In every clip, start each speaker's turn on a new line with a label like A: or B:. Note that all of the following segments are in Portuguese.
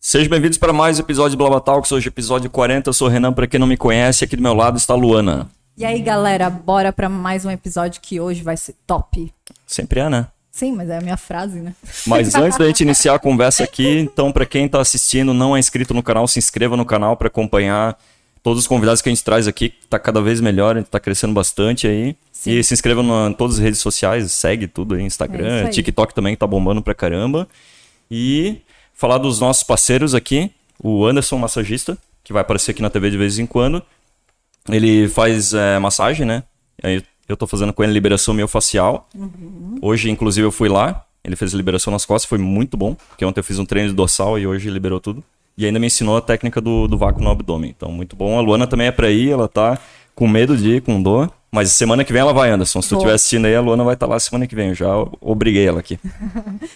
A: Sejam bem-vindos para mais um episódio de Blabla Talks, hoje episódio 40. Eu sou o Renan, para quem não me conhece, aqui do meu lado está a Luana.
B: E aí, galera, bora pra mais um episódio que hoje vai ser top.
A: Sempre é, né?
B: Sim, mas é a minha frase, né?
A: Mas antes da gente iniciar a conversa aqui, então para quem tá assistindo, não é inscrito no canal, se inscreva no canal para acompanhar todos os convidados que a gente traz aqui, que tá cada vez melhor, a gente tá crescendo bastante aí. E se inscreva no- em todas as redes sociais, segue tudo aí,
B: É
A: Instagram,
B: isso aí.
A: TikTok também que tá bombando pra caramba. E falar dos nossos parceiros aqui, o Anderson Massagista, que vai aparecer aqui na TV de vez em quando. Ele faz é, massagem, né? Aí eu tô fazendo com ele liberação miofacial.
B: Uhum.
A: Hoje, inclusive, eu fui lá. Ele fez liberação nas costas, foi muito bom. Porque ontem eu fiz um treino de dorsal e hoje liberou tudo. E ainda me ensinou a técnica do, do vácuo no abdômen. Então, muito bom. A Luana também é pra ir, ela tá com medo de ir, com dor. Mas semana que vem ela vai, Anderson. Se tu
B: Vou.
A: estiver assistindo aí, a Luana vai estar lá semana que vem. Eu já obriguei ela aqui.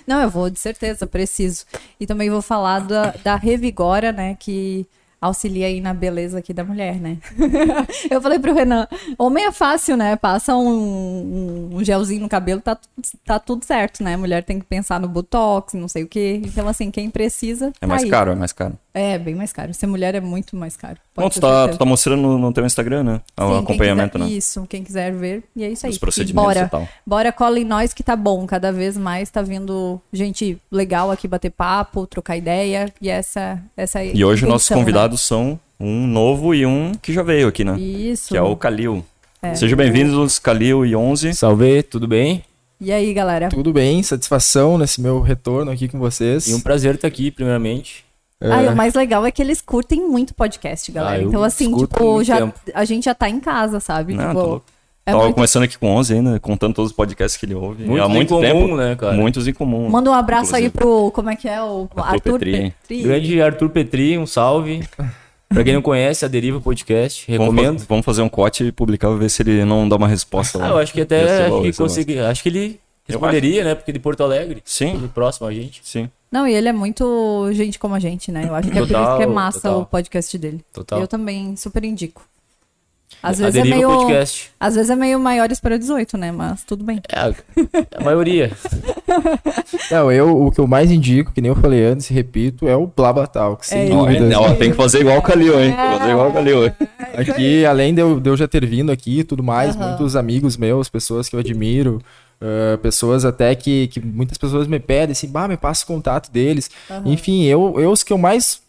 B: Não, eu vou, de certeza, preciso. E também vou falar da, da Revigora, né, que auxilia aí na beleza aqui da mulher, né? eu falei pro Renan, homem é fácil, né? Passa um, um- um gelzinho no cabelo, tá, tu- tá tudo certo, né? Mulher tem que pensar no Botox, não sei o quê. Então, assim, quem precisa,
A: É mais
B: tá aí.
A: caro, é mais caro.
B: É, bem mais caro. Ser mulher é muito mais caro.
A: Bom, tu
B: Pode ter
A: tá,
B: certeza.
A: tu tá mostrando no, no teu Instagram, né? O
B: Sim, quem
A: acompanhamento,
B: quiser-
A: né?
B: Isso, quem quiser ver. E é isso aí.
A: Os procedimentos
B: bora,
A: e tal.
B: Bora, cola em nós que tá bom. Cada vez mais tá vindo gente legal aqui bater papo, trocar ideia. E essa, essa é a
A: E hoje
B: intenção,
A: nossos
B: né?
A: convidados são um novo e um que já veio aqui, né?
B: Isso.
A: Que é o Kalil.
B: É.
A: Sejam bem-vindos, Kalil e 11.
C: Salve, tudo bem?
B: E aí, galera?
D: Tudo bem, satisfação nesse meu retorno aqui com vocês.
C: E um prazer estar aqui, primeiramente.
D: É,
B: Ah, e o mais legal é que eles curtem muito podcast, galera.
C: Ah, eu
B: então, assim,
C: escuto há
B: tipo,
C: muito
B: já,
C: tempo.
B: a gente já tá em casa, sabe?
A: Não,
B: tipo,
A: tá louco.
B: é
A: Tava
B: muito-
A: começando aqui com 11 ainda, contando todos os podcasts que ele ouve.
C: Muitos
A: Há
C: em
A: muito
C: comum,
A: tempo.
C: né, cara?
A: Muitos em comum.
B: Manda um abraço aí
A: inclusive.
B: pro. Como é que é? O
A: Arthur
B: Arthur,
A: Petri.
B: Petri.
C: Grande Arthur Petri, um salve. pra quem não conhece, a Deriva Podcast,
A: Vamos fa-
C: recomendo.
A: Vamos fazer um corte e publicar, ver se ele não dá uma resposta lá.
C: Ah, eu acho que
A: Ia ser
C: até
A: é bom,
C: acho
A: ia
C: que
A: ser bom.
C: consegui. Acho que ele
A: Eu
C: responderia, né? Porque de Porto Alegre.
A: Sim.
C: Ele é próximo a gente.
A: Sim.
B: Não, e ele é muito gente como a gente, né? Eu acho que é por isso
C: Total,
B: que é massa
C: total.
B: o podcast dele.
C: Total.
B: Eu também super indico. Às
C: a
B: vezes, é
C: Deriva
B: meio,
C: Podcast.
B: às vezes é meio maiores para 18, né? Mas tudo bem.
C: É, a, a maioria.
D: Não, eu o que eu mais indico, que nem eu falei antes, e repito, é o Blabla Talk, sem
B: É
A: Ó,
D: dúvidas.
A: ó, tem que fazer igual o Kalil, hein? Tem que Fazer igual o Kalil. hein?
D: Aqui, além de eu, de eu já ter vindo aqui e tudo mais,
B: Aham.
D: muitos amigos meus, pessoas que eu admiro, ah, pessoas até que, que muitas pessoas me pedem assim, bah, me passa o contato deles. Enfim, eu, eu os que eu mais,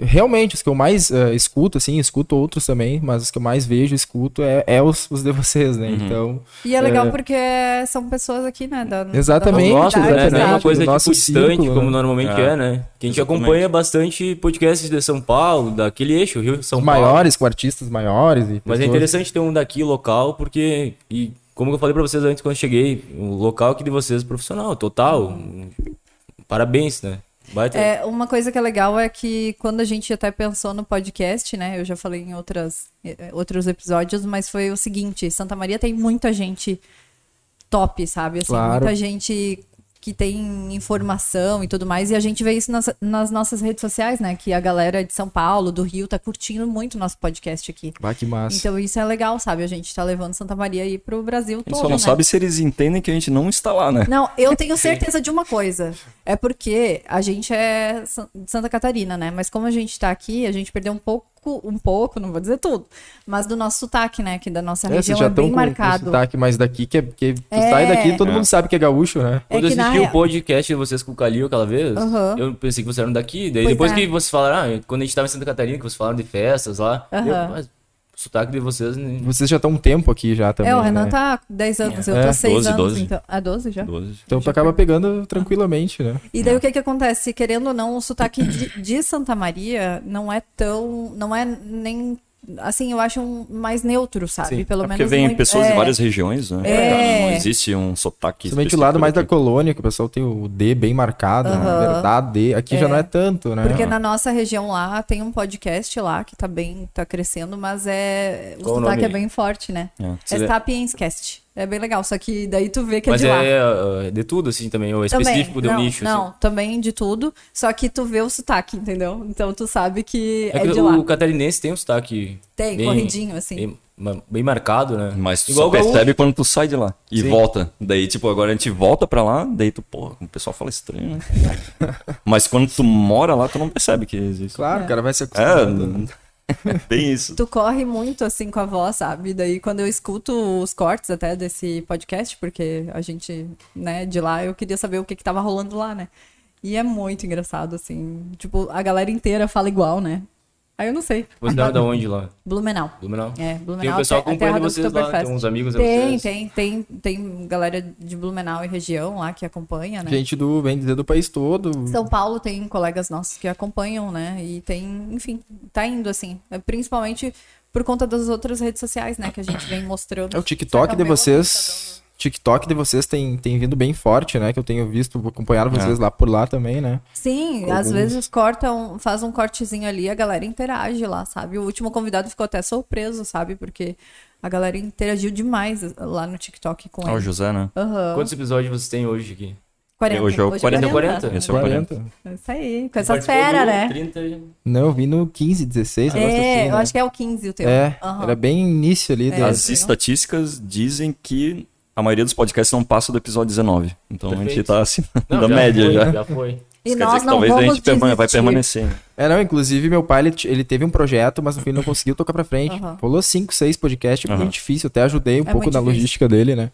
D: realmente, os que eu mais ah, escuto, assim, escuto outros também, mas os que eu mais vejo, escuto, é, é os, os de vocês, né? Então,
B: E é legal
D: É.
B: porque são pessoas aqui, né? Da,
D: Exatamente,
B: da
C: Nosso,
B: nossa
C: né?
B: comunidade,
C: Não é uma
D: exatamente.
C: coisa
D: Do nosso
C: tipo distante,
D: círculo,
C: como
D: né?
C: normalmente
A: É.
C: é, né? Que a gente
A: Exatamente.
C: acompanha bastante podcasts de São Paulo, daquele eixo, Rio São
D: os
C: Paulo.
D: maiores, com artistas maiores. e
C: Mas é
D: pessoas-
C: interessante ter um daqui local, porque. E como eu falei pra vocês antes quando eu cheguei, o local aqui de vocês é profissional, total. um, Parabéns, né? Baita.
B: É, uma coisa que é legal é que quando a gente até pensou no podcast, né? Eu já falei em outras, eh, outros episódios, mas foi o seguinte: Santa Maria tem muita gente top, sabe? Assim,
D: Claro.
B: Muita gente que tem informação e tudo mais. E a gente vê isso nas, nas nossas redes sociais, né? Que a galera de São Paulo, do Rio, tá curtindo muito o nosso podcast aqui.
D: Bah, que massa.
B: Então isso é legal, sabe? A gente tá levando Santa Maria aí pro
A: A
B: Brasil
A: gente
B: todo.
A: só não
B: né?
A: sabe se eles entendem que a gente não está lá, né?
B: Não, eu tenho certeza de uma coisa. É porque a gente é Sa- de Santa Catarina, né? Mas como a gente tá aqui, a gente perdeu um pouco, um pouco, não vou dizer tudo, mas do nosso sotaque, né? Que da nossa
D: É,
B: região
D: vocês já
B: é
D: estão
B: bem
D: com, com
B: marcado.
D: sotaque mais daqui, que, é- que tu
B: É.
D: sai daqui todo
A: É.
D: mundo sabe que é gaúcho, né?
B: É
C: Quando eu
B: que na
C: assisti o
B: real.
C: podcast de vocês com o Calil aquela vez,
B: Aham.
C: eu pensei que vocês eram daqui. Daí
B: Pois
C: depois
B: é.
C: que vocês falaram, ah, quando a gente tava em Santa Catarina, que vocês falaram de festas lá, eu,
B: Aham.
C: mas, o sotaque de vocês. né?
D: Vocês já estão um tempo aqui já também.
B: É, o Renan
D: né?
B: tá 10 anos, eu
D: É,
B: tô 6
A: 12,
B: anos,
A: 12.
B: então. Ah, 12 já?
A: 12.
D: Então tu acaba pegando tranquilamente, né?
B: E daí o que que acontece? Querendo ou não, o sotaque de, de Santa Maria não é tão. não é nem. Assim, eu acho um mais neutro, sabe?
D: Sim.
B: Pelo
A: É
B: menos.
A: porque vem
B: muito-
A: pessoas
B: é.
A: de várias regiões, né?
B: É.
A: Não existe um sotaque.
D: Principalmente o lado mais da
A: específico
D: colônia, que o pessoal tem o D bem marcado,
B: Aham.
D: na verdade, D. Aqui já não é tanto, né?
B: Porque na nossa região lá tem um podcast lá que tá bem, tá crescendo, mas é. O
C: Qual o
B: sotaque é
C: nome?
B: bem forte, né?
A: É.
B: É, Sapienscast. É bem legal, só que daí tu vê que é
C: Mas
B: de lá.
C: é, é de tudo, assim, também. Ou é específico do
B: não,
C: nicho. assim.
B: Não, também de tudo, só que tu vê o sotaque, entendeu? Então tu sabe que é,
C: É que
B: de
C: o
B: lá.
C: catarinense tem um sotaque.
B: Tem,
C: bem-
B: corridinho, assim.
C: Bem, ma- bem marcado, né?
A: Mas tu
C: Igual
A: só
C: o gaúcho.
A: percebe quando tu sai de lá e
C: Sim.
A: volta. Daí, tipo, agora a gente volta pra lá, daí tu, pô, o pessoal fala estranho, né? Mas quando tu mora lá, tu não percebe que existe.
D: Claro,
B: é.
D: o cara vai se acostumando. né?
A: É, bem isso.
B: Tu corre muito assim com a voz, sabe? Daí quando eu escuto os cortes até desse podcast, porque a gente, né, de lá, eu queria saber o que que tava rolando lá, né? E é muito engraçado, assim. Tipo, a galera inteira fala igual, né? Aí eu não sei.
C: Vocês vieram da onde lá?
B: Blumenau.
C: Blumenau?
B: É, Blumenau.
C: Tem um pessoal
B: até- até
C: acompanhando
B: a Rádio
C: vocês lá,
B: Oktoberfest.
C: tem uns amigos de
B: Tem,
C: vocês.
B: tem, tem, tem galera de Blumenau e região lá que acompanha, né?
D: Gente do, vem dizer, do país todo.
B: São Paulo tem colegas nossos que acompanham, né? E tem, enfim, tá indo assim. É Principalmente por conta das outras redes sociais, né? Que a gente vem mostrando.
D: É o TikTok de vocês. TikTok de vocês tem, tem vindo bem forte, né? Que eu tenho visto, acompanhado vocês lá por lá também, né?
B: Sim,
D: Com
B: às
D: alguns.
B: vezes corta um, faz um cortezinho ali, a galera interage lá, sabe? O último convidado ficou até surpreso, sabe? Porque a galera interagiu demais lá no TikTok com
A: Ah, o
B: ele.
A: José, né?
B: Aham.
C: Quantos episódios vocês têm hoje aqui?
B: 40,
A: Hoje é o 40.
C: 40.
A: Esse é o 40.
B: É Isso aí, com essas feras, né?
C: 30...
D: Não, eu vi no 15, 16, um negócio
B: É,
D: assim,
B: eu
D: né?
B: acho que é o 15 o teu.
D: É,
B: Aham.
D: era bem início ali.
B: É,
A: As
B: viu?
A: estatísticas dizem que a maioria dos podcasts não passa do episódio 19. Então a gente
C: Perfeito.
A: tá assim,
C: Não,
A: da
C: já
A: média
C: foi,
A: já.
C: Já foi.
B: E
A: Isso quer dizer
B: nós
A: que
B: não
A: talvez a
B: vamos
A: gente perma- vai
B: desistir.
A: permanecer.
D: É, não, inclusive meu pai, ele, t- ele teve um projeto, mas no fim ele não conseguiu tocar pra frente.
B: Aham.
D: Rolou 5, 6 podcasts, muito difícil, até ajudei
B: É
D: um pouco
B: muito
D: na
B: difícil.
D: logística dele, né?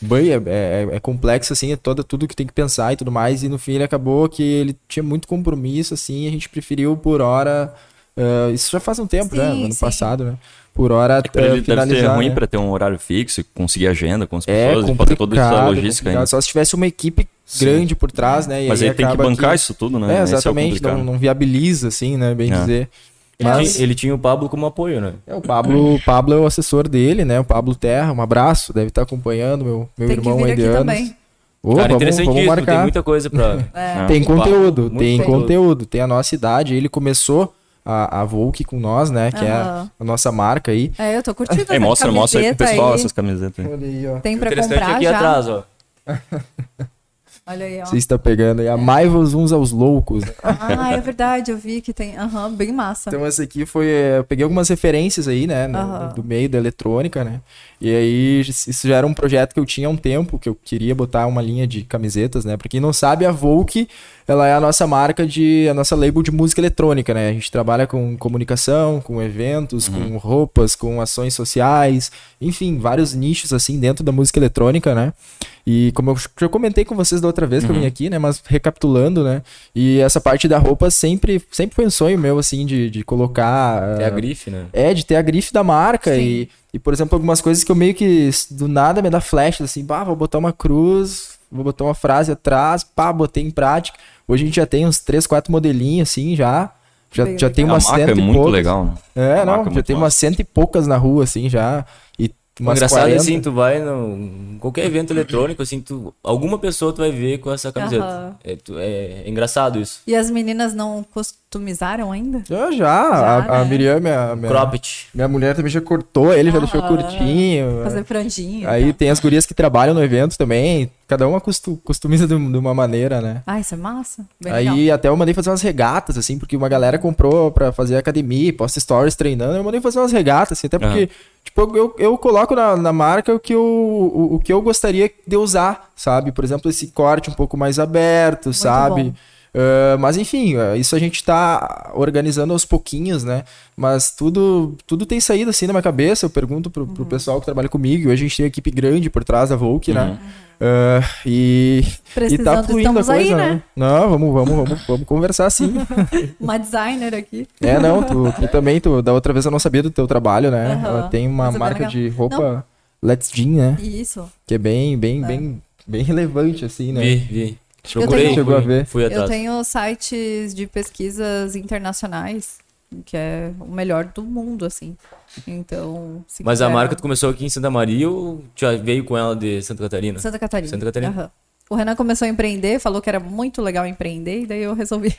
D: Bem, é, é- é complexo, assim, é toda, tudo que tem que pensar e tudo mais, e no fim ele acabou que ele tinha muito compromisso, assim, e a gente preferiu por hora, eh, isso já faz um tempo, né?
B: Sim,
D: Ano
B: sim.
D: passado, né? Por hora
A: É Pra
D: eh,
A: ele deve ser
D: finalizar,
A: ruim
D: né?
A: pra ter um horário fixo e conseguir agenda com as
D: É
A: pessoas e fazer
D: complicado,
A: toda essa logística
D: complicado.
A: ainda.
D: Só se tivesse uma equipe grande por trás, né? E
A: Mas aí tem que
D: acaba
A: bancar isso tudo, né? Esse
D: É,
A: o
D: exatamente,
A: complicado.
D: não, não viabiliza, assim, né? Bem
A: É.
D: dizer.
C: Ele,
D: Mas-
C: tinha, ele tinha o Pablo como apoio, né?
D: É, o Pablo, o Pablo é o assessor dele, né? O Pablo Terra, um abraço, deve estar acompanhando meu, meu
B: Tem que
D: irmão
B: vir
D: aí
B: aqui
D: de anos.
B: também.
D: Ô,
C: Cara,
D: vamos,
C: interessantíssimo.
D: vamos marcar.
C: Tem muita coisa pra...
A: É.
D: Tem
C: Opa,
D: conteúdo,
C: muito
D: tem
C: conteúdo.
D: conteúdo, tem a nossa idade. Ele começou a, a Volk com nós, né? Que é a,
B: Aham.
D: a nossa marca aí.
B: É, eu tô curtindo
A: Aí
B: essa
A: mostra, mostra aí pro
B: camiseta
A: pessoal
B: aí.
A: essas camisetas. aí.
D: Olha aí, ó.
B: Tem
C: O
B: pra
C: interessante é
B: comprar
C: aqui
B: já.
C: atrás, ó.
B: Olha aí, ó. É.
D: Você está pegando aí. Amai-vos uns aos loucos. né?
B: Ah, é verdade, eu vi que tem. Aham, bem massa.
C: um-
D: Então essa aqui foi, eh, eu peguei algumas referências aí, né, no-
B: Aham.
D: do meio da eletrônica, né? E aí isso já era um projeto que eu tinha há um tempo, que eu queria botar uma linha de camisetas, né? Pra quem não sabe, a Volk, ela é a nossa marca de a nossa label de música eletrônica, né? A gente trabalha com comunicação, com eventos,
C: Uhum.
D: com roupas, com ações sociais, enfim, vários nichos assim dentro da música eletrônica, né? E como eu já comentei com vocês da outra vez
C: Uhum.
D: que eu vim aqui, né? Mas recapitulando, né? E essa parte da roupa sempre, sempre foi um sonho meu, assim, de, de colocar.
C: É a
D: ah,
C: grife, né?
D: é, de ter a grife da marca
B: Sim.
D: e, e, por exemplo, algumas coisas que eu meio que s- do nada me dá flash, assim, pá, vou botar uma cruz, vou botar uma frase atrás, pá, botei em prática. Hoje a gente já tem uns 3, 4 modelinhos, assim, já. Já,
B: Bem
D: já tem
A: A
D: uma
A: marca
D: cento
A: é
D: e
A: muito
D: poucas.
A: legal, né?
D: É,
A: A marca
D: não,
A: é
D: já
A: muito
D: tem
A: massa.
D: umas cento e poucas na rua, assim, já. E
C: O
D: umas
C: engraçado
D: 40.
C: é assim, tu vai no qualquer evento eletrônico, assim, tu, alguma pessoa tu vai ver com essa camiseta.
B: Aham.
C: É, tu- é- é engraçado isso.
B: E as meninas não customizaram ainda?
D: Já, já. a,
B: Já, né?
D: a Miriam, minha, minha,
C: Cropped.
D: minha mulher também já cortou ele, já deixou
C: É.
D: curtinho.
B: Fazer então. franjinha. e
D: Aí
B: tal.
D: tem as gurias que trabalham no evento também. Cada uma costu- customiza de, um- de uma maneira, né?
B: Ah, isso é massa? Bem
D: Aí
B: legal.
D: até eu mandei fazer umas regatas, assim, porque uma galera comprou pra fazer academia, e posta stories treinando. Eu mandei fazer umas regatas, assim, até porque,
A: Aham.
D: tipo, eu, eu coloco na, na marca o que, eu, o, o que eu gostaria de usar, sabe? Por exemplo, esse corte um pouco mais aberto, sabe?
B: bom.
D: Ah, mas enfim, ah, isso a gente tá organizando aos pouquinhos, né? Mas tudo tudo tem saído assim na minha cabeça. Eu pergunto pro,
B: Uhum.
D: pro pessoal que trabalha comigo. Hoje a gente tem uma equipe grande por trás da Volk, né? Ah, e, e
B: Precisando,
D: tá fluindo a
B: estamos
D: coisa,
B: aí,
D: né?
B: né?
D: Não, vamos, vamos, vamos, vamos conversar sim.
B: Uma designer aqui.
D: é, não, tu, tu também, tu, da outra vez eu não sabia do teu trabalho, né?
B: Aham.
D: Ela tem uma
B: Mas é bem
D: marca
B: legal.
D: de roupa Let's Jean, né?
B: Isso.
D: Que é bem, bem, bem, bem relevante, assim, né?
C: Vi, vi.
B: tenho-
D: Chegou a
C: fui-
D: ver.
C: Fui
B: Eu
C: atrás.
B: tenho sites de pesquisas internacionais, que é o melhor do mundo, assim. Então. se
C: Mas a
B: quiser-
C: marca tu começou aqui em Santa Maria ou já veio com ela de Santa Catarina?
B: Santa Catarina.
C: Santa Catarina.
B: Aham. O Renan começou a empreender, falou que era muito legal empreender, e daí eu resolvi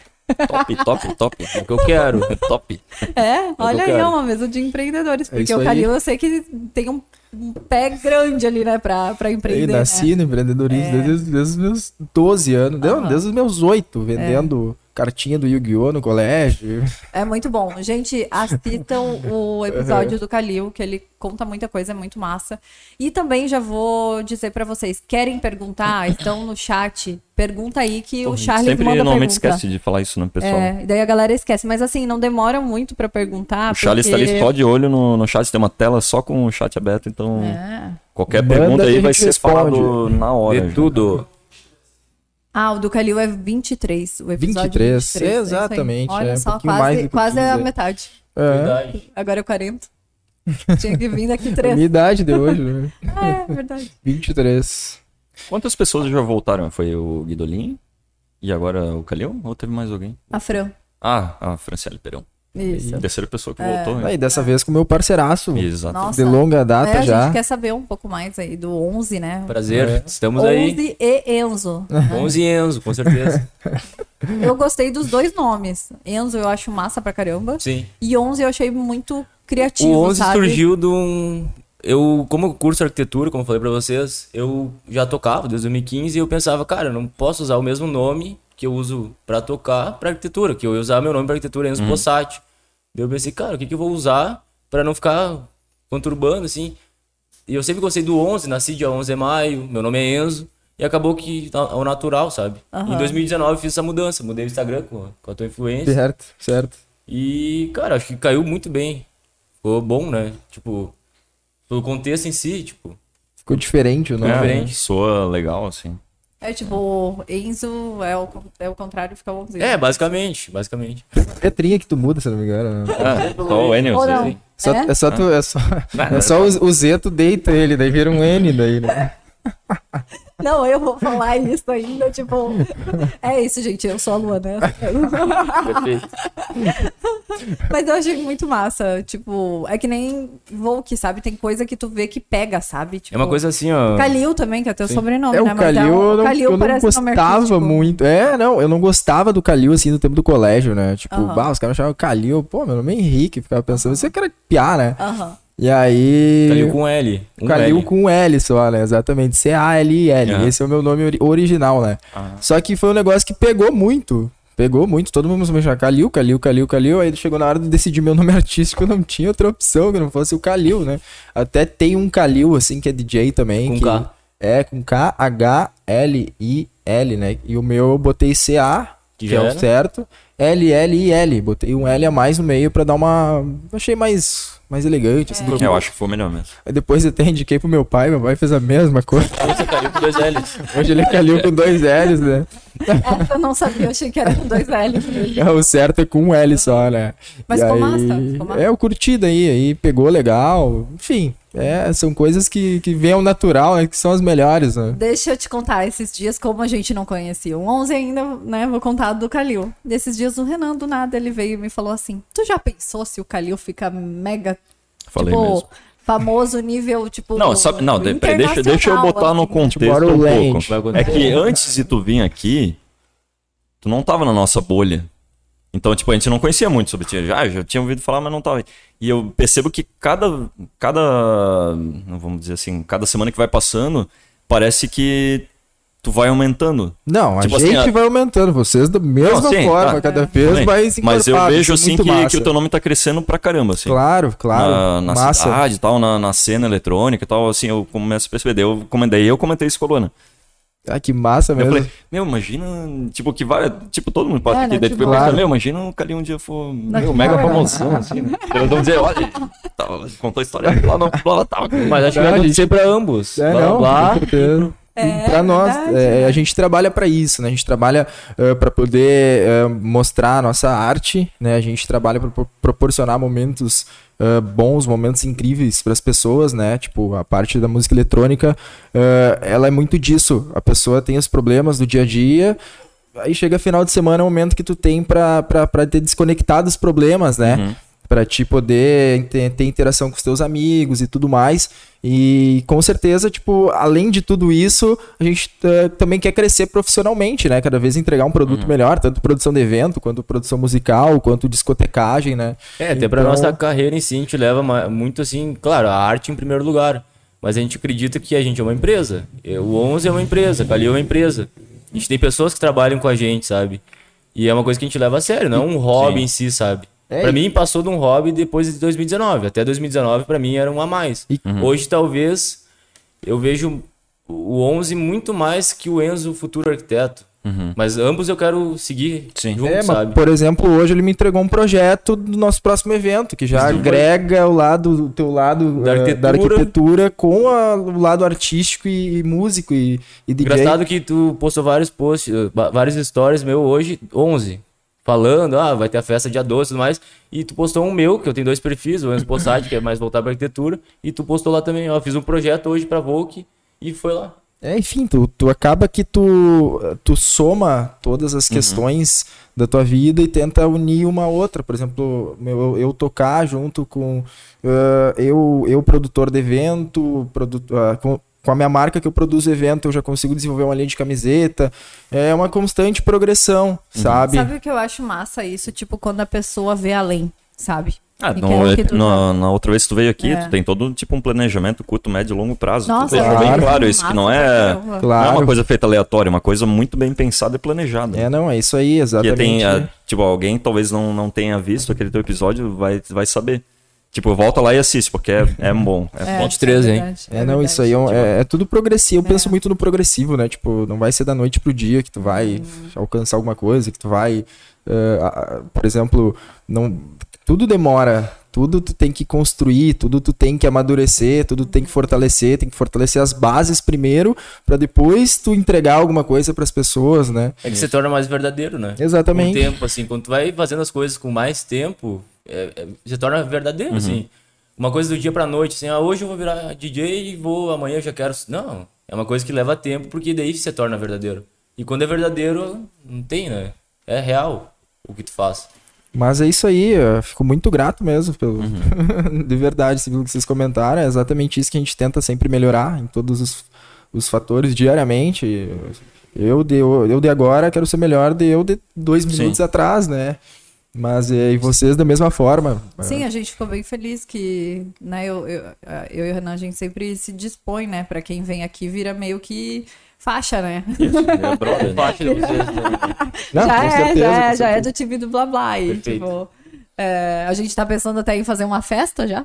A: Top, top, top.
C: É o que eu quero.
A: top.
B: É, olha aí,
C: quero.
B: é uma mesa de empreendedores.
A: É
B: Porque
D: isso
B: o
D: aí.
B: Calil, eu sei que tem um, um pé grande ali, né, pra, pra
D: Eu
B: empreender. né? É.
D: nasci no empreendedorismo desde, desde os meus 12 anos, não,
B: Aham.
D: desde os meus 8, vendendo cartinha do Yu-Gi-Oh! no colégio.
B: É muito bom. Gente, assistam o episódio do Calil, que ele conta muita coisa, é muito massa. E também já vou dizer pra vocês, querem perguntar? Estão no chat. Pergunta aí que o Charles
A: Sempre
B: manda
A: normalmente
B: pergunta.
A: esquece de falar isso, né, pessoal?
B: É, e daí a galera esquece. Mas assim, não demora muito pra perguntar.
A: O Charles
B: Ah, porque...
A: tá ali só de olho no, no chat, tem uma tela só com o chat aberto, então
B: É.
A: qualquer
D: Manda
A: pergunta
D: que a
A: aí
D: gente
A: vai ser
D: responde.
A: falado na hora.
C: De
A: já.
C: tudo.
B: Ah, o do Calil é 23, o episódio
D: 23,
B: 23 é isso aí.
D: exatamente,
B: Olha
D: é, um
B: só,
D: pouquinho
B: quase,
D: mais do que
B: quase a
D: 15.
B: metade.
D: É,
C: Verdade.
B: Agora é 40. Tinha que vir daqui
D: a
B: 3.
D: minha idade de hoje, né?
B: É, é verdade.
D: 23.
A: Quantas pessoas já voltaram? Foi o Guidolin? E agora o Calil? Ou teve mais alguém?
B: A Fran.
A: Ah, a Franciele Perão.
B: Isso.
A: A terceira pessoa
B: É.
A: que voltou. né?
D: Aí, dessa vez com o meu parceiraço,
A: Exato.
B: Nossa.
D: de longa
B: É,
D: data
B: a
D: já.
B: gente quer saber um pouco mais aí do 11, né?
C: Prazer.
D: É.
C: Estamos
B: 11
C: aí.
B: e Enzo.
C: 11 Enzo, com certeza.
B: Eu gostei dos dois nomes. Enzo eu acho massa pra caramba.
C: Sim.
B: E 11 eu achei muito criativo,
C: O 11
B: sabe?
C: surgiu de um. Eu, como eu curso arquitetura, como eu falei pra vocês, eu já tocava desde 2015 e eu pensava, cara, eu não posso usar o mesmo nome que eu uso pra tocar pra arquitetura, que eu ia usar meu nome pra arquitetura Enzo Possati. Daí eu pensei, cara, o que, que eu vou usar pra não ficar conturbando assim? E eu sempre gostei do 11, nasci dia 11 de maio, meu nome é Enzo, e acabou que tá ao natural, sabe?
B: Aham.
C: Em 2019 eu fiz essa mudança, mudei o Instagram com a, com a tua influência.
D: Certo, certo.
C: E, cara, acho que caiu muito bem. Ficou bom, né? Tipo, pelo contexto em si, tipo.
D: Ficou diferente o nome.
A: É,
D: né?
A: soa legal, assim.
B: É tipo, Enzo é o, é o contrário, fica 11.
C: É, basicamente, basicamente.
D: Letrinha É que tu muda, se não me engano. né?
A: Ah, só o Enio.
B: É, tipo, Ou não.
A: assim.
D: Só-
B: É?
D: é? só tu, é só, é só o, o Z tu deita ele, daí vira um N daí, né?
B: Não, eu vou falar isso ainda, tipo... É isso, gente, eu sou a Luana.
C: Perfeito.
B: Mas eu achei muito massa, tipo... É que nem Volk, sabe? Tem coisa que tu vê que pega, sabe?
C: É uma
B: Tipo,
C: coisa assim, ó.
B: Calil também, que é teu sobrenome, né?
D: É, o
B: Mas
D: Calil,
B: um-
D: eu não,
B: Calil
D: eu não
B: parece nome
D: gostava
B: artístico.
D: muito. É, não, eu não gostava do Calil, assim, no tempo do colégio, né? Tipo,
B: Aham.
D: bah, os caras me chamavam Calil, pô, meu nome é Henrique, eu ficava pensando, você é cara de piá, né?
B: Aham.
D: E aí...
C: Calil com L. Um
D: Calil
C: L.
D: com L só, né? Exatamente. C-A-L-I-L.
A: Ah.
D: Esse é o meu nome ori- original, né? Só que foi um negócio que pegou muito. Pegou muito. Todo mundo começou a me chamar Calil, Calil, Calil, Calil. Aí chegou na hora de decidir meu nome artístico. Eu não tinha outra opção que não fosse o Calil, né? Até tem um Calil, assim, que é DJ também.
C: Com
D: que
C: K.
D: É, com K-H-L-I-L, né? E o meu eu botei C-A,
C: Que
D: que,
C: já
D: é
C: era.
D: o certo. L-L-I-L. Botei um L a mais no meio pra dar uma... Achei mais... Mais elegante,
C: É.
D: assim, do que
A: Eu acho que foi melhor mesmo.
D: Aí depois eu até indiquei pro meu pai, meu pai fez a mesma coisa.
C: Você caiu com dois L's.
D: Hoje ele caiu com dois L's, né?
B: Essa É, eu não sabia, eu achei que era com dois L.
D: É, O certo é com um L só, né?
B: Mas
D: E
B: ficou
D: aí-
B: massa, ficou massa.
D: É, eu curti daí, aí pegou legal. Enfim, é, são coisas que, que vêm ao natural, né? Que são as melhores, né?
B: Deixa eu te contar, esses dias, como a gente não conhecia o 11 ainda, né? Vou contar do Calil. Nesses dias, o Renan, do nada, ele veio e me falou assim: Tu já pensou se o Calil fica mega,
A: Falei
B: tipo,
A: mesmo.
B: famoso nível, tipo.
A: Não, sabe, não, de- peraí, deixa, deixa eu
B: internacional,
A: botar no
B: assim?"
A: contexto
D: Bora o
A: um
D: lente.
A: pouco. É que antes de tu vir aqui, tu não tava na nossa bolha. Então, tipo, a gente não conhecia muito sobre ti. Já, ah, já tinha ouvido falar, mas não tava. E eu percebo que cada. Cada. não Vamos dizer assim, cada semana que vai passando, parece que tu vai aumentando.
D: Não, a
A: Tipo assim,
D: gente
A: a-
D: vai aumentando, vocês da mesma
A: Não, sim,
D: forma,
A: tá.
D: cada vez
A: Também.
D: vai se
A: Mas eu
D: encorpando,
A: vejo
D: isso é
A: assim
D: muito
A: que, que o
D: massa.
A: teu nome tá crescendo pra caramba, assim.
D: Claro, claro.
A: na, na
D: massa.
A: cidade e tal, na, na cena eletrônica e tal, assim, eu começo a perceber. Daí eu comentei, eu comentei isso com a Luana.
D: Ah, que massa
A: Eu
D: mesmo.
A: falei, meu, imagina, tipo, que vai, tipo, todo mundo passa
B: É,
A: aqui,
B: né,
A: daí
B: tipo,
A: tu pensa,
D: claro.
A: meu, imagina o Cali um dia for, meu, mega famosão, assim, né? Eles vão dizer, olha, tava, contou a história lá no lá tava.
C: Mas acho que vai acontecer pra ambos.
D: É,
C: blá,
D: não,
C: blá.
D: com certeza. E pra nós, é, a gente trabalha pra isso, né? A gente trabalha eh, pra poder eh, mostrar a nossa arte, né? A gente trabalha pra pro- proporcionar momentos eh, bons, momentos incríveis pras pessoas, né? Tipo, a parte da música eletrônica, eh, ela é muito disso. A pessoa tem os problemas do dia a dia, um
C: Uhum.
D: aí chega final de semana, é o momento que tu tem pra, pra, pra ter desconectado os problemas, né? para te poder ter, ter interação com os teus amigos e tudo mais. E com certeza, tipo, além de tudo isso, a gente eh, também quer crescer profissionalmente, né? Cada vez entregar um
C: Uhum.
D: produto melhor, tanto produção de evento, quanto produção musical, quanto discotecagem, né?
C: É, até pra
D: Então-
C: nossa carreira em si, a gente leva ma- muito assim, claro, a arte em primeiro lugar. Mas a gente acredita que a gente é uma empresa. É, O 11 é uma empresa, a Calil é uma empresa. A gente tem pessoas que trabalham com a gente, sabe? E é uma coisa que a gente leva a sério, não um hobby em si, sabe?
D: É,
C: pra
D: e-
C: mim passou de um hobby depois de 2019. Até 2019 pra mim era um a mais.
D: E-
C: Hoje talvez eu vejo o 11 muito mais que o Enzo, o futuro arquiteto. Mas ambos eu quero seguir
A: Sim.
C: junto,
D: Uhum. É, mas,
C: sabe?
D: por exemplo, hoje ele me entregou um projeto do nosso próximo evento, que já agrega o lado, o teu lado
C: Da
D: eh,
C: arquitetura.
D: arquitetura com a- o lado artístico e, e músico e, e DJ.
C: Engraçado que tu postou vários posts, eh, ba- vários stories meu hoje, 11. Falando, ah, vai ter a festa dia 12 e tudo mais. E tu postou um meu, que eu tenho dois perfis, o Enzo Possati, que é mais voltado pra arquitetura. E tu postou lá também, ó, fiz um projeto hoje pra Volk e foi lá.
D: É, enfim, tu, tu acaba que tu, tu soma todas
A: Uhum.
D: as questões da tua vida e tenta unir uma a outra. Por exemplo, meu, eu tocar junto com ah, eu, eu produtor de evento, produto, ah, com, com a minha marca que eu produzo evento, eu já consigo desenvolver uma linha de camiseta. É uma constante progressão,
A: Uhum.
D: sabe?
B: Sabe o que eu acho massa isso? Tipo, quando a pessoa vê além, sabe?
A: Ah,
B: E
A: no-
B: quer o É que tu tá-
A: na, na outra vez que tu veio aqui,
B: É.
A: tu tem todo tipo um planejamento curto, médio e longo prazo.
B: Nossa,
A: tu
B: eu
A: deixou
B: acho
A: bem
D: claro.
A: claro isso, que não é,
B: massa pra caramba.
A: não é
D: Claro.
A: uma coisa feita aleatória, é uma coisa muito bem pensada e planejada.
D: É, não, é isso aí,
A: Porque
D: exatamente.
A: tem, ah, tipo, alguém talvez não, não tenha visto aquele teu episódio, vai, vai saber. Tipo, volta lá e assiste, porque é, é bom. É, bom.
C: 23, hein?
B: verdade,
D: É, não,
B: verdade.
D: isso aí é, um- é- é tudo progressivo. Eu penso muito no progressivo, né? Tipo, não vai ser da noite pro dia que tu vai
B: Uhum.
D: alcançar alguma coisa, que tu vai. eh, a- a- por exemplo, não, tudo demora. Tudo tu tem que construir, tudo tu tem que amadurecer, tudo tu tem que
B: Uhum.
D: fortalecer, tem que fortalecer as bases primeiro, pra depois tu entregar alguma coisa pras pessoas, né?
C: É que se torna mais verdadeiro, né? Com o
D: Exatamente.
C: tempo, assim, quando tu vai fazendo as coisas com mais tempo, é, é, se torna
A: Uhum.
C: verdadeiro, assim. Uma coisa do dia pra noite, assim, ah, hoje eu vou virar DJ e vou, amanhã eu já quero. Não, é uma coisa que leva tempo, porque daí se torna verdadeiro. E quando é verdadeiro, não tem, né? É real o que tu faz.
D: Mas é isso aí, eu fico muito grato mesmo pelo de verdade, assim, pelo que vocês comentaram, é exatamente isso que a gente tenta sempre melhorar em todos os, os fatores diariamente. Eu de, eu de agora quero ser melhor de eu de dois minutos atrás, né? Mas é, e vocês da mesma forma.
B: Sim, a gente ficou bem feliz que, né, eu, eu, eu e o Renan, a gente sempre se dispõe, né, pra quem vem aqui, vira meio que faixa, né?
A: É brother, né?
D: Não,
B: já,
D: com
B: é,
D: certeza,
B: já é,
D: com
B: já é
D: certeza.
B: do time do Blá Blá. E,
C: Perfeito.
B: tipo, é, a gente tá pensando até em fazer uma festa já.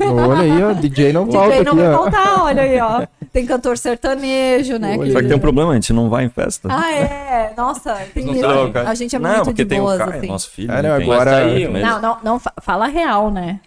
D: Olha aí, ó, DJ não falta
B: DJ
D: aqui,
B: Tipo, não vai
D: ó.
B: faltar, olha aí, ó. Tem cantor sertanejo, né?
D: Olha
A: Só que tem um problema, a gente não vai em festa.
B: Ah, é? Nossa, tem
C: Não
B: medo.
C: sabe, cara.
B: a gente é
A: não,
B: muito
A: porque
B: de
A: tem um
B: boas,
A: o Caio,
B: assim.
A: nosso filho.
D: Ah, não,
A: tem-
D: agora-
A: Mas daí,
C: Não,
A: mas-
B: Não, não, não, fa- fala real, né?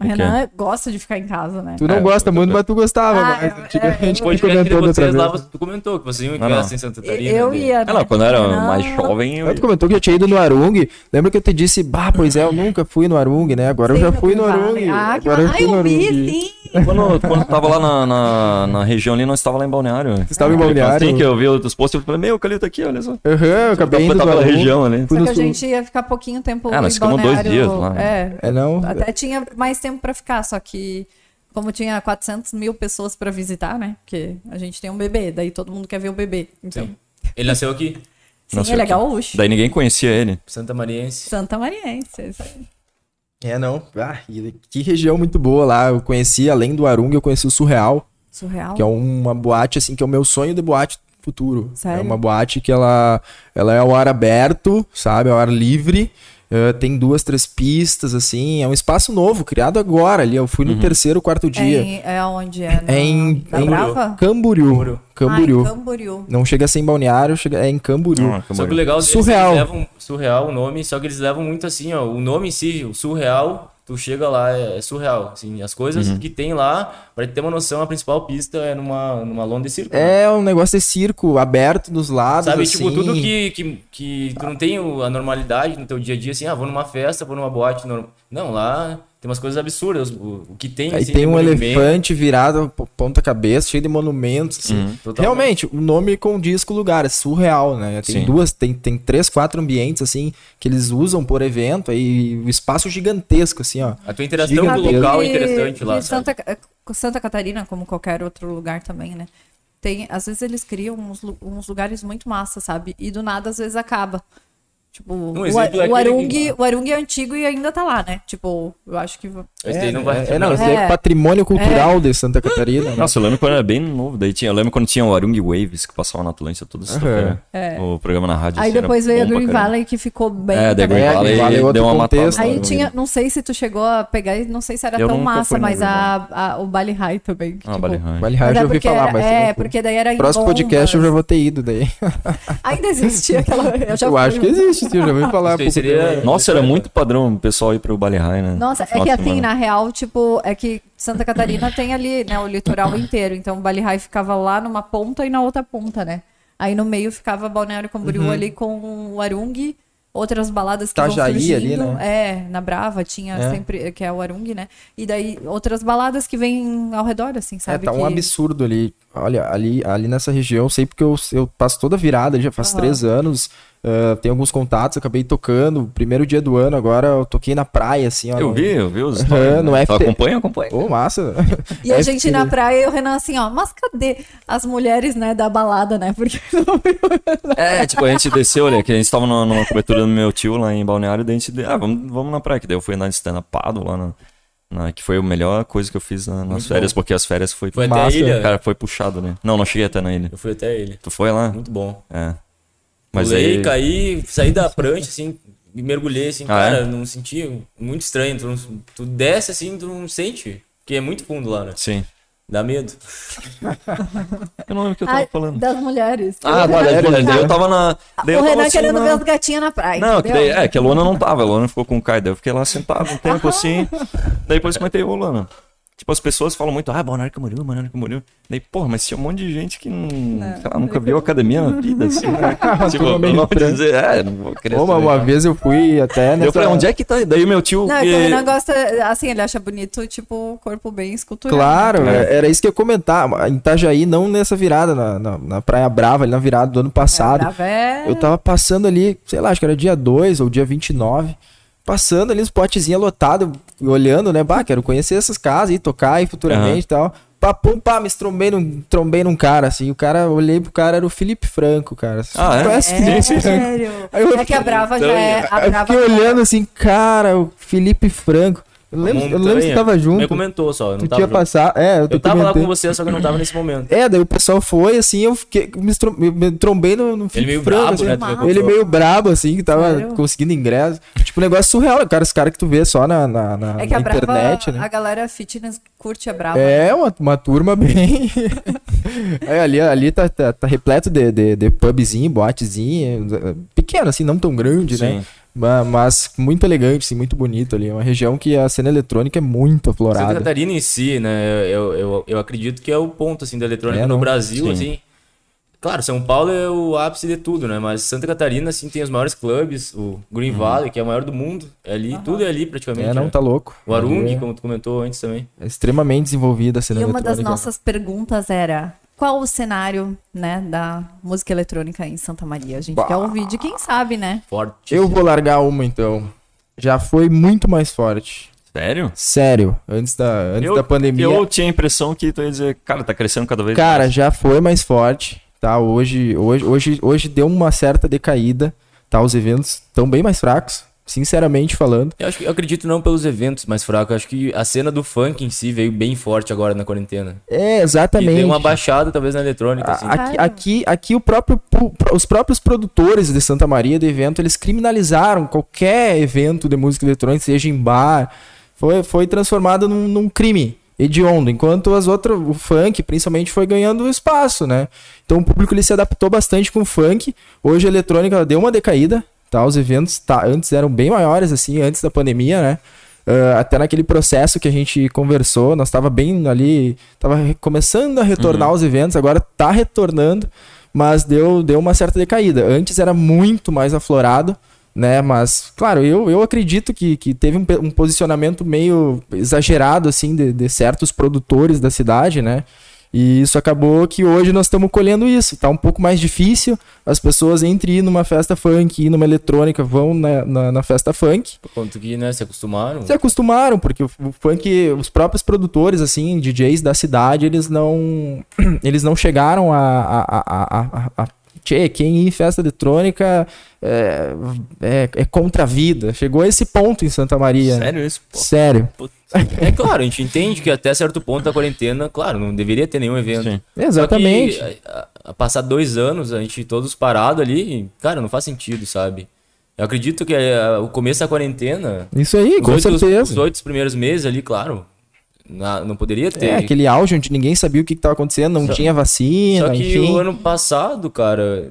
B: O
A: né? quê?
B: Renan gosta de ficar em casa, né?
D: Tu não
A: É,
D: gosta muito, mas tu gostava.
B: Ah,
D: mas
B: eu-
D: antiga-
B: é,
D: a gente
C: Depois de
D: comentou da outra
C: vocês
D: vez.
C: lá, você- tu comentou que você ia em
A: Não, não.
C: festa em Santa Catarina.
B: Eu
C: daí.
B: ia,
D: é
A: Ah,
B: né?
A: não, quando eu era
B: Não.
A: mais jovem, eu
D: Aí Tu comentou que eu tinha ido no Arung. Lembra que eu te disse, bah, pois é, eu nunca fui no Arung, né? Agora eu já
B: Sempre
D: fui no
B: privado.
D: Arung.
B: Ah, que
D: Agora
B: ma- Ai, eu vi, sim.
A: Quando, quando eu tava lá na, na, na região ali, nós estava lá em Balneário. Você
D: estava em Balneário?
A: Assim que eu vi os posts, eu falei, meu, o Calil tá aqui, olha só.
D: Aham, eu acabei indo
A: tava
D: no
A: pela
D: Arung.
A: região ali.
D: Fui
B: Só
D: no
B: que a
D: sul.
B: gente ia ficar pouquinho tempo
A: Ah, nós
B: em
A: ficamos dois
B: Balneário.
A: dias lá, né?
B: É,
D: É, não?
B: até tinha mais tempo pra ficar, só que como tinha 400 mil pessoas pra visitar, né? Porque a gente tem um bebê, daí todo mundo quer ver o bebê. Então, sim,
C: Ele nasceu aqui,
A: Nasceu
B: ele é
A: aqui.
B: gaúcho.
A: Daí ninguém conhecia ele.
C: Santa Mariense.
B: Santa Mariense. isso aí.
D: É, não. Ah, e que região muito boa lá. Eu conheci, além do Arung, eu conheci o Surreal,
B: Surreal.
D: que é uma boate, assim, que é o meu sonho de boate futuro.
B: Sério?
D: É uma boate que ela, ela é ao ar aberto, sabe? Ao ar livre. Eh, tem duas, três pistas, assim. É um espaço novo, criado agora ali. Eu fui no terceiro, quarto
B: É,
D: dia.
B: em, é onde é? na-
D: É em,
B: na
D: em
B: Brava?
D: Camboriú.
B: Ah,
D: Camboriú.
B: em Camboriú.
D: Não chega a ser em Balneário, chega... é em Camboriú.
A: Ah,
C: Só que o legal é que
D: Surreal.
C: Eles levam surreal o nome, só que eles levam muito assim, ó, o nome em si, o surreal, tu chega lá, é é surreal, assim, as coisas
D: Uhum.
C: que tem lá, pra ter uma noção, a principal pista é numa, numa lona de circo. né?
D: É um negócio de circo aberto dos lados.
C: Sabe,
D: assim.
C: tipo, tudo que, que, que tu não tem o- a normalidade no teu dia a dia, assim, ah, vou numa festa, vou numa boate, norm- não, lá tem umas coisas absurdas, o, o que tem,
D: Aí
C: assim,
D: tem um
C: monumento,
D: elefante virado. pô, ponta cabeça, cheio de monumentos. assim.
C: Totalmente.
D: Realmente, o nome condiz com o lugar, é surreal, né? Tem
A: Sim.
D: duas, tem, tem três, quatro ambientes, assim, que eles usam por evento, aí o espaço gigantesco, assim, ó.
C: A tua interação com o
D: Sabe
C: local é
B: que-
C: interessante lá,
B: que
C: sabe?
B: Santa, Ca- é, Santa Catarina, como qualquer outro lugar também, né? Tem, às vezes eles criam uns, lu- uns lugares muito massa, sabe? E do nada, às vezes, acaba. Tipo, o,
C: exemplo é
B: Ar- o,
C: aquele
B: Arung,
C: que-
B: o Arung é antigo e ainda tá lá, né? Tipo, eu acho que...
C: Esse daí não vai
D: é, não, esse daí é,
B: É.
D: patrimônio cultural de Santa Catarina. né?
A: Nossa, eu lembro quando eu era bem novo. Daí tinha, eu lembro quando tinha o Arung Waves, que passava na Atlântida toda sexta-feira. é. O programa na rádio.
B: É. Aí
A: assim, era
B: depois veio a
A: bom pra
B: Green
A: caramba.
B: Valley, que ficou bem...
A: É, da
B: também.
A: Green
D: É, Green
A: Valley,
D: Valley é outro
A: deu uma matada. né?
D: contexto,
A: na
D: Valley,
B: Aí
A: Arung.
B: tinha, não sei se tu chegou a pegar, e não sei se era
A: Eu
B: tão
A: nunca
B: massa,
A: fui na
B: mas
A: Green
B: a, a- o Bali High também.
A: Ah,
B: tipo,
A: Bali High.
D: Vale
B: mas
D: Raja
B: é
D: eu ouvi
B: porque
D: falar,
B: era-
D: mas... eu não
B: É,
D: fui.
B: porque daí era em
D: Próximo podcast eu
B: bombas.
D: já vou ter ido daí.
B: Ainda existia aquela... Eu, já
D: eu
B: fui.
D: acho
B: um-
D: que existe, eu já ouvi falar. é, há
C: Isso aí
D: pouco
C: seria-
D: tempo.
A: Nossa, era muito padrão o pessoal ir pro Bali High, né?
B: Nossa, é
A: Final
B: que
A: de
B: assim,
A: semana.
B: na real, tipo, é que Santa Catarina tem ali, né, o litoral
D: Uhum.
B: inteiro. Então, o Bali High ficava lá numa ponta e na outra ponta, né? Aí no meio ficava Balneário Camboriú
D: Uhum.
B: ali com o Arung, outras baladas que
D: Itajaí
B: vão surgindo.
D: ali, né?
B: É, na Brava tinha
D: É.
B: sempre, que é o Arung, né? E daí outras baladas que vêm ao redor, assim,
D: É,
B: sabe?
D: tá um
B: que-
D: absurdo ali. Olha, ali, ali nessa região, eu sei porque eu, eu passo toda virada, já faz
B: Aham.
D: três anos. ah, tenho alguns contatos, acabei tocando. Primeiro dia do ano, agora eu toquei na praia, assim, ó.
A: Eu
D: no-
A: vi, eu vi os
D: Aham, no
A: né? Tu
D: FT.
A: acompanha, acompanha.
D: Ô, massa.
B: E a
D: É,
B: gente
D: filho.
B: na praia e o Renan assim, ó, mas cadê as mulheres, né, da balada, né? Porque não
A: É, tipo, a gente desceu ali, que a gente tava numa, numa cobertura do meu tio lá em Balneário, daí a gente, de- ah, vamos, vamos na praia, que daí eu fui andar de stand-upado lá na, na- que foi a melhor coisa que eu fiz na- nas férias, porque as férias foi,
C: Foi até a ilha?
A: Cara, foi puxado, né? Não, não cheguei até na ilha.
C: Eu fui até ele.
A: Tu foi lá?
C: Muito bom.
A: É. Mas
C: Mas Pulei,
A: aí,
C: caí, saí da prancha, assim, me mergulhei, assim,
A: Ah,
C: cara,
A: é?
C: não senti muito estranho. Tu, não- tu desce, assim, tu não sente, porque é muito fundo lá, né?
A: sim.
C: Dá medo.
A: Eu não lembro o que eu tava
B: Ah,
A: falando.
B: das mulheres.
A: Ah, tá, daí, daí eu tava na... Daí eu
B: Ah, o
A: tava
B: Renan
A: assim,
B: querendo
A: na-
D: né?
B: ver as gatinhas na praia.
A: Não, que
B: entendeu?
A: daí, é, que a Luana não tava, a Luana ficou com o Kai, daí eu fiquei lá sentado um tempo assim, daí depois comentei, ô Luana, tipo, as pessoas falam muito, ah, Balneário Camboriú, Balneário Camboriú, daí, porra, mas tinha um monte de gente que não, sei lá, nunca viu academia na vida, assim, né? tipo,
D: Turma
A: eu
D: meio
A: não vou
D: estranha.
A: dizer, é, não vou querer
D: Ô, mas
A: saber.
D: uma vez eu fui até nessa...
A: Eu falei, onde é que tá? Daí meu tio,
B: Não, é
A: que-
B: que o Renan gosta, assim, ele acha bonito, tipo, o corpo bem escultural.
D: Claro,
A: É.
D: é- era isso que eu ia comentar. Em Itajaí, não nessa virada, na, na, na Praia Brava, ali na virada do ano passado.
B: Pra ver-
D: Eu tava passando ali, sei lá, acho que era dia 2 ou dia 29. Passando ali os potezinhos lotados, olhando, né? Bah, quero conhecer essas casas e tocar aí futuramente
A: Aham.
D: e tal. Pá, pum, pá, me trombei num, trombei num cara, assim. O cara, olhei pro cara, era o Felipe Franco, cara. Você
A: Ah, é?
D: conhece o
B: É,
D: Felipe Franco?
B: sério.
D: Aí eu
B: É que a Brava já é.
D: Aí
B: A
D: Eu
B: Brava
D: fiquei olhando assim, cara, o Felipe Franco. Eu lembro, eu lembro que você
C: Montanha.
D: tava junto.
C: Me comentou só, eu não
D: Tu
C: tava
D: tinha
C: junto.
D: passado. É, eu, te
C: Eu tava lá
D: comentei.
C: com você, só que eu não tava nesse momento.
D: É, daí o pessoal foi, assim, eu fiquei, me, estrom- me- me trombei no, no Felipe
C: meio
D: Franco,
C: brabo,
D: assim,
C: né, tu me
D: Ele
C: contou.
D: meio brabo, assim, que tava
B: Sério?
D: conseguindo ingresso. Tipo, um negócio surreal, cara, os caras que tu vê só na, na, na-
B: É que
D: na
B: a Brava,
D: internet, né?
B: a galera fitness curte a Brava.
D: É, uma, uma turma bem... É, ali, ali tá, tá, tá repleto de, de, de pubzinho, botezinho, eh, pequeno, assim, não tão grande, né?
A: Sim.
D: Ma- Mas, muito elegante, assim, muito bonito ali. É uma região que a cena eletrônica é
C: Santa
D: muito aflorada.
C: Catarina em si, né, eu, eu, eu acredito que é o ponto, assim, da eletrônica
D: É,
C: no
D: não?
C: Brasil,
A: Sim.
C: assim. Claro, São Paulo é o ápice de tudo, né, mas Santa Catarina, assim, tem os maiores clubes, o Green
A: Uhum.
C: Valley, que é o maior do mundo, é ali, tudo é ali, praticamente,
D: É, não,
C: né?
D: tá louco.
C: O Arung,
D: Ali é-
C: como tu comentou antes também.
D: é extremamente desenvolvida a cena
B: E uma das
D: eletrônica.
B: nossas perguntas era. Qual o cenário, né, da música eletrônica em Santa Maria? A gente quer ouvir de quem sabe, né?
C: Forte.
D: Eu vou largar uma então. Já foi muito mais forte.
A: Sério?
D: Sério, antes da, antes
A: eu,
D: da pandemia.
A: Eu tinha a impressão que tu ia dizer, cara, tá crescendo cada vez
D: Cara,
A: mais.
D: já foi mais forte, tá? Hoje, hoje, hoje, hoje deu uma certa decaída, tá? Os eventos estão bem mais fracos, sinceramente falando.
C: Eu, acho que- eu acredito não pelos eventos mais fracos, eu acho que a cena do funk em si veio bem forte agora na quarentena.
D: É,
C: E
D: exatamente. Ah,
C: deu uma baixada, talvez, na eletrônica,
D: A-
C: assim.
D: Aqui,
B: Claro.
D: aqui, aqui o próprio, pu- pro- os próprios produtores de Santa Maria do evento, eles criminalizaram qualquer evento de música eletrônica, seja em bar, foi, foi transformado num, num crime hediondo, enquanto as outras, o funk principalmente foi ganhando espaço, né? Então o público ele se adaptou bastante com o funk, hoje a eletrônica ela deu uma decaída, tá? Os eventos tá, antes eram bem maiores, assim, antes da pandemia, né? Ah, até naquele processo que a gente conversou, nós tava bem ali, tava re- começando a retornar aos eventos, agora tá retornando, mas deu, deu uma certa decaída. Antes era muito mais aflorado, né? Mas, claro, eu, eu acredito que, que teve um, pe- um posicionamento meio exagerado, assim, de, de certos produtores da cidade, né? E isso acabou que hoje nós estamos colhendo isso. Tá um pouco mais difícil. As pessoas entre ir numa festa funk, ir numa eletrônica, vão na, na, na festa funk.
C: Quanto que, né, se acostumaram.
D: Se acostumaram, porque o o funk, os próprios produtores, assim, DJs da cidade, eles não. Eles não chegaram a. a, a, a- a- a- Tchê, quem ir em festa eletrônica é, é, é contra a vida. Chegou a esse ponto em Santa Maria. né?
C: Sério isso? Pô.
D: Sério.
C: É claro, a gente entende que até certo ponto da quarentena, claro, não deveria ter nenhum evento.
A: Sim.
D: Exatamente.
C: Só que, a, a- a passar dois anos, a gente todos parado ali, e, cara, não faz sentido, sabe? Eu acredito que é, o começo da quarentena,
D: Isso aí,
C: os
D: com
C: oito- os-
D: certeza.
C: os oito primeiros meses ali, claro, na- não poderia ter.
D: É, aquele auge onde ninguém sabia o que estava acontecendo, não
C: Só-
D: tinha vacina,
C: Só que
D: enfim.
C: o ano passado, cara,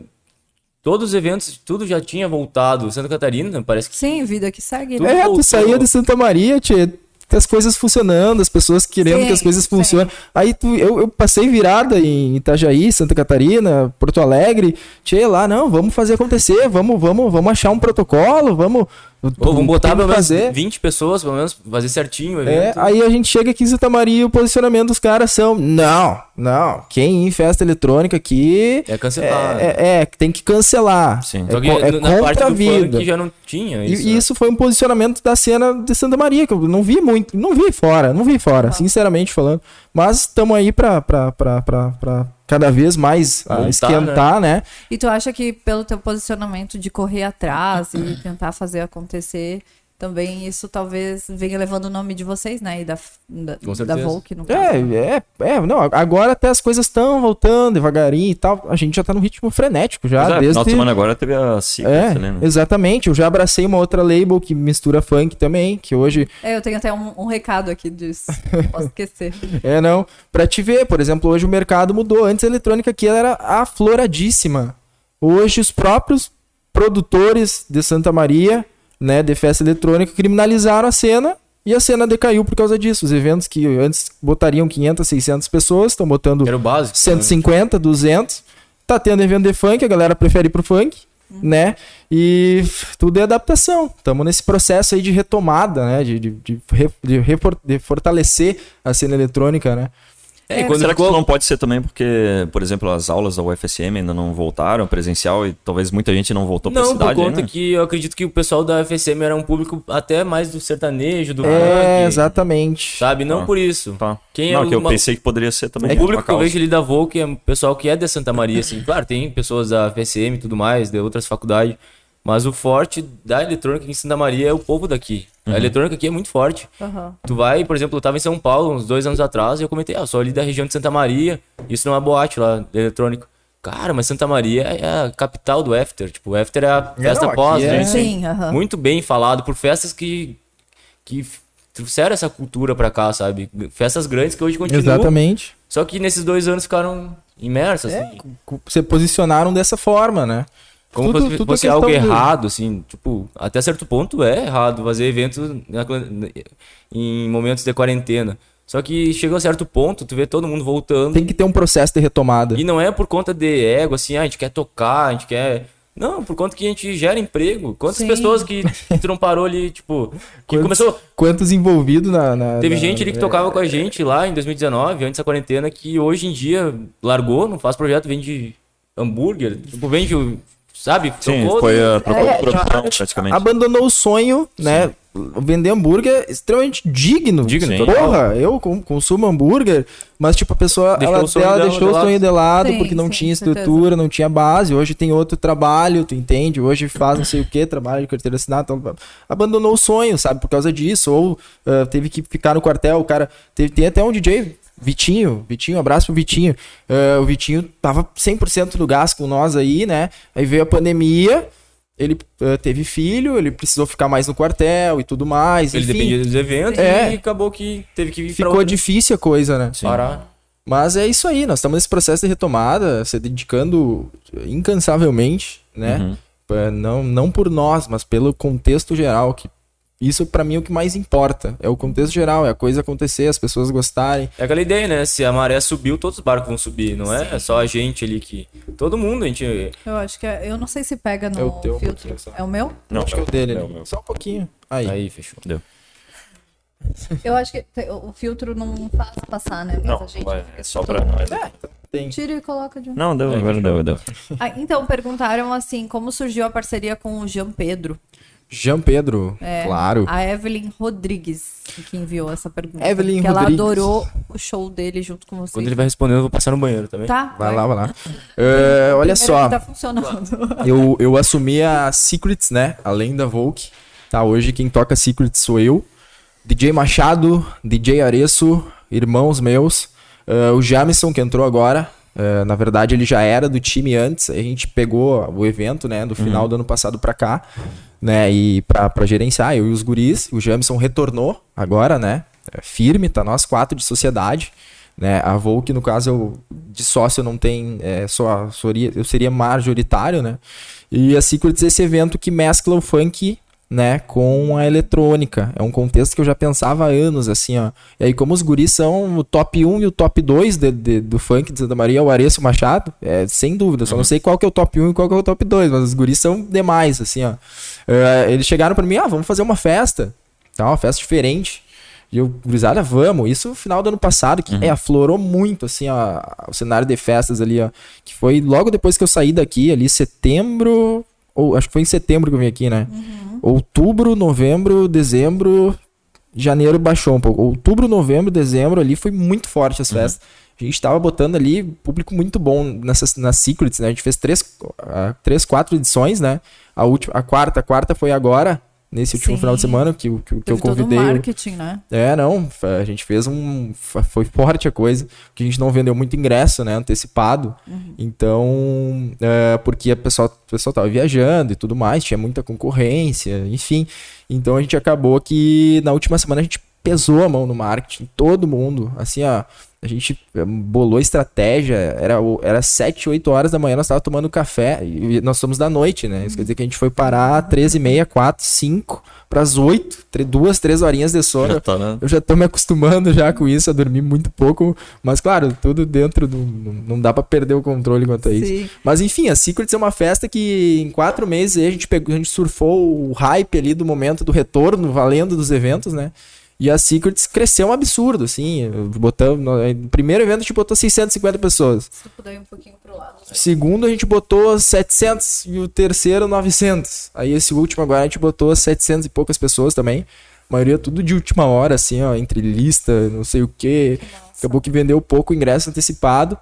C: todos os eventos, tudo já tinha voltado. Santa Catarina, parece que
B: Sim, vida que segue, né?
D: É,
C: voltou.
D: tu saía de Santa Maria, tia, as coisas funcionando, as pessoas querendo
B: Sim,
D: que as coisas
B: sim.
D: funcionem. Aí tu, eu, eu passei virada em Itajaí, Santa Catarina, Porto Alegre, tia, lá, não, vamos fazer acontecer, vamos, vamos, vamos achar um protocolo, vamos.
C: Pô, vamos botar
D: tem que
C: pelo menos né?
D: fazer.
C: 20 pessoas, pelo menos, fazer certinho o
D: É,
C: evento.
D: aí a gente chega aqui em Santa Maria e o posicionamento dos caras são: não, não, quem ir em festa eletrônica aqui.
C: É cancelado.
D: É, é- é, tem que cancelar.
A: Sim.
D: É,
C: Só que
D: co- é
C: Então, na parte
D: contra a
C: do
D: vida.
C: funk já não tinha
A: É
D: E-
C: isso. né?
D: E isso foi um posicionamento da cena de Santa Maria, que eu não vi muito, não vi fora, não vi fora, sinceramente falando. Mas estamos aí pra, pra, pra, pra, pra cada vez mais ah,
C: Voltar,
D: esquentar, né?
B: E tu acha que pelo teu posicionamento de correr atrás e tentar fazer acontecer, também isso talvez venha levando o nome de vocês, né? E da, da,
C: Com
B: da
C: certeza.
B: Volk, no caso.
D: É, é, é, não, agora até as coisas estão voltando devagarinho e tal. A gente já tá num ritmo frenético já,
A: Mas é,
D: desde...
A: final de semana agora teve a Secret,
D: É,
A: ali, né?
D: exatamente. Eu já abracei uma outra label que mistura funk também, que hoje
B: É, eu tenho até um, um recado aqui disso. Posso esquecer.
D: É, não. Pra te ver, por exemplo, hoje o mercado mudou. Antes a eletrônica aqui ela era afloradíssima. Hoje os próprios produtores de Santa Maria, né, de festa eletrônica, criminalizaram a cena e a cena decaiu por causa disso. Os eventos que antes botariam 500, 600 pessoas, estão botando
C: Era o básico. né?
D: 150, 200. Tá tendo evento de funk, a galera prefere ir pro funk, né? E f- tudo é adaptação. Estamos nesse processo aí de retomada, né? De, de, de, re- de refor- de fortalecer a cena eletrônica, né?
C: É, e
A: E
C: quando
A: Será que
C: ficou...
A: isso não pode ser também porque, por exemplo, as aulas da UFSM ainda não voltaram presencial e talvez muita gente não voltou pra
C: Não,
A: cidade,
C: por conta
A: né?
C: que eu acredito que o pessoal da FSM era um público até mais do sertanejo, do
D: É,
C: funk,
D: exatamente.
C: sabe? Não
A: Tá.
C: por isso.
A: Tá.
C: Quem
A: não,
C: é
A: que eu
C: uma-
A: pensei que poderia ser também.
C: O
A: por
C: público
A: uma
C: É que eu
A: causa.
C: vejo ali da Volk é o pessoal que é de Santa Maria, assim. Claro, tem pessoas da FSM e tudo mais, de outras faculdades. Mas o forte da eletrônica aqui em Santa Maria é o povo daqui. A eletrônica aqui é muito forte.
B: Aham.
C: Tu vai, por exemplo, eu tava em São Paulo uns dois anos atrás e eu comentei, ah, eu sou ali da região de Santa Maria, isso não é uma boate lá, de eletrônico. Cara, mas Santa Maria é a capital do after, tipo, o after é a festa
D: aqui
C: pós,
D: é-
C: né?
B: Sim, aham.
C: Muito bem falado por festas que, que f- trouxeram essa cultura pra cá, sabe? Festas grandes que hoje continuam,
D: Exatamente.
C: só que nesses dois anos ficaram imersas,
D: É,
C: assim.
D: Co- Se posicionaram dessa forma, né?
C: Como
D: Tudo-
C: fosse,
D: tudo é
C: fosse
D: questão
C: algo
D: de-
C: errado, assim, tipo, até certo ponto é errado fazer evento na quan- em momentos de quarentena. Só que chega a certo ponto, tu vê todo mundo voltando.
D: Tem que ter um processo de retomada.
C: E não é por conta de ego, assim, ah, a gente quer tocar, a gente quer. Não, por conta que a gente gera emprego. Quantas
B: Sim.
C: pessoas que tu não parou ali, tipo, que
D: Quantos-
C: começou.
D: Quantos envolvidos na. na-
C: Teve
D: na-
C: gente ali que tocava com a gente lá em 2019, antes da quarentena, que hoje em dia largou, não faz projeto, vende hambúrguer, tipo, vende, o- sabe?
A: Sim,
C: trocou
A: foi
C: de-
A: a trocou
D: É,
A: por opção,
D: já-
A: praticamente.
D: abandonou o sonho, né? Vender hambúrguer é extremamente digno.
A: Digno,
D: Sim.
A: total.
D: Porra, eu com- consumo hambúrguer, mas tipo, a pessoa
C: Deixou
D: ela,
C: o sonho
D: ela
C: dela
D: deixou
C: de
D: o
C: lado.
D: sonho de lado
B: Sim,
D: porque não
B: sim,
D: tinha
B: certeza.
D: estrutura, não tinha base. Hoje tem outro trabalho, tu entende? Hoje faz não sei o que, trabalho de carteira assinada. tal, abandonou o sonho, sabe? Por causa disso. Ou ah, teve que ficar no quartel. O cara. Teve, tem até um DJ. Vitinho, Vitinho, um abraço pro Vitinho. Ah, o Vitinho tava 100% do gás com nós aí, né? Aí veio a pandemia, ele ah, teve filho, ele precisou ficar mais no quartel e tudo mais.
C: Ele
D: enfim,
C: dependia dos eventos
D: É.
C: e acabou que teve que vir pra
D: ficou
C: outra-
D: difícil a coisa, né?
C: parar.
D: Mas é isso aí, nós estamos nesse processo de retomada, se dedicando incansavelmente, né? É, Não, não por nós, mas pelo contexto geral. Que isso pra mim é o que mais importa. É o contexto geral, é a coisa acontecer, as pessoas gostarem.
C: É aquela ideia, né? Se a maré subiu, todos os barcos vão subir, não é só a gente ali que. Todo mundo, a gente.
B: Eu acho que é, eu não sei se pega no
D: É o teu,
B: filtro.
D: Matheus, só.
B: É o meu?
A: Não,
D: Acho que é o dele,
A: é o
D: né?
A: meu.
D: Só um pouquinho. Aí.
C: Aí, fechou.
A: Deu.
B: Eu acho que te- o filtro não faz passar, né? Mas
A: Não,
B: a gente
A: vai,
B: fica
A: é só pra
C: Então,
A: nós.
D: Tem.
B: Tira e coloca de um.
A: Não,
C: É.
A: deu, agora deu, deu.
B: Ah, então, perguntaram assim, como surgiu a parceria com o Jean Pedro?
D: Jean Pedro,
B: É,
D: claro.
B: A Evelyn Rodrigues, que enviou essa pergunta.
D: Evelyn
B: que
D: Rodrigues.
B: ela adorou o show dele junto com você.
C: Quando ele vai respondendo, eu vou passar no banheiro também.
B: Tá?
D: Vai lá, vai lá. É, olha
B: Primeiro
D: só.
B: que Tá funcionando.
D: eu, eu assumi a Secrets, né? Além da Volk. Tá, hoje quem toca Secrets sou eu. DJ Machado, DJ Areço, irmãos meus. Ah, o Jamison que entrou agora. ah, na verdade, ele já era do time antes. A gente pegou o evento, né? Do final do ano passado pra cá. Né, e pra, pra gerenciar, eu e os guris. O Jamison retornou agora, né? é Firme, tá nós quatro de sociedade né? A Volk, no caso, eu, de sócio não tem, é, só seria, eu seria majoritário, né? E a Secrets é esse evento que mescla o funk, né, com a eletrônica. É um contexto que eu já pensava há anos, assim, ó. E aí, como os guris são o top 1 e o top 2 de- de- do funk de Santa Maria, o Areço Machado, é, sem dúvida. Só não sei qual que é o top 1 e qual que é o top 2, mas os guris são demais, assim, ó. É, eles chegaram pra mim, ah, vamos fazer uma festa. Tá, uma festa diferente. E eu, gurizada, vamos. Isso no final do ano passado,
B: Uhum.
D: que é, aflorou muito, assim, ó, o cenário de festas ali, ó. Que foi logo depois que eu saí daqui, ali, setembro. Ou acho que foi em setembro que eu vim aqui, né?
B: Uhum.
D: Outubro, novembro, dezembro. Janeiro baixou um pouco. Outubro, novembro, dezembro ali foi muito forte
B: Uhum.
D: as festas. A gente tava botando ali público muito bom nessas, nas Secrets, né? A gente fez três, ah, três quatro edições, né? A, última, a quarta, a quarta foi agora, nesse último
B: Sim.
D: final de semana, que, o- que, o- que eu
B: Teve todo um
D: convidei. o-
B: marketing, né?
D: é, não, fa- a gente fez um. fa- Foi forte a coisa, porque a gente não vendeu muito ingresso, né? Antecipado. Então, é, porque a pessoa, o pessoal tava viajando e tudo mais, tinha muita concorrência, enfim. Então a gente acabou que na última semana a gente pesou a mão no marketing, todo mundo. Assim, ó, a gente é, bolou estratégia, era, o- era 7, 8 horas da manhã, nós tava tomando café, e nós somos da noite, né? Isso quer dizer que a gente foi parar 13 e meia, 4, 5, pras 8, 2, 3 horinhas de sono.
A: Já tá na...
D: Eu já tô me acostumando já com isso, a dormir muito pouco, mas claro, tudo dentro do. Não, não dá pra perder o controle quanto a isso.
B: Sim.
D: Mas enfim, a Secrets é uma festa que em quatro meses aí a gente, pegou, a gente surfou o hype ali do momento do retorno, valendo dos eventos, né? E a Secrets cresceu um absurdo, assim. Botamos, no no primeiro evento a gente botou 650 pessoas.
B: Se tu puder ir um pouquinho pro lado.
D: O segundo a gente botou 700 e o terceiro 900. Aí esse último agora a gente botou 700 e poucas pessoas também. A maioria tudo de última hora, assim, ó, entre lista, não sei o quê. Acabou que vendeu pouco ingresso antecipado.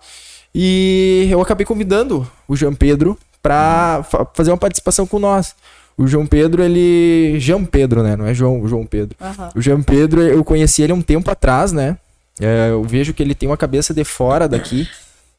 D: E eu acabei convidando o João Pedro pra fa- fazer uma participação com nós. O João Pedro, ele. João Pedro, né? Não é João, João Pedro.
B: Aham.
D: O Jean Pedro, eu conheci ele há um tempo atrás, né? É, eu vejo que ele tem uma cabeça de fora daqui,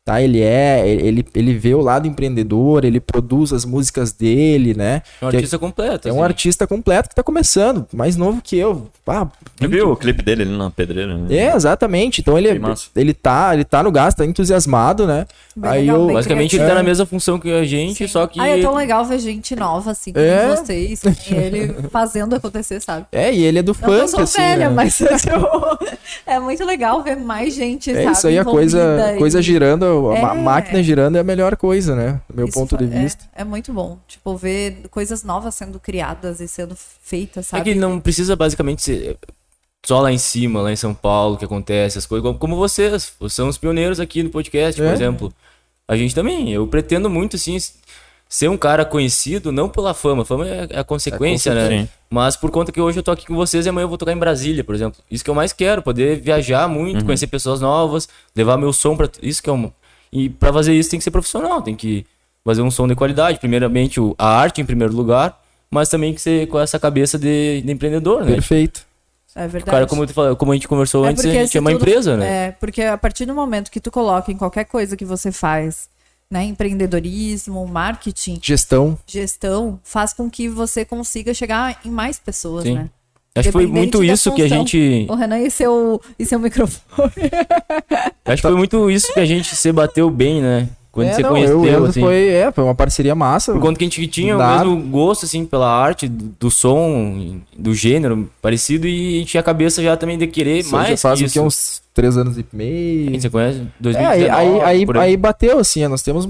D: tá? Ele é, ele, ele vê o lado empreendedor, ele produz as músicas dele, né?
C: É um artista completo.
D: É um
C: assim.
D: artista completo que tá começando, mais novo que eu. Ah,
A: Eu vi o clipe dele ali na pedreira. né?
D: é, exatamente. Então ele,
A: Que massa.
D: ele tá, ele tá no gás, tá entusiasmado, né?
B: Bem
D: Aí
B: legal,
D: eu
B: bem
C: Basicamente, ele
B: criativo.
C: tá na mesma função que a gente, só que.
B: Ah, é tão legal ver gente nova, assim, como
D: É?
B: vocês, e ele fazendo acontecer, sabe?
D: É, e ele é do
B: Não que eu
D: funk,
B: sou
D: assim.
B: velha,
D: né?
B: mas eu- é muito legal ver mais gente,
D: É
B: sabe?
D: isso aí, a coisa,
B: envolvida
D: coisa
B: e-
D: girando, a ma-
B: É.
D: máquina girando é a melhor coisa, né? Do meu
B: Isso
D: ponto de
B: fa- é-
D: vista.
B: É, muito bom. Tipo, ver coisas novas sendo criadas e sendo feitas,
C: É
B: sabe?
C: que não precisa basicamente ser só lá em cima, lá em São Paulo, que acontece as coisas, como- como vocês. Vocês são os pioneiros aqui no podcast,
D: É.
C: por exemplo. A gente também. Eu pretendo muito, assim, s- ser um cara conhecido, não pela fama. Fama é é a consequência,
A: consequência,
C: né?
A: sim.
C: Mas por conta que hoje eu tô aqui com vocês e amanhã eu vou tocar em Brasília, por exemplo. Isso que eu mais quero, poder viajar muito, conhecer pessoas novas, levar meu som pra. Isso que é um. E pra fazer isso tem que ser profissional, tem que fazer um som de qualidade. Primeiramente, o- a arte em primeiro lugar, mas também que ser com essa cabeça de, de empreendedor, né?
D: Perfeito.
B: É verdade.
C: O cara, como, eu te falei- como a gente conversou antes, a gente
B: se
C: é uma
B: tudo-
C: empresa, né?
B: É, porque a partir do momento que tu coloca em qualquer coisa que você faz, né, empreendedorismo, marketing,
D: Gestão.
B: gestão, faz com que você consiga chegar em mais
D: é,
B: pessoas,
C: Sim.
B: né?
C: Acho que foi
B: Dependente
C: muito
B: da
C: isso que a
B: função.
C: gente.
B: O Renan e seu, e seu microfone.
C: Acho que foi muito isso que a gente se bateu bem, né? Quando
D: É,
C: você
D: não,
C: conheceu,
D: eu, eu
C: assim.
D: foi, é, foi uma parceria massa.
C: Por conta que a gente tinha
D: Dá.
C: o mesmo gosto, assim, pela arte, do do som, do gênero parecido, e tinha a cabeça já também de querer
D: Isso
C: mais.
D: já faz o
C: isso.
D: que, uns três anos e
C: Quem
D: meio.
C: Você conhece?
D: É, aí,
C: 2019,
D: aí, aí,
C: por aí.
D: aí bateu, assim, é, nós temos.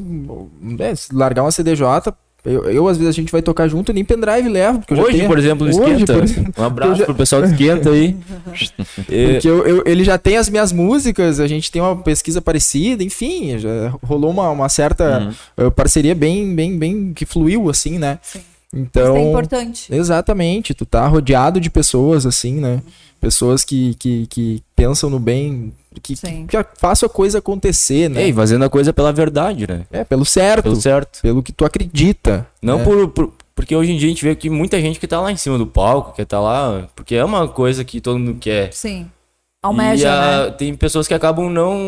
D: é, se largar né, uma CDJ, Eu, eu, às vezes, a gente vai tocar junto, nem pendrive leva. Porque eu já
C: Hoje,
D: tenho-
C: por exemplo, no
D: Hoje,
C: Esquenta.
D: por exemplo,
C: Um abraço
D: eu já-
C: pro pessoal do Esquenta aí. É,
D: Porque eu- eu- ele já tem as minhas músicas, a gente tem uma pesquisa parecida, enfim, já rolou uma, uma certa
C: Uhum.
D: eh, parceria bem, bem, bem que fluiu, assim, né?
B: Sim. Isso é
D: Então.
B: importante.
D: Exatamente, tu tá rodeado de pessoas, assim, né? Pessoas que, que, que pensam no bem, que, que,
B: Sim.
D: que façam a coisa acontecer, né?
C: Ei, fazendo a coisa pela verdade, né?
D: É, pelo certo,
C: Pelo
D: pelo,
C: certo.
D: que tu acredita.
C: Não
D: né?
C: por, por- Porque hoje em dia a gente vê que muita gente que tá lá em cima do palco, que tá lá. Porque é uma coisa que todo mundo quer.
B: Sim.
C: e
B: Almeja,
C: a-
B: né?
C: tem pessoas que acabam não,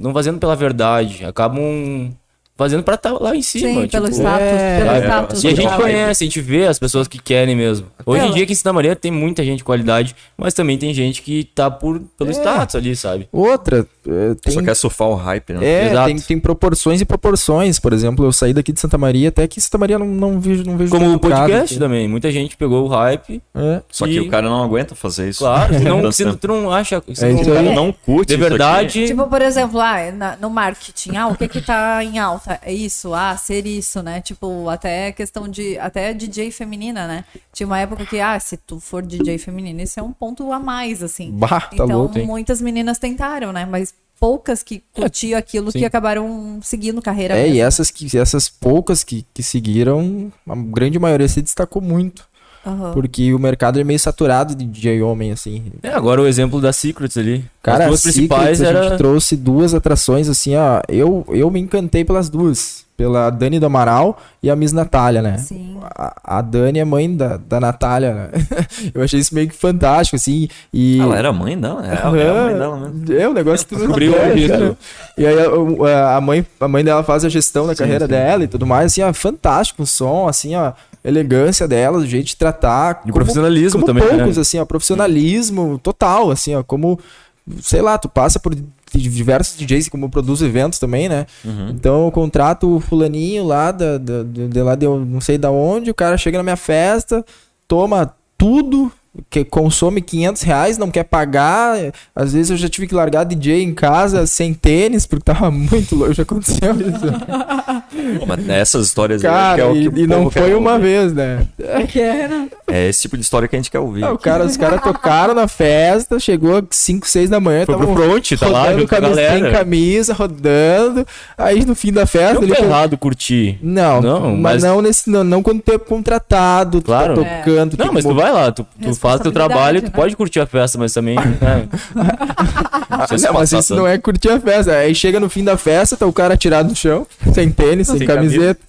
C: não fazendo pela verdade, acabam fazendo pra estar lá em cima.
B: Sim, pelo
C: tipo,
B: status.
D: é,
B: pelo
A: é,
B: status.
C: E a gente
A: Social.
C: conhece, a gente vê as pessoas que querem mesmo. Hoje em
B: Ela-
C: dia, aqui em Santa Maria, tem muita gente de qualidade, mas também tem gente que tá por, pelo
D: É.
C: status ali, sabe?
D: Outra, eh, tem,
A: Só quer surfar o hype, né?
D: é,
C: Exato.
D: tem, tem proporções e proporções. Por exemplo, eu saí daqui de Santa Maria, até que Santa Maria não, não vejo não vejo
C: Como o
D: tanto caso
C: podcast
D: aqui.
C: também. Muita gente pegou o hype,
D: É.
A: Só que
C: E-
A: o cara não aguenta fazer isso.
C: claro. Se não, se
A: Tanto tempo.
C: tu não acha. Se
D: É
C: não-
D: isso
A: o
D: aí.
A: cara não curte
C: de
A: isso aqui.
C: verdade.
B: Tipo, por exemplo, ah, na- no marketing, ah, o que que tá em alta? É isso, ah, ser isso, né? Tipo, até questão de, até DJ feminina, né? Tinha uma época que, ah, se tu for DJ feminina, isso é um ponto a mais, assim.
D: Bah, tá
B: então,
D: louco, hein?
B: muitas meninas tentaram, né? Mas poucas que curtiam aquilo
C: sim.
B: que acabaram seguindo carreira.
D: É,
B: mesmo,
D: e
B: né?
D: essas, que, essas poucas que, que seguiram, a grande maioria se destacou muito.
B: Aham.
D: Porque o mercado é meio saturado de DJ homem, assim.
C: É, agora o exemplo da Secrets ali.
D: Cara,
C: As duas
D: a Secrets,
C: principais
D: a gente
C: era.
D: trouxe duas atrações, assim, ó. Eu, eu me encantei pelas duas. Pela Dani do Amaral e a Miss Natália, né?
B: Sim.
D: A, a Dani é mãe da, da Natália, né? eu achei isso meio que fantástico, assim. E...
A: Ah, Ela era mãe dela? Ela era mãe dela mesmo.
D: É, o negócio que tu
C: Descobriu hoje isso.
D: cara. né? E aí a- a, a mãe, a mãe dela faz a gestão da carreira dela e tudo mais, assim, ó, fantástico o som, assim, ó, elegância dela, o jeito de tratar.
C: E o profissionalismo
D: como
C: também, né?
D: poucos, assim, ó, profissionalismo total, assim, ó, como, sei lá, tu passa por diversos DJs e como produz eventos também, né?
A: Uhum.
D: Então eu contrato o fulaninho lá, da, da- de, de lá de eu não sei da onde, o cara chega na minha festa, toma tudo, que consome 500 reais, não quer pagar. Às vezes eu já tive que largar DJ em casa sem tênis, porque tava muito louco, já aconteceu isso.
A: Pô, mas essas histórias aí, acho que
D: Cara,
A: é o que o
D: e, e não
A: povo quer
D: foi uma
A: ouvir.
D: vez, né?
A: É esse tipo de história que a gente quer ouvir.
D: Não, É, o cara, os caras tocaram na festa, chegou 5, 6 da manhã,
C: Foi pro
D: tavam
C: front, tá lá,
D: um rodando
C: junto com a
D: camisa, sem
C: galera.
D: camisa, rodando. Aí no fim da festa,
C: Não
D: ele
C: foi
D: falou,
C: errado curtir.
D: Não,
C: Não, mas-
D: mas não nesse não, não quando tu é contratado, tu
C: Claro.
D: tá tocando. tu
C: Não,
D: tem
C: mas
D: que
C: tu vai lá, tu, tu faz teu trabalho, tu
B: né?
C: pode curtir a festa, mas também. né?
D: Ah,
C: Não sei se
D: não, mas
C: passar
D: isso
C: tanto.
D: não é curtir a festa. Aí chega no fim da festa, tá o cara tirado no chão, sem tênis, sem,
A: Sem
D: camiseta.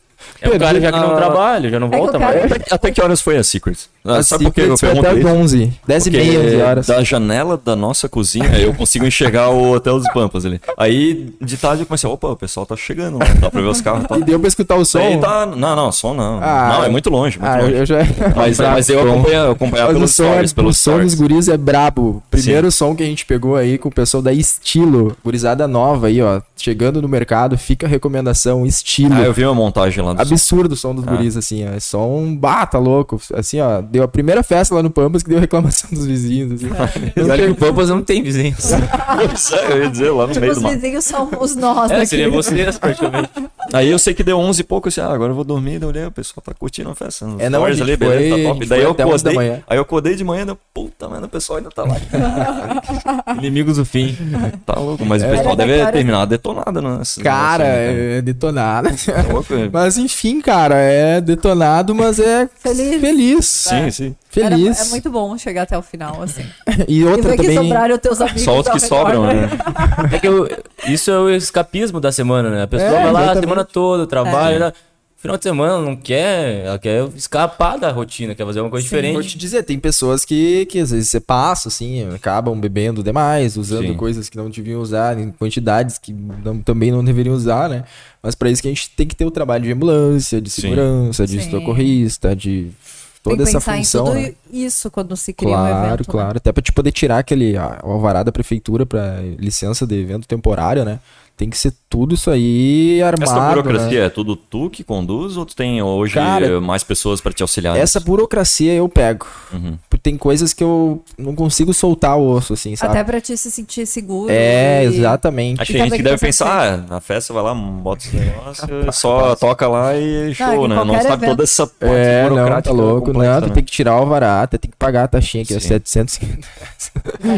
C: É o cara já que não
A: Ah.
C: trabalha, já não
B: É que o
C: volta
B: cara-
C: mais.
A: Até, até que horas foi a Secrets? Ah,
D: A
A: sabe por que eu
D: Secrets vai
A: pergunto
D: até as
A: isso?
D: 11, 10 e
A: Porque é
D: meia, 11 horas.
A: da janela da nossa cozinha eu consigo enxergar o Hotel dos Pampas ali. Aí de tarde eu comecei, opa, o pessoal tá chegando lá, dá pra ver os carros e tal.
D: E deu pra escutar o som.
A: Aí tá, não, não, som não.
D: Ah.
A: não, é muito longe,
C: tá
A: muito
D: Ah,
A: longe.
D: eu já... Tá
A: Mas, mas eu
C: É,
A: acompanhava, eu acompanhava
D: Mas o
A: pelos
D: som, é,
A: stories,
D: o
A: pelos
D: som
A: stories.
D: dos guris é brabo. Primeiro som que a gente pegou aí com o pessoal da Estilo, gurizada nova aí, ó. Chegando no mercado, fica a recomendação, Estilo.
A: Ah, eu Ah. vi uma montagem lá do som.
D: Absurdo o som dos guris, assim, ó. É só um bata louco. Assim, ó. Deu a primeira festa lá no Pampas que deu reclamação dos vizinhos. Assim.
A: Ah,
D: Não
C: Mas olha que
D: tem-
C: o Pampas não tem vizinhos.
A: Pois é, eu ia dizer lá no meio
B: Os
A: do mato.
B: vizinhos são os nós
C: É,
B: aqui.
C: seria vocês praticamente.
A: Aí eu sei que deu 11 e pouco, eu disse, ah, agora eu vou dormir, daí eu olhei, o pessoal tá curtindo a festa. nos
D: É, não, a
A: stories
D: gente
A: ali, beleza, tá
D: foi- a
A: top.
D: gente
A: Daí
D: foi
A: eu
D: até 11 da
A: acordei,
D: manhã.
A: aí eu acordei de manhã, deu, puta merda, o pessoal ainda tá lá.
C: Inimigos do fim.
A: Tá louco, mas o
B: Era
A: pessoal deve
B: daquela-
A: terminar detonado, né? esse
D: Cara,
A: negócio aí,
D: é é detonado.
A: cara. Tá louco, é.
D: Mas enfim, cara, é detonado, mas é
B: Feliz.
D: feliz.
A: Sim, sim.
B: Era-
D: Feliz.
B: é muito bom chegar até o final, assim.
D: E
B: E
D: outra
B: ver que
D: também.
B: sobraram teus amigos.
A: Só os
B: ao
A: que
B: redor,
A: sobram, né?
C: É que eu- isso é o escapismo da semana, né? A pessoa vai
D: É,
C: lá a
D: exatamente.
C: semana toda, trabalha. ela- Final de semana ela não quer, ela quer escapar da rotina, quer fazer uma coisa
D: Vou
C: diferente.
D: te dizer, tem pessoas que, que às vezes você passa, assim, acabam bebendo demais, usando
A: Sim.
D: coisas que não deviam usar, em quantidades que não- também não deveriam usar, né? Mas pra isso que a gente tem que ter o trabalho de ambulância, de
A: Sim.
D: segurança, de
B: Sim.
D: socorrista, de
B: Tem
D: toda
B: que
D: essa
B: pensar
D: função.
B: em tudo
D: né?
B: isso quando se cria um
D: Claro,
B: evento. né?
D: claro. Até pra te poder tirar aquele a- o alvará da prefeitura pra licença de evento temporário, né? Tem que ser tudo isso aí armado.
A: Essa
D: né?
A: burocracia é tudo tu que conduz ou tu tem hoje
D: Cara,
A: eh, mais pessoas pra te auxiliar? né?
D: Essa burocracia eu pego.
A: Uhum.
D: Porque Tem coisas que eu não consigo soltar o osso, assim, sabe?
B: Até pra te se sentir seguro.
D: É,
B: e-
D: exatamente.
A: Acho que
B: E
A: a gente
B: também
A: que deve
B: tem essa
D: assim.
A: pensar, ah, na festa vai lá, bota os negócios, só toca lá e show,
B: em
A: né? Não
B: qualquer
A: sabe
B: evento.
A: toda essa parte
D: É, não,
A: burocrática
D: tá louco.
A: complexa,
D: Não, tu
A: né?
D: tem que tirar o varata, tem que pagar a taxinha que é
A: Sim.
D: 700.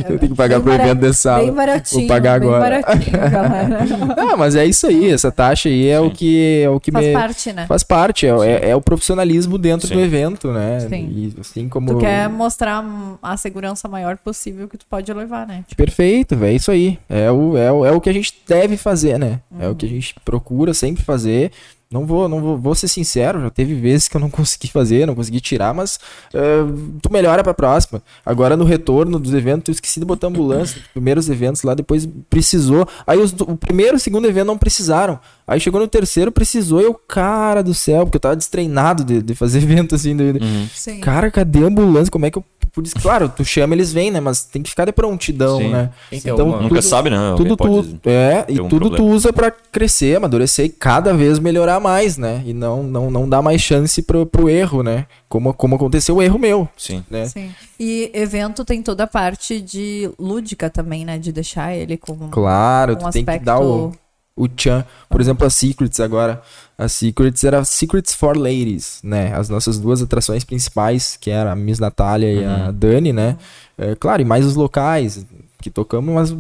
D: eu tenho que pagar pro
B: bara-
D: evento dessa sala.
B: Bem baratinho.
D: Vou pagar
B: bem
D: agora.
B: baratinho, galera.
D: Ah, mas é isso aí, essa taxa aí é o que é o que
B: Faz
D: me
B: parte, né?
D: faz parte, é, é- é o profissionalismo dentro
A: Sim.
D: do evento, né?
B: Sim.
D: E assim como
B: Tu quer mostrar a segurança maior possível que tu pode levar, né?
D: Perfeito, véi, é isso aí. É o, é, o, é o que a gente deve fazer, né? É o que a gente procura sempre fazer. Não vou, não vou, vou ser sincero, já teve vezes que eu não consegui fazer, não consegui tirar, mas eh, tu melhora pra próxima. Agora no retorno dos eventos, eu esqueci de botar ambulância, nos primeiros eventos lá, depois precisou. Aí os do- o primeiro e o segundo evento não precisaram. Aí chegou no terceiro, precisou, e eu, cara do céu, porque eu tava destreinado de, de fazer evento assim. de- de-
B: Sim.
D: Cara, cadê a ambulância? Como é que eu. Por isso, claro, tu chama, eles vêm, né? Mas tem que ficar de prontidão,
A: Sim.
D: né?
C: Então, mano,
A: Nunca sabe, né? Alguém
D: Tudo
A: pode-
D: tu, é, e
A: ter um
D: tudo tu
A: problema.
D: usa pra crescer, amadurecer e cada vez melhorar mais, né? E não não, não dá mais chance pro, pro erro, né? Como, como aconteceu o erro meu,
A: Sim.
D: né?
B: Sim. E evento tem toda a parte de lúdica também, né? De deixar ele como
D: Claro,
B: um
D: tu tem
B: aspecto.
D: que dar o, o tchan. Por exemplo, a Secrets agora. A Secrets era Secrets for Ladies, né? As nossas duas atrações principais, que era a Miss Natália e a Dani, né? É, claro, e mais os locais que tocamos, mas o,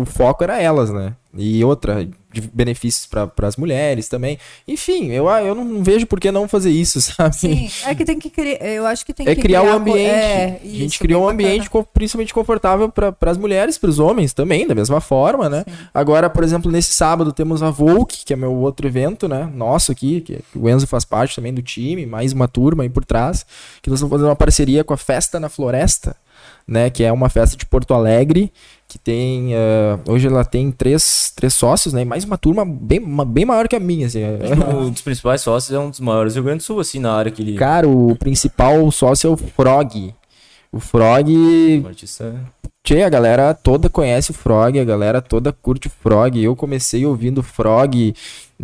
D: o foco era elas, né? E outra, de benefícios para as mulheres também. Enfim, eu, ah, eu não vejo por que não fazer isso, sabe?
B: Sim, é que tem que criar. Eu acho que tem
D: é
B: que
D: criar um
B: co-
D: ambiente.
B: é,
D: a gente
B: isso,
D: criou um
B: bem bacana.
D: ambiente co- principalmente confortável para as mulheres, para os homens também, da mesma forma, né? Agora, por exemplo, nesse sábado temos a Volk, que é meu outro evento, né? Nosso aqui, que que o Enzo faz parte também do time, mais uma turma aí por trás, que nós vamos fazer uma parceria com a Festa na Floresta, né? Que é uma festa de Porto Alegre, que tem. eh, hoje ela tem três, três sócios, né? E mais uma turma bem, uma- bem maior que a minha, assim. é-
C: acho que um dos principais sócios é um dos maiores do Rio Grande do Sul, assim, na área que ele.
D: Cara, o principal sócio é o Frog. O Frog.
C: Um artista-
D: Tchê, a galera toda conhece o Frog, a galera toda curte o Frog. Eu comecei ouvindo o Frog.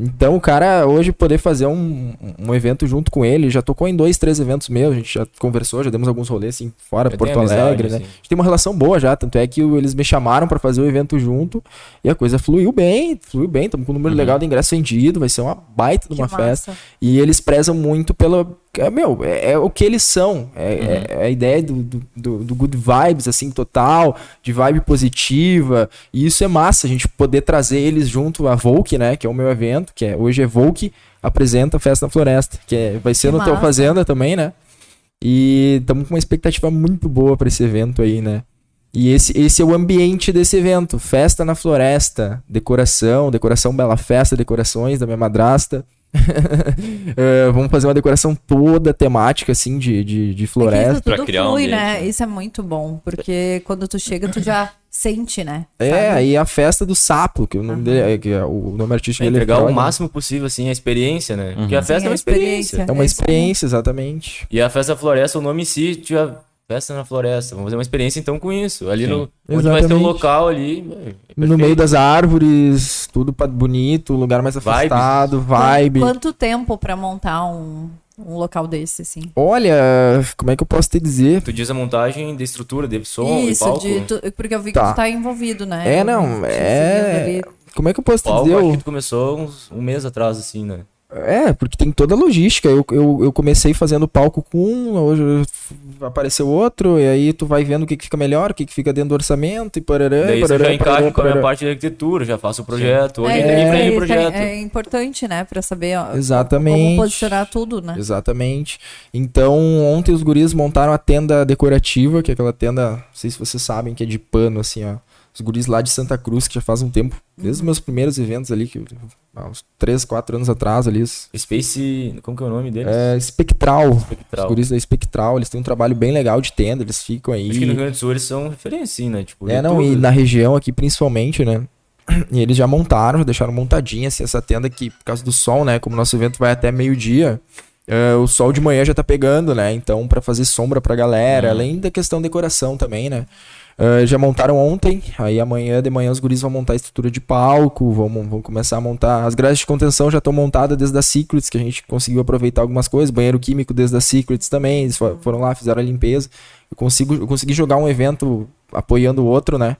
D: Então, o cara, hoje poder fazer um, um evento junto com ele, já tocou em dois, três eventos meus, a gente já conversou, já demos alguns rolês assim fora,
C: Já tem
D: Porto
C: amizade,
D: Alegre, né?
C: assim.
D: A gente tem uma relação boa já, tanto é que o- eles me chamaram pra fazer o evento junto e a coisa fluiu bem, fluiu bem, estamos com um número
C: Uhum.
D: legal de ingresso vendido, vai ser uma baita de
B: Que
D: uma festa.
B: massa.
D: E eles prezam muito pela. é, Meu, é, é o que eles são. É,
B: Uhum.
D: é- é a ideia do, do, do- do good vibes, assim, total, de vibe positiva. E isso é massa, a gente poder trazer eles junto à Volk, né? Que é o meu evento, que é, hoje é Volk, apresenta a Festa na Floresta, que é, vai ser
B: Que
D: no Teu
B: massa.
D: Fazenda também, né? E estamos com uma expectativa muito boa pra esse evento aí, né? E esse, esse é o ambiente desse evento. Festa na floresta, decoração, decoração Bela Festa, decorações da minha madrasta. É, vamos fazer uma decoração toda temática, assim, de, de, de
B: É que isso
D: floresta.
A: Pra
B: tudo
A: criar um
B: flui,
A: ambiente,
B: né?
A: né?
B: Isso é muito bom, porque quando tu chega, tu já sente, né?
D: É,
B: Sabe?
D: aí a festa do sapo, que o nome dele é, que é o nome artístico
C: É
D: dele é
C: entregar o
D: Frog, né?
C: máximo possível, assim, a experiência, né? Porque a festa
B: Sim,
C: é
B: a
C: uma experiência.
D: É
B: É
D: uma
B: isso aí.
D: experiência, exatamente.
C: E a festa floresta, o nome em si, tinha festa na floresta. Vamos fazer uma experiência então com isso. Ali no. Onde vai ter um
D: Exatamente.
C: local ali.
D: No meio das árvores, tudo pa- bonito, um lugar mais afastado, vibe.
B: Quanto tempo pra montar um, um local desse, assim?
D: Olha, como é que eu posso te dizer?
C: Tu diz a montagem da estrutura, de som e
B: Isso,
C: palco.
B: de tu- porque eu vi que
D: Tá.
B: tu tá envolvido, né?
D: É,
B: Eu
D: não,
B: te
D: é.
B: seguindo ali.
D: Como é que eu posso te
C: palco,
D: dizer?
C: acho
D: o-
C: que tu começou uns, um mês atrás, assim, né?
D: É, porque tem toda a logística. Eu, eu, eu comecei fazendo palco com um, hoje apareceu outro, e aí tu vai vendo o que, que fica melhor, o que, que fica dentro do orçamento, e parará,
C: Daí você
D: É, parará,
C: já encaixa
D: parará,
C: com a minha
D: parará.
C: parte de arquitetura, já faço o projeto. Hoje
B: É,
C: entrei pra ele
B: isso
C: o
B: é-
C: projeto.
B: É, importante, né? Pra saber ó,
D: Exatamente.
B: como posicionar tudo, né?
D: Exatamente. Então, ontem os guris montaram a tenda decorativa, que é aquela tenda, não sei se vocês sabem, que é de pano, assim, ó. Os guris lá de Santa Cruz, que já faz um tempo, desde os meus primeiros eventos ali, que, há uns 3, 4 anos atrás ali, os-
C: Space. Como que é o nome deles?
D: é, Espectral.
C: Spectral.
D: Os guris da Espectral, eles têm um trabalho bem legal de tenda, eles ficam aí.
C: Acho que no Rio Grande do Sul eles são referência, assim, né? Tipo,
D: É,
C: de
D: não, e
C: tudo.
D: na região aqui principalmente, né? E eles já montaram, já deixaram montadinha assim, essa tenda aqui, por causa do sol, né? Como nosso evento vai até meio-dia, eh, o sol
C: Uhum.
D: de manhã já tá pegando, né? Então, pra fazer sombra pra galera, além da questão decoração também, né? Ah, já montaram ontem, aí amanhã de manhã os guris vão montar a estrutura de palco, vão, vão começar a montar. As grades de contenção já estão montadas desde a Secrets, que a gente conseguiu aproveitar algumas coisas, banheiro químico desde a Secrets também, eles fo- foram lá, fizeram a limpeza. Eu, consigo, eu consegui jogar um evento apoiando o outro, né?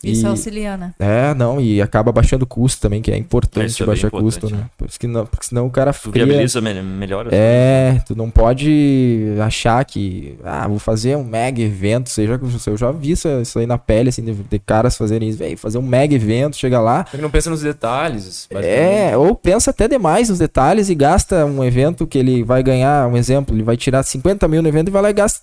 B: Isso
D: E-
B: auxilia, né?
D: é, não, e acaba baixando o custo também, que é importante
A: Isso é bem
D: baixar custo,
A: importante.
D: né? Por isso que não- porque senão o cara
A: Tu
D: fria.
A: viabiliza me- melhor.
D: É, tu não pode achar que, ah, vou fazer um mega evento, seja eu já vi isso, isso aí na pele, assim, de, de caras fazerem isso, velho, fazer um mega evento, chega lá.
C: Só que não pensa nos detalhes. basicamente.
D: É, ou pensa até demais nos detalhes e gasta um evento que ele vai ganhar, um exemplo, ele vai tirar 50 mil no evento e vai lá e gasta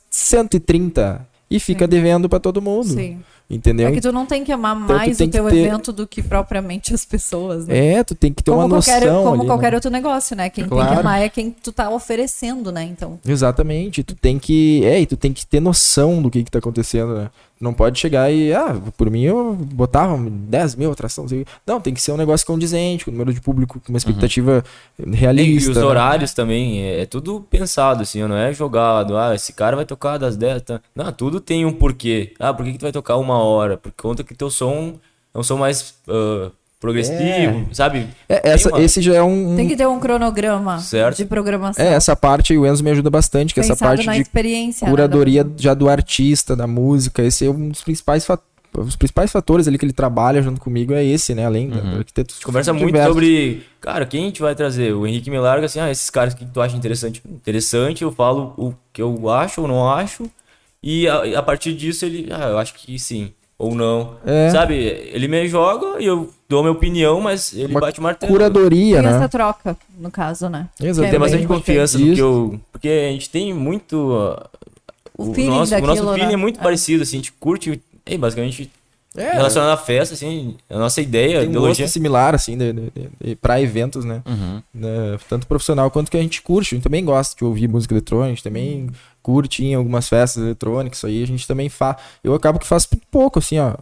D: 130 e fica devendo pra todo mundo.
B: Sim.
D: Entendeu?
B: É que tu não tem que amar
D: tu
B: mais
D: um tem
B: o
D: que
B: teu
D: ter-
B: evento do que propriamente as pessoas, né?
D: É, tu tem que ter
B: como
D: uma noção.
B: qualquer, como
D: ali, né?
B: qualquer outro negócio, né? Quem tem
D: Claro.
B: que amar é quem tu tá oferecendo, né? Então,
D: Exatamente, tu tem que, é, e tu tem que ter noção do que que tá acontecendo, né? Não pode chegar e, ah, por mim eu botava 10 mil atração, não sei o quê. não, tem que ser um negócio condizente, com o número de público, com uma expectativa
C: Uhum. E
D: realista.
C: os
D: né?
C: horários também, é, é tudo pensado, assim, não é jogado. Ah, esse cara vai tocar das 10. tá? Não, tudo tem um porquê. Ah, por que, que tu vai tocar uma hora? Por conta que teu som é um som mais ah, progressivo, sabe?
D: É,
C: Tem
D: essa,
C: uma-
D: esse já é um,
B: tem que ter um cronograma
C: Certo.
B: de programação.
D: é, essa parte aí o Enzo me ajuda bastante, que essa
B: pensado
D: parte
B: na
D: de
B: experiência. né, da
D: curadoria
B: pessoa.
D: já do artista, da música, esse é um dos principais fatores. Os principais fatores ali que ele trabalha junto comigo é esse, né? Além da- do arquiteto.
C: gente Uhum. conversa muito sobre, cara, quem a gente vai trazer? O Henrique me larga assim, ah, esses caras que tu acha interessante. Hum, Interessante, eu falo o que eu acho ou não acho, e a, a partir disso ele, ah, eu acho que sim, ou não.
D: É.
C: Sabe, ele me joga e eu dou a minha opinião, mas ele
D: Uma
C: bate o martelo.
D: Curadoria,
B: Tem
D: né?
B: essa troca, no caso, né?
D: Exato.
B: Que é
C: Tem
B: bem
C: bastante confiança no
D: Isso.
C: que eu. Porque a gente tem muito. ah,
B: O feeling
C: nosso,
B: daquilo,
C: O nosso feeling
B: né?
C: é muito parecido, assim, a gente curte. E basicamente,
D: É.
C: relacionado à festa, assim, a nossa ideia, a
D: tem um
C: ideologia.
D: gosto similar, assim, de, de, para eventos, né?
A: Uhum.
D: Né, Tanto profissional quanto que a gente curte. A gente também gosta de ouvir música eletrônica, a gente também curte em algumas festas eletrônicas, isso aí a gente também faz. Eu acabo que faço pouco, assim, ó.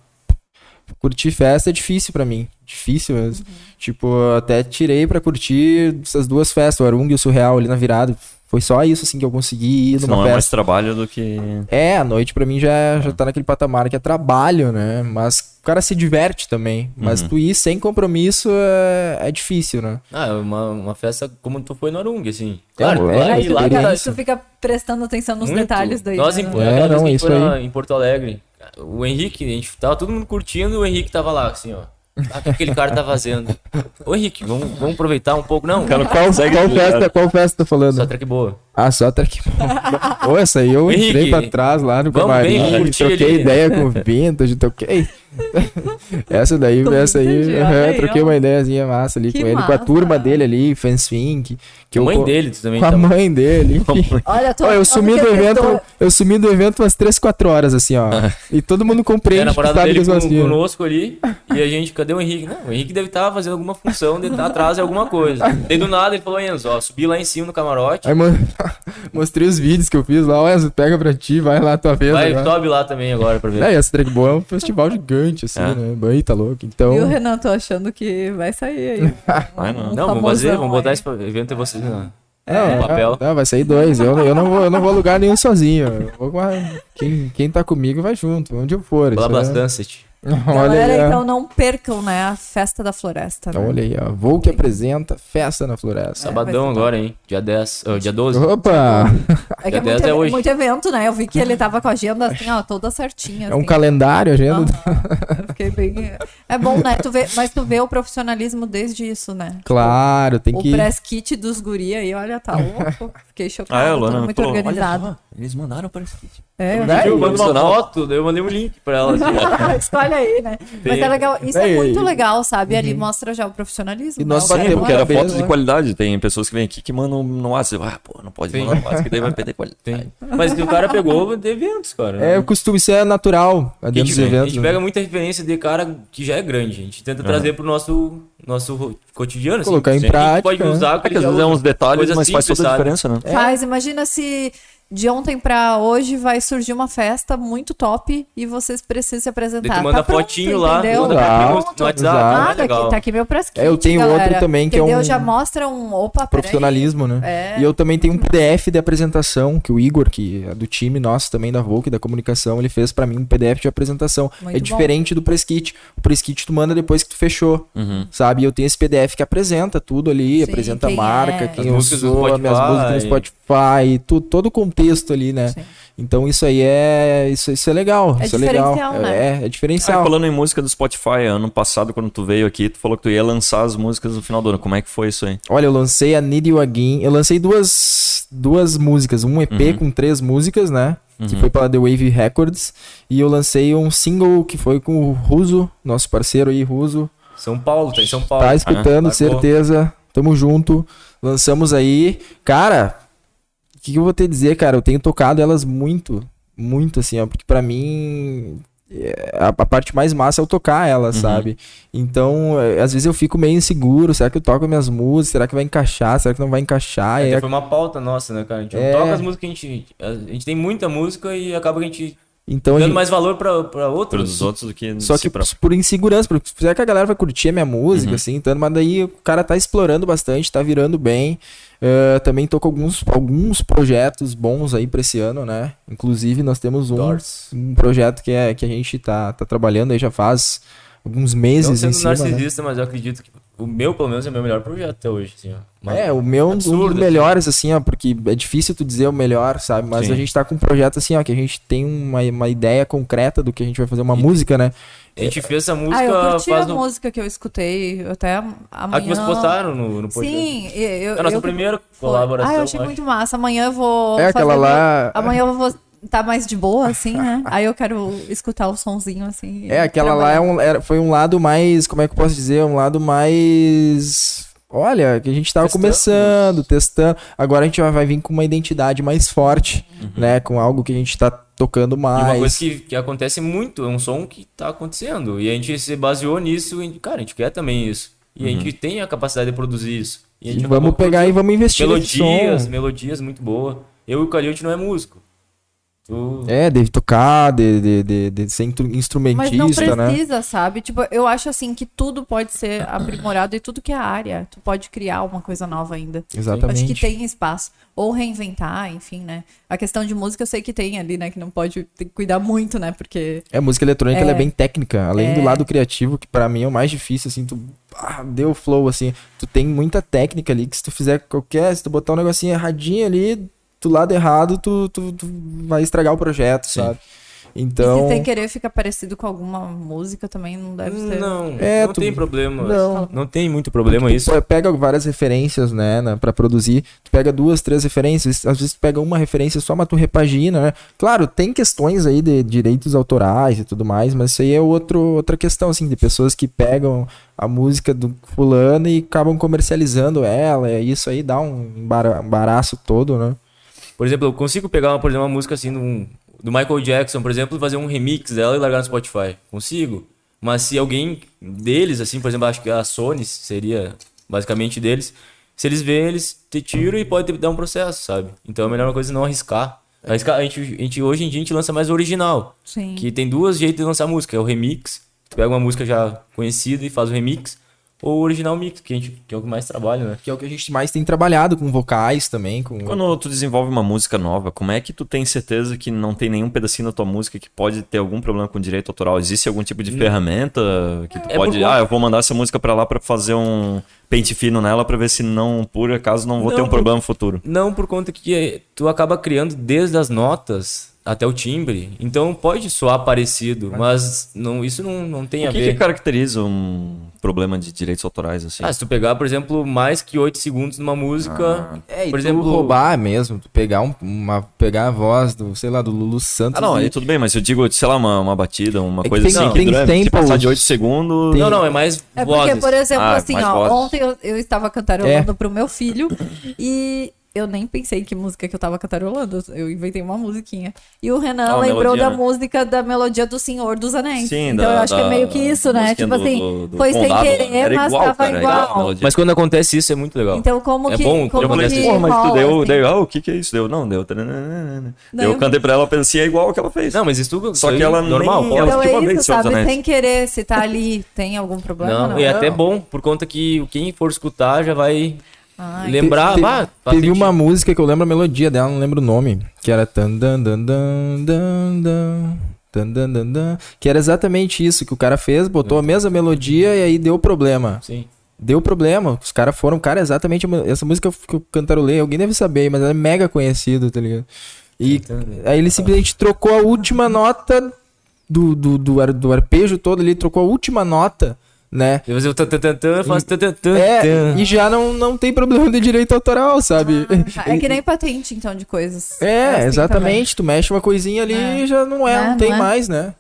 D: Curtir festa é difícil pra mim. Difícil mesmo. Tipo, eu até tirei pra curtir essas duas festas, o Arung e o Surreal ali na virada. Foi só isso, assim, que eu consegui ir numa
A: Não é
D: festa.
A: mais trabalho do que.
D: É, a noite pra mim já, já tá naquele patamar que é trabalho, né? Mas o cara se diverte também. Mas
C: Uhum.
D: tu ir sem compromisso é, é difícil, né?
C: Ah, é uma, uma festa como tu foi no Arung, assim.
D: Claro,
C: tu vai
D: é,
B: Aí tu
C: lá,
B: fica,
C: cara,
D: experiência.
B: tu fica prestando atenção nos
C: muito.
B: detalhes daí.
C: Nós,
B: né?
C: em,
D: É,
C: aquela vez
D: não,
C: que a gente
D: isso
C: foi lá
D: aí.
C: em Porto Alegre, o Henrique, a gente tava todo mundo curtindo, o Henrique tava lá, assim, ó. Ah, o que aquele cara tá fazendo? Ô Henrique, vamos, vamos aproveitar um pouco, não?
A: Cara, qual,
D: Qual festa, qual festa tá falando?
C: Só track boa.
D: Ah, só até que. Ou essa aí eu
C: Henrique,
D: entrei pra trás lá no
C: vamos
D: camarim,
C: bem curtir
D: troquei
C: ali. né?
D: ideia com o Vintage, toquei. essa daí,
B: Com o
D: essa aí,
B: Vintage,
D: aham,
B: olha aí,
D: troquei
B: ó.
D: uma ideiazinha massa ali
B: Que
D: com ele, com a
B: massa.
D: turma dele ali, Fans Fink. Que eu
C: mãe
D: co-
C: dele, tu também tá- então.
D: Com a
C: tava.
D: mãe dele, enfim.
B: Olha, tô,
D: Ó, eu
B: tô
D: sumi do
B: porque
D: evento, então.
B: tô-
D: eu sumi do evento umas 3, 4 horas, assim, ó. E todo mundo
C: E Ah. a
D: compreende que tá
C: namorada
D: sabe
C: dele
D: que eles
C: com,
D: gostam
C: conosco ali. E a gente, cadê o Henrique? Não, o Henrique deve estar fazendo alguma função, deve estar atrás de alguma coisa. Daí do nada ele falou, Enzo, ó, subi lá em cima no camarote.
D: Aí, mano, mostrei os vídeos que eu fiz lá, olha, pega pra ti, vai lá tua vez.
C: Vai,
D: agora.
C: sobe lá também agora pra ver.
D: né? É, e essa Drag Ball é um festival gigante, assim,
C: Ah.
A: É.
D: né? Bem, tá louco. Então,
B: E o Renan, tô achando que vai sair aí.
A: Vai não.
C: Não,
B: famosão
C: vamos fazer, vamos botar
B: aí.
C: esse evento é vocês. Não.
D: é,
C: no papel.
D: é, vai sair dois. Eu, eu, não vou, eu não vou a lugar nenhum sozinho. Eu vou com a- quem, quem tá comigo vai junto, onde eu for.
C: Blá
D: isso,
C: blá
D: né?
C: Sunset.
D: Olha
B: Galera,
D: aí, ó. Então,
B: então não percam, né? A festa da floresta. né?
D: Olha aí, ó. Voo que apresenta festa na floresta.
C: Sabadão agora, hein? Dia 10, ó, dia 12.
D: Opa!
B: É que
C: Dia
B: é
C: 10
B: muito,
C: é
B: ev-
C: hoje.
B: muito evento, né? Eu vi que ele tava com a agenda assim, ó, toda certinha.
D: É um
B: assim.
D: calendário, agenda.
B: Aham, eu fiquei bem- É bom, né? Tu vê, mas tu vê o profissionalismo desde isso, né?
D: Claro, tem
B: O
D: que.
B: press kit dos guri aí, olha, tá louco. Fiquei chocado.
A: Ah, é, Luana
B: muito
A: falou,
B: organizado.
A: Eles mandaram para esse vídeo.
B: É,
D: Né?
B: eu-
C: Eu mando uma foto, daí eu mandei um link pra ela. assim, ó.
B: Escolhe aí, né? Mas é legal. Isso é
D: Tem-
B: muito legal, sabe?
D: Uhum.
B: Ali mostra já o profissionalismo.
D: E nós
B: né? O
D: batemos
A: Sim,
B: cara
A: porque
D: cada
A: era
B: mora-
D: vez,
A: foto de
D: né?
A: qualidade. Tem pessoas que vêm aqui que mandam no WhatsApp. Ah, pô, não pode
C: Sim.
A: mandar no WhatsApp, que daí vai perder qualidade.
C: Mas o cara pegou de eventos, cara.
D: É, o costume isso é natural
C: Porque a
D: dentro dos
C: gente, a
D: eventos.
C: gente
D: né? É.
C: pega muita referência de cara que já é grande. A gente tenta trazer pro nosso, nosso ro- cotidiano. assim.
D: Colocar em
C: Sim, a gente
D: prática,
C: Pode
D: né?
C: usar,
A: É que às vezes é uns detalhes,
C: Coisa
A: mas faz
C: simples,
A: toda a
C: sabe?
A: diferença, né?
B: Faz, imagina se de ontem pra hoje vai surgir uma festa muito top e vocês precisam se apresentar.
C: Daí tu manda
B: tá pronto,
C: fotinho lá,
B: entendeu?
C: manda
D: pra mim no-
B: Pronto.
C: no WhatsApp,
B: Ah,
C: né?
B: daqui-
C: Legal.
B: tá aqui meu press kit,
D: É, eu tenho
B: galera,
D: outro também que é
B: entendeu?
D: um
B: Já mostra um... Opa, peraí.
D: profissionalismo, né?
B: É.
D: E eu também tenho um PDF de apresentação que o Igor, que é do time nosso também da Volk, da comunicação, ele fez pra mim um PDF de apresentação.
B: Muito
D: é
B: bom.
D: diferente do press kit. O press kit tu manda depois que tu fechou,
C: Uhum.
D: sabe? E eu tenho esse PDF que apresenta tudo ali,
B: Sim,
D: apresenta a
B: quem
D: marca,
B: é.
D: quem
C: As
D: eu
C: músicas do
D: sou, minhas
C: Spotify.
D: músicas no Spotify, tu, todo o contexto ali, né?
B: Sim.
D: Então isso aí é isso, isso é legal,
B: É
D: isso é legal.
B: diferencial, né?
D: É, é
A: Cara,
D: diferencial.
A: falando em música do Spotify, ano passado, quando tu veio aqui, tu falou que tu ia lançar as músicas no final do ano. Como é que foi isso aí?
D: Olha, eu lancei a Need You Again. Eu lancei duas, duas músicas. Um EP com três músicas, né? Que foi pela The Wave Records. E eu lancei um single que foi com o Ruso, nosso parceiro aí, Ruso.
C: São Paulo, tá em São Paulo.
D: Tá escutando,
C: Largou.
D: certeza. Tamo junto. Lançamos aí. Cara, o que, que eu vou te dizer, cara? Eu tenho tocado elas muito. Muito, assim, ó. Porque pra mim. é, A, a parte mais massa é eu tocar elas, sabe? Então, é, às vezes eu fico meio inseguro. Será que eu toco minhas músicas? Será que vai encaixar? Será que não vai encaixar? E é
C: Até
D: aí,
C: foi uma pauta nossa, né, cara? A gente não
D: É.
C: toca as músicas que a gente. A gente tem muita música e acaba que a gente
D: então, a
C: dando
D: gente-
C: mais valor pra, pra outros.
A: Dos outros do que
D: Só
A: de si
D: que
A: próprio.
D: por insegurança, porque será que a galera vai curtir a minha música,
C: Uhum.
D: assim, tanto, mas daí o cara tá explorando bastante, tá virando bem. Eh, também tô com alguns, alguns projetos bons aí pra esse ano, né? Inclusive, nós temos um,
C: Doors.
D: um projeto que, é, que a gente tá, tá trabalhando aí já faz alguns
C: Não
D: meses em
C: Então, sendo
D: cima, né?
C: narcisista, mas eu acredito que o meu, pelo menos, é o meu melhor projeto até hoje, assim, ó. Mas-
D: É, o meu é um
C: absurdo,
D: dos
C: assim.
D: melhores, assim, ó, porque é difícil tu dizer o melhor, sabe? Mas
A: Sim.
D: a gente tá com um projeto, assim, ó, que a gente tem uma, uma ideia concreta do que a gente vai fazer, uma música, né?
C: A gente fez essa música
B: Ah, eu curti a
C: faz no...
B: música que eu escutei eu até amanhã.
C: A que vocês postaram no, no podcast.
B: Sim, eu, eu,
C: A nossa
B: eu-
C: primeira colaboração.
B: Ah, eu achei
C: acho.
B: muito massa. Amanhã eu vou.
D: É aquela
B: fazer
D: lá-
B: meu- Amanhã eu vou estar mais de boa, assim, né? Aí eu quero escutar o sonzinho, assim.
D: É, aquela lá é um, era- foi um lado mais. Como é que eu posso dizer? Um lado mais. Olha, que a gente tava
C: Testando.
D: começando, testando. Agora a gente vai, vai vir com uma identidade mais forte, né? Com algo que a gente tá tocando
C: Uhum. E
D: mais.
C: uma coisa que, que acontece muito, é um som que tá acontecendo. E a gente se baseou nisso, e, cara, a gente quer também isso. E a gente tem a capacidade de produzir isso. E a
D: E
C: gente
D: Uhum. vamos
C: acabou
D: pegar e vamos investir nesse
C: melodias, né?
D: som.
C: melodias muito boas. Eu e o Calil, a gente não é músico. Tu...
D: É, de tocar, de, de, de, de ser intru-
B: Mas não
D: instrumentista, né?
B: precisa, sabe? Tipo, eu acho assim que tudo pode ser aprimorado e tudo que é área. Tu pode criar uma coisa nova ainda.
D: Exatamente.
B: Acho que tem espaço. Ou reinventar, enfim, né? A questão de música eu sei que tem ali, né? Que não pode tem que cuidar muito, né? Porque
D: É, música eletrônica ela é bem técnica, além do
B: É.
D: lado criativo, que pra mim é o mais difícil, assim, tu ah, deu flow, assim, tu tem muita técnica ali, que se tu fizer qualquer, se tu botar um negocinho erradinho ali, do lado errado, tu, tu, tu vai estragar o projeto, sabe?
B: E
D: Então,
B: se sem querer fica parecido com alguma música também, não deve ser.
C: Não,
D: É,
C: não
D: tu-
C: tem problema.
D: Não.
C: não tem muito problema
D: tu
C: isso.
D: pe- é, pega várias referências, né, na- pra produzir, tu pega duas, três referências, às vezes tu pega uma referência só, mas tu repagina, né? Claro, tem questões aí de direitos autorais e tudo mais, mas isso aí é outro, outra questão, assim, de pessoas que pegam a música do fulano e acabam comercializando ela, e isso aí dá um embara- embaraço todo, né?
C: Por exemplo, eu consigo pegar, uma, por exemplo, uma música assim de um- do Michael Jackson, por exemplo, e fazer um remix dela e largar no Spotify. Consigo. Mas se alguém deles, assim, por exemplo, acho que a Sony seria basicamente deles, se eles verem, eles te tiram e pode te dar um processo, sabe? Então é a melhor coisa não arriscar. Arriscar, a gente, a gente- hoje em dia a gente lança mais o original.
B: Sim.
C: Que tem duas jeitos de lançar música. É o remix, tu pega uma música já conhecida e faz o remix, ou o original mix, que, a gente, que é o que mais trabalha, né?
D: Que é o que a gente mais tem trabalhado com vocais também, com...
A: Quando tu desenvolve uma música nova, como é que tu tem certeza que não tem nenhum pedacinho da tua música que pode ter algum problema com direito autoral? Existe algum tipo de ferramenta que tu
C: Hum. É por
A: pode,
C: conta-
A: ah, eu vou mandar essa música pra lá pra fazer um pente fino nela pra ver se não, por acaso, não vou
C: Não,
A: ter um
C: por-
A: problema futuro.
C: Não, por conta que tu acaba criando desde as notas até o timbre. Então pode soar parecido, mas não, isso não, não tem a
A: O que,
C: ver.
A: que caracteriza um problema de direitos autorais assim?
C: Ah, se tu pegar, por exemplo, mais que 8 segundos numa música,
D: É, e
C: por
D: tu
C: exemplo,
D: roubar mesmo, tu pegar, um- uma, pegar a voz do, sei lá, do Lulu Santos
A: Ah, não,
D: e-
A: aí tudo bem, mas eu digo, sei lá, uma, uma batida, uma
C: É
D: que
A: coisa
D: tem-
A: assim,
D: tem
A: que dura, se
D: tempos.
A: passar de 8 segundos...
C: Não, não, é mais
B: É porque,
C: vozes.
B: por exemplo,
A: Ah,
B: assim,
A: mais
B: ó,
A: vozes. É.
B: ontem eu, eu estava cantarolando
D: É.
B: pro meu filho e eu nem pensei que música que eu tava cantarolando. Eu inventei uma musiquinha. E o Renan
A: Ah, a
B: lembrou
A: melodia,
B: da
A: né?
B: música da melodia do Senhor dos Anéis.
A: Sim,
B: então
A: da-
B: eu acho que é
A: da-
B: meio que isso,
A: da
B: né?
A: musiquinha
B: Tipo
A: do-
B: assim,
A: do- do
B: foi sem
A: Condado,
B: querer,
A: era
B: mas
A: igual,
B: tava
A: cara, era igual a
B: igual.
A: melodia.
C: Mas quando acontece isso, é muito legal.
B: Então, como
C: É
B: que.
C: bom,
B: como
A: eu falei
B: que
A: assim, "Pô, mas tu
B: rola,
A: deu,
B: assim?
A: deu, ah, o que que é isso? Deu, não, deu. tananana.
B: Daí
A: Eu
B: eu-
A: cantei pra ela, pensei, é igual o que ela fez.
C: Não, mas isso tudo
A: Só
C: isso
A: que
C: aí,
A: ela
C: normal.
A: nem-
C: pode.
A: ela
B: Então
A: assisti uma
B: é
A: vez,
B: isso,
A: tipo Senhor dos
B: sabe?
A: Anéis.
B: Sem querer, se tá ali, tem algum problema? Não,
C: Não, e é até bom, por conta que quem for escutar já vai lembrar.
D: Te- te-
C: ah, faz
D: teve uma
C: sentido.
D: música que eu lembro a melodia dela, não lembro o nome, que era tan dan dan dan dan dan, tan dan dan dan, que era exatamente isso que o cara fez, botou a mesma melodia e aí deu problema.
C: Sim.
D: Deu problema, os caras foram, cara, exatamente a me- essa música que eu cantarolei, alguém deve saber, mas ela é mega conhecida, tá ligado? E aí ele simplesmente trocou a última nota do, do, do, ar- do arpejo todo, ele trocou a última nota, né?
C: Depois eu tan, tan, tan, tan, faço tan, tan, tan,
D: É,
C: tan.
D: e já não, não tem problema de direito autoral, sabe?
B: Ah, É que nem patente, então, de coisas.
D: É,
B: assim
D: exatamente. Tu mexe uma coisinha ali
B: É.
D: e já não é,
B: Né,
D: não tem
B: não é?
D: mais, né?
B: também.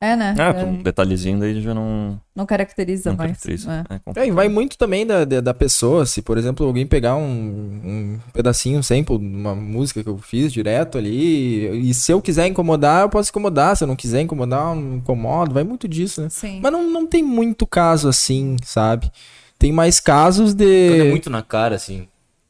B: É, né?
A: Ah,
B: É,
A: um detalhezinho daí já não,
B: Não caracteriza
A: não
B: mais.
A: caracteriza.
B: É.
A: É, com-
D: É, e vai muito também da, da, da pessoa. Se, por exemplo, alguém pegar um, um pedacinho, um sample, de uma música que eu fiz direto ali, e se eu quiser incomodar, eu posso incomodar. Se eu não quiser incomodar, eu não incomodo. Vai muito disso, né?
B: Sim.
D: Mas não, não tem muito caso assim, sabe? Tem mais casos
C: Quando é
D: de.
C: muito na cara, assim,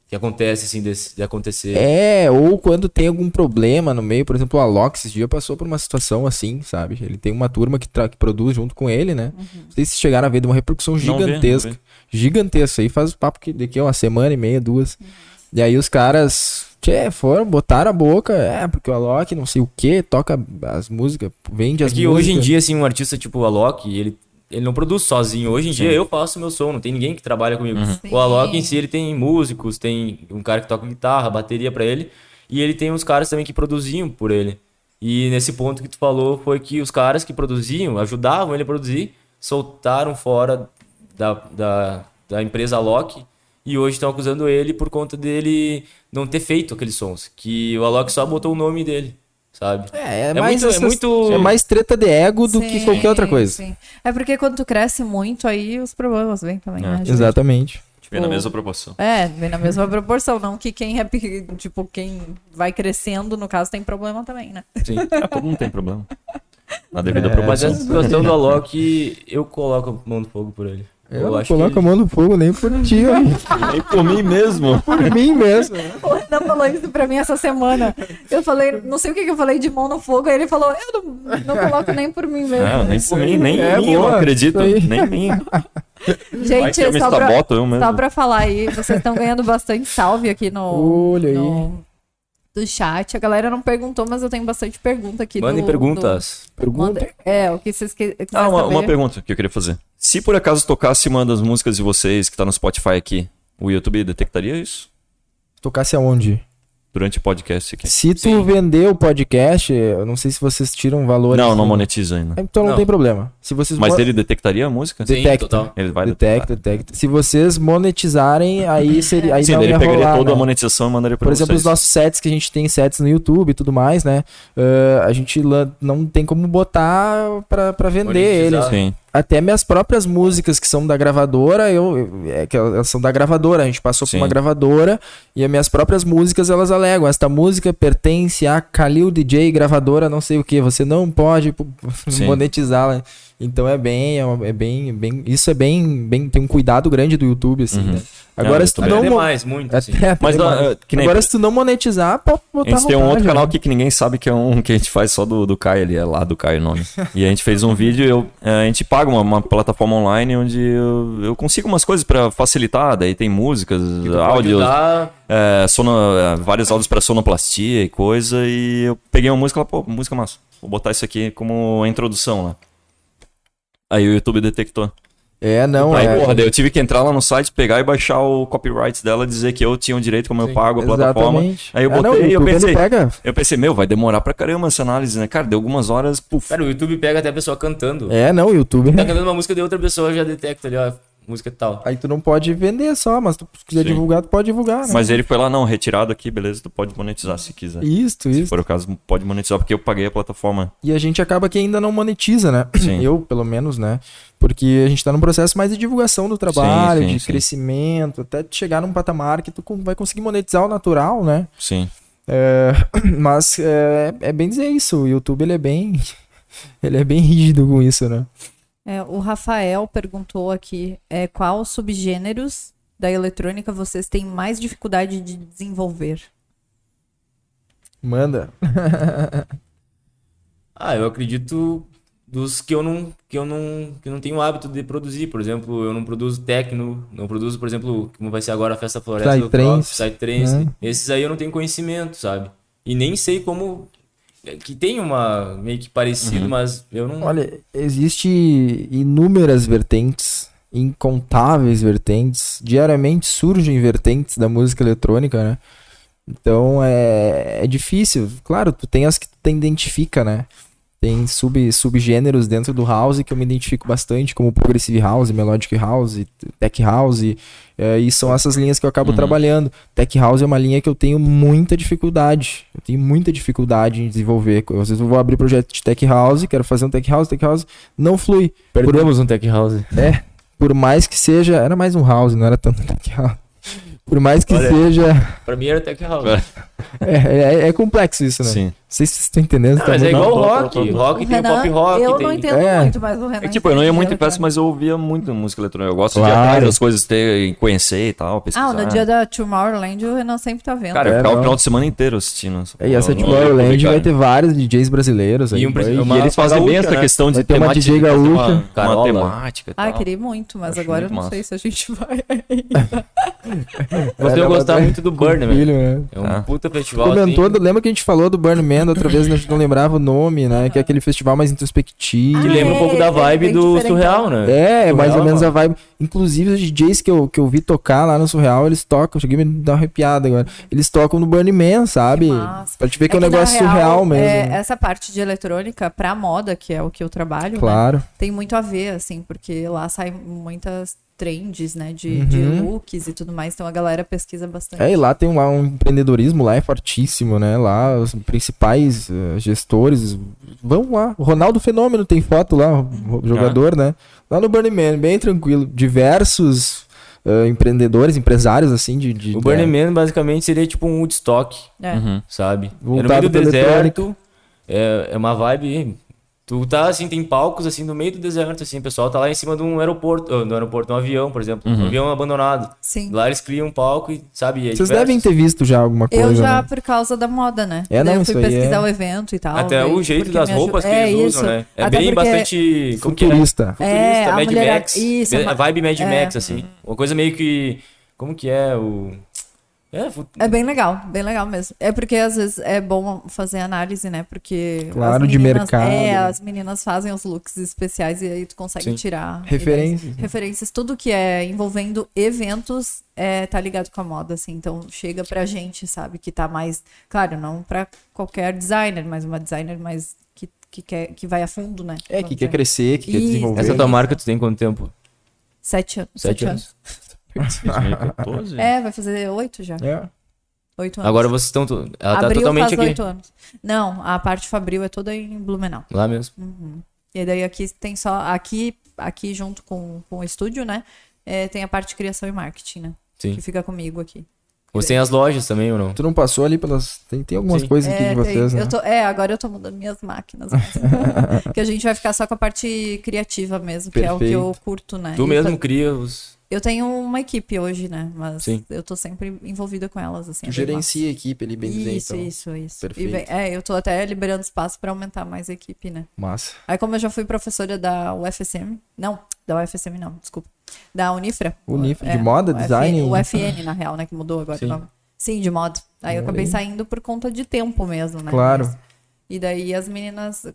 C: que acontece, assim, desse- de acontecer.
D: É, ou quando tem algum problema no meio, por exemplo, o Alok esse dia passou por uma situação assim, sabe? Ele tem uma turma que, tra- que produz junto com ele, né?
B: Uhum.
D: Não sei se chegaram a ver, de uma repercussão
A: vi, não
D: gigantesca.
A: vi.
D: Gigantesca. Aí faz papo que daqui a uma semana e meia, duas.
B: Uhum.
D: E aí os caras, tchê, foram, botaram a boca, é, porque o Alok não sei o que, toca as músicas, vende
C: É
D: as
C: que
D: músicas.
C: hoje em dia, assim, um artista tipo o Alok, ele, ele não produz sozinho. Hoje em dia eu faço meu som, não tem ninguém que trabalha comigo.
D: Uhum.
C: O Alok em si, ele tem músicos, tem um cara que toca guitarra, bateria pra ele. E ele tem uns caras também que produziam por ele. E nesse ponto que tu falou foi que os caras que produziam, ajudavam ele a produzir, soltaram fora da, da, da empresa Alok. E hoje estão acusando ele por conta dele não ter feito aqueles sons. Que o Alok só botou o nome dele, sabe?
D: É, é, mais
C: muito-
D: essas-
C: é muito.
D: é mais treta de ego do que
B: Sim,
D: qualquer outra coisa.
B: sim. É porque quando tu cresce muito, aí os problemas vêm também, né? gente?
D: Exatamente.
A: É, Vem na
B: Tipo,
A: mesma proporção.
B: É, vem na mesma proporção. Não que quem é, pe- tipo, quem vai crescendo, no caso, tem problema também, né?
A: Ah, todo mundo tem problema. Na devida
C: É, Mas
A: proporção.
C: essa situação do Alok, eu coloco a mão no fogo por ele.
D: Eu, não coloco a mão no fogo nem por ti, olha,
A: Nem por mim mesmo.
D: por mim
C: É.
D: mesmo.
B: O Renan falou isso pra mim essa semana. Eu falei, não sei o que, que eu falei de mão no fogo, aí ele falou, eu não, não coloco nem por mim mesmo.
A: Ah, nem por mim, nem
D: É,
A: em mim, eu não
D: boa,
A: acredito.
D: isso aí.
A: Nem em mim. Vai
B: Gente,
A: que eu me
B: só pra,
A: saboto eu
B: só
A: mesmo.
B: pra falar aí, vocês estão ganhando bastante salve aqui no,
D: Olha aí.
B: no do chat. A galera não perguntou, mas eu tenho bastante pergunta aqui.
C: Mandem
B: do-
C: perguntas.
B: do- manda- É, o que vocês que- quiserem
A: Ah, uma, uma
B: saber.
A: pergunta que eu queria fazer. Se por acaso tocasse uma das músicas de vocês que tá no Spotify aqui, o YouTube detectaria isso?
D: Tocasse aonde?
A: Durante o podcast aqui.
D: Se tu vender o podcast, eu não sei se vocês tiram valor.
A: Não, não
D: assim.
A: monetiza ainda.
D: Então não,
C: Não.
D: tem problema. Se vocês
A: Mas
D: mo-
A: ele detectaria a música?
C: Sim,
D: detecta.
C: total.
A: Ele vai detectar.
D: detecta, detecta. Se vocês monetizarem, aí seria aí
A: Sim,
D: não
A: daí ele
D: ia
A: pegaria
D: rolar,
A: toda a
D: né?
A: monetização e mandaria pra
D: Por exemplo,
A: vocês.
D: os nossos sets que a gente tem sets no YouTube e tudo mais, né? Ah, a gente lan- não tem como botar pra, pra vender
C: Monetizar.
D: eles.
A: Sim.
D: Até minhas próprias músicas que são da gravadora, eu, eu- é que elas são da gravadora, a gente passou
A: Sim.
D: por uma gravadora e as minhas próprias músicas elas alegam, esta música pertence a Kalil DJ gravadora, não sei o que, você não pode pu-
A: Sim.
D: monetizá-la. Então é bem, é, uma- é bem, bem, isso é bem, bem, tem um cuidado grande do YouTube assim, né? Agora
A: É,
D: se tu
A: eu
C: Até
D: não mo-
C: mais, muito, assim.
D: até-
A: Mas,
D: até
A: ó,
D: mais.
A: é, que nem-
D: agora se tu não monetizar, pode
A: A
D: botar
A: gente
D: à
A: tem um outro
D: vontade,
A: canal
D: né?
A: aqui que ninguém sabe que é um que a gente faz só do, do Caio ali, é lá do Caio o nome. E a gente fez um vídeo, eu, é, a gente paga uma, uma plataforma online onde eu, eu consigo umas coisas pra facilitar, daí tem músicas, áudios,
C: Ajudar,
A: é, sono- é, vários áudios pra sonoplastia e coisa, e eu peguei uma música lá, pô, música massa. Vou botar isso aqui como a introdução lá. Aí o YouTube detectou.
D: É, não,
A: Aí,
D: é.
A: porra, daí eu tive que entrar lá no site, pegar e baixar o copyright dela, dizer que eu tinha o direito, como eu pago a plataforma.
D: Exatamente.
A: Aí eu
D: Ah, não,
A: botei
D: o
A: e eu
D: YouTube, ele
A: pensei,
D: pega
A: eu pensei, meu, vai demorar pra caramba essa análise, né? Cara, deu algumas horas, puf.
C: cara, o YouTube pega até a pessoa cantando.
D: É, não, o YouTube.
C: Tá cantando uma música de outra pessoa, já detecta ali, ó. música tal.
D: Aí tu não pode vender só, mas tu, se quiser
A: Sim.
D: divulgar, tu pode divulgar, né?
A: Mas ele foi lá, não, retirado aqui, beleza, tu pode monetizar se quiser.
D: Isto,
A: Se
D: isso.
A: for o caso, pode monetizar, porque eu paguei a plataforma.
D: E a gente acaba que ainda não monetiza, né?
A: Sim.
D: Eu, pelo menos, né? Porque a gente tá num processo mais de divulgação do trabalho,
A: sim,
D: de
A: sim.
D: crescimento, até tu chegar num patamar que tu com- vai conseguir monetizar o natural, né?
A: Sim.
D: É, mas é, é bem dizer isso, o YouTube ele é bem. Ele é bem rígido com isso, né?
B: É, o Rafael perguntou aqui é, qual subgêneros da eletrônica vocês têm mais dificuldade de desenvolver?
D: Manda.
C: Ah, eu acredito dos que eu não que eu não que eu não tenho hábito de produzir, por exemplo, eu não produzo techno, não produzo, por exemplo, como vai ser agora a Festa Floresta do Crocs,
D: Psytrance,
C: Psytrance.
D: né?
C: Esses aí eu não tenho conhecimento, sabe? E nem sei como é, que tem uma meio que
A: Uhum.
C: parecido, mas eu não
D: Olha, existe inúmeras vertentes, incontáveis vertentes. Diariamente surgem vertentes da música eletrônica, né? Então é, é difícil. Claro, tu tem as que tu te identifica, né? Tem sub, subgêneros dentro do house que eu me identifico bastante, como progressive house, melodic house, tech house, eh, e são essas linhas que eu acabo trabalhando. Tech house é uma linha que eu tenho muita dificuldade. Eu tenho muita dificuldade em desenvolver. Às vezes eu vou abrir projeto de tech house, quero fazer um tech house, tech house não flui. É,
C: perdemos um tech house.
D: Por mais que seja, era mais um house, não era tanto tech house. Por mais que seja,
C: Pra mim era tech house.
D: é, é- é complexo isso, né?
A: Sim.
D: Não sei se vocês estão
C: Não,
D: entendendo. tá
C: mas é
D: muito-
C: igual
A: Não,
C: o
A: tô-
C: rock,
A: tô- tô-
C: rock
B: O
C: tem o
B: Renan,
C: pop rock,
B: eu
C: tem
B: não entendo
D: É.
B: muito, mas o Renan.
A: É, tipo, eu não ia
B: entende
A: muito
B: de
A: em festa, mas eu ouvia muito música eletrônica. Eu gosto de ir
D: Claro.
A: atrás das coisas, ter, em conhecer e tal, pesquisar.
B: Ah, no dia da Tomorrowland o Renan sempre tá vendo.
A: né? Cara, eu
D: É,
A: ficava o
D: não.
A: final de semana inteiro assistindo. essa
D: É, E
A: porra,
D: a Sete
A: não ia
D: Land
A: publicar.
D: vai ter vários DJs brasileiros aí.
C: E um pres-
D: vai-
C: uma-
A: E eles fazem bem
C: gaúcha,
A: essa
C: né?
A: questão de
D: Vai ter uma
A: temati-
D: DJ
A: fazer
D: gaúcha.
A: uma- uma
C: Carola.
A: temática e
B: ah, eu
A: tal.
B: queria muito, mas
A: Acho
B: agora eu
A: muito
B: não
A: massa.
B: sei se a gente vai.
D: um
C: Você
D: Ela
C: ia gostar
D: vai-
C: muito do Burner, Man.
D: Filho, né?
C: É um
A: Tá.
C: puta festival.
D: Comentou,
C: assim.
D: do- lembra que a gente falou do Burn Man da outra vez, né? a gente não lembrava o nome, né? Que é aquele festival mais introspectivo.
C: Que
B: Ah,
C: lembra um
B: é,
C: pouco da
B: é
C: vibe
B: bem
C: do
B: diferentão.
C: surreal, né?
D: É, é mais
C: Surreal,
D: ou menos
C: mano.
D: a vibe. Inclusive, os DJs que eu, que eu vi tocar lá no Surreal, eles tocam. Cheguei a me dar uma arrepiada agora. Eles tocam no Burn Man, sabe?
B: Que massa.
D: pra te ver que é, um
B: na
D: negócio
B: real,
D: surreal mesmo.
B: é,
D: né?
B: essa parte de eletrônica pra moda, que é o que eu trabalho, né,
D: Claro.
B: tem muito a ver, assim, porque lá saem muitas trends, né, de, de looks e tudo mais, então a galera pesquisa bastante.
D: Uhum. É, e lá tem lá um empreendedorismo lá é fortíssimo, né? Lá os principais eh, gestores vão lá. O Ronaldo Fenômeno tem foto lá, o jogador, né? Lá no Burning Man, bem tranquilo. Diversos eh, empreendedores, empresários, assim, de... de
C: O Burning
D: eh,
C: Man basicamente seria tipo um Woodstock,
B: É.
C: sabe? é no
D: Voltado
C: meio do
D: pra
C: deserto, é, é uma vibe... Tu tá assim, tem palcos assim no meio do deserto, assim, o pessoal tá lá em cima de um aeroporto, ah, no aeroporto, um avião, por exemplo, um avião abandonado.
B: Sim.
C: Lá eles criam um palco e, sabe, é
D: Vocês
C: diversos.
D: devem ter visto já alguma coisa,
B: Eu já
D: né?
B: por causa da moda, né?
D: É,
B: Daí
D: não,
B: eu fui
D: isso aí
B: pesquisar
D: é-
B: o evento e tal.
C: Até
B: daí
C: o jeito
B: Ah, porque
C: das
B: me ajuda-
C: roupas que
B: é
C: eles
B: isso.
C: usam, né? É
B: Até
C: bem
B: porque-
C: bastante... Como que é?
D: Futurista.
B: É,
C: Futurista,
B: a
C: Mad
B: mulher-
C: Max.
B: isso,
C: a
B: ma-
C: vibe Mad
B: é.
C: Max, assim. Uma coisa meio que. Como que é o. É, fu-
B: É bem legal, bem legal mesmo. É porque às vezes é bom fazer análise, né? Porque.
D: Claro,
B: as
D: de
B: meninas-
D: mercado.
B: É, as meninas fazem os looks especiais e aí tu consegue
C: Sim.
B: tirar. ideias.
D: Referências. né?
B: Referências, tudo que é envolvendo eventos é, tá ligado com a moda, assim. Então chega pra gente, sabe? Que tá mais. Claro, não pra qualquer designer, mas uma designer mais. que, que, quer, que vai a fundo, né?
D: É, que
B: Vamos
D: quer
B: dizer.
D: crescer, que quer
B: É Isso.
D: desenvolver.
C: Essa tua marca tu tem quanto tempo?
B: Sete anos.
C: Sete anos.
B: É, vai fazer oito já.
D: É.
B: Oito anos.
C: Agora vocês estão. to- Ela tá
B: Abril
C: totalmente
B: faz
C: aqui.
B: oito anos. Não, a parte Fabril é toda em Blumenau.
C: Lá mesmo.
B: E daí aqui tem só. Aqui, aqui junto com, com o estúdio, né? é, tem a parte de criação e marketing, né?
C: Sim.
B: Que fica comigo aqui.
C: Você tem as lojas também ou não?
D: Tu não passou ali pelas... Tem, tem algumas
C: Sim.
D: coisas aqui
B: É,
D: de vocês,
B: tem-
D: né?
B: eu tô- é, agora eu tô mudando minhas máquinas. que a gente vai ficar só com a parte criativa mesmo, que é o que eu
D: Perfeito.
B: curto, né?
C: Tu
B: E
C: mesmo
B: fa-
C: cria os.
B: Eu tenho uma equipe hoje, né? Mas
C: Sim.
B: eu tô sempre envolvida com elas, assim.
D: Tu
B: é bem massa.
D: gerencia a equipe ali, bem dizer,
B: Isso,
D: então.
B: isso, isso. E
D: Perfeito.
B: bem- é, eu tô até liberando espaço pra aumentar mais a equipe, né?
D: Massa.
B: Aí, como eu já fui professora da UFSM, não, da UFSM não, desculpa, da Unifra. É,
D: Unifra, de moda,
B: o
D: design?
B: FN, o FN, na real, né, que mudou agora
C: Sim.
B: o nome. Sim, de moda. Aí eu
D: Olha
B: acabei
D: aí.
B: saindo por conta de tempo mesmo, né?
D: Claro.
B: Mas- e daí as meninas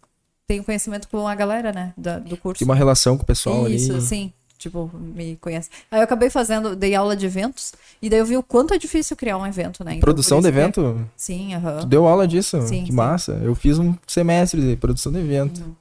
B: têm conhecimento com a galera, né, da- do curso.
D: Tem uma relação com o pessoal
B: Isso,
D: ali.
B: sim. Tipo, me conhece. Aí eu acabei fazendo, dei aula de eventos, e daí eu vi o quanto é difícil criar um evento, né? Então,
D: Produção
B: por
D: do
B: isso que-
D: evento?
B: Sim, aham.
D: Tu deu aula disso?
B: Sim, Uhum.
D: que
B: sim.
D: massa. Eu fiz um semestre de produção de evento.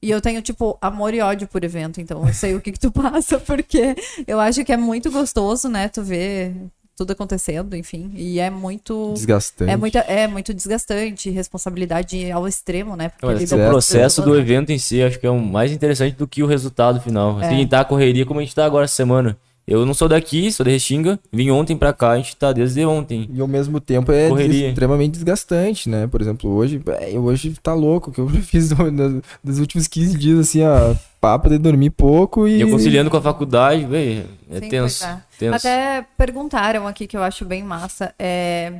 B: E eu tenho, tipo, amor e ódio por evento, então eu sei o que, que tu passa, porque eu acho que é muito gostoso, né? Tu ver tudo acontecendo, enfim. E é muito.
D: Desgastante.
B: É, muita, é muito desgastante, responsabilidade ao extremo, né? Porque
C: Olha,
B: lida
C: esse é o
B: com
C: processo do
B: pessoas,
C: evento em si, acho que é o mais interessante do que o resultado final.
B: É.
C: Assim, tá a correria como a gente tá agora essa semana. Eu não sou daqui, sou de Restinga, vim ontem pra cá, a gente tá desde ontem.
D: E ao mesmo tempo é des-
C: Correria.
D: extremamente desgastante, né? Por exemplo, hoje, é, eu hoje tá louco, que eu fiz no- no- nos últimos 15 dias, assim, ó, papo de dormir pouco e.
C: E eu conciliando com a faculdade, velho, é
B: Sim,
C: tenso,
B: pois é.
C: tenso.
B: Até perguntaram aqui que eu acho bem massa. É,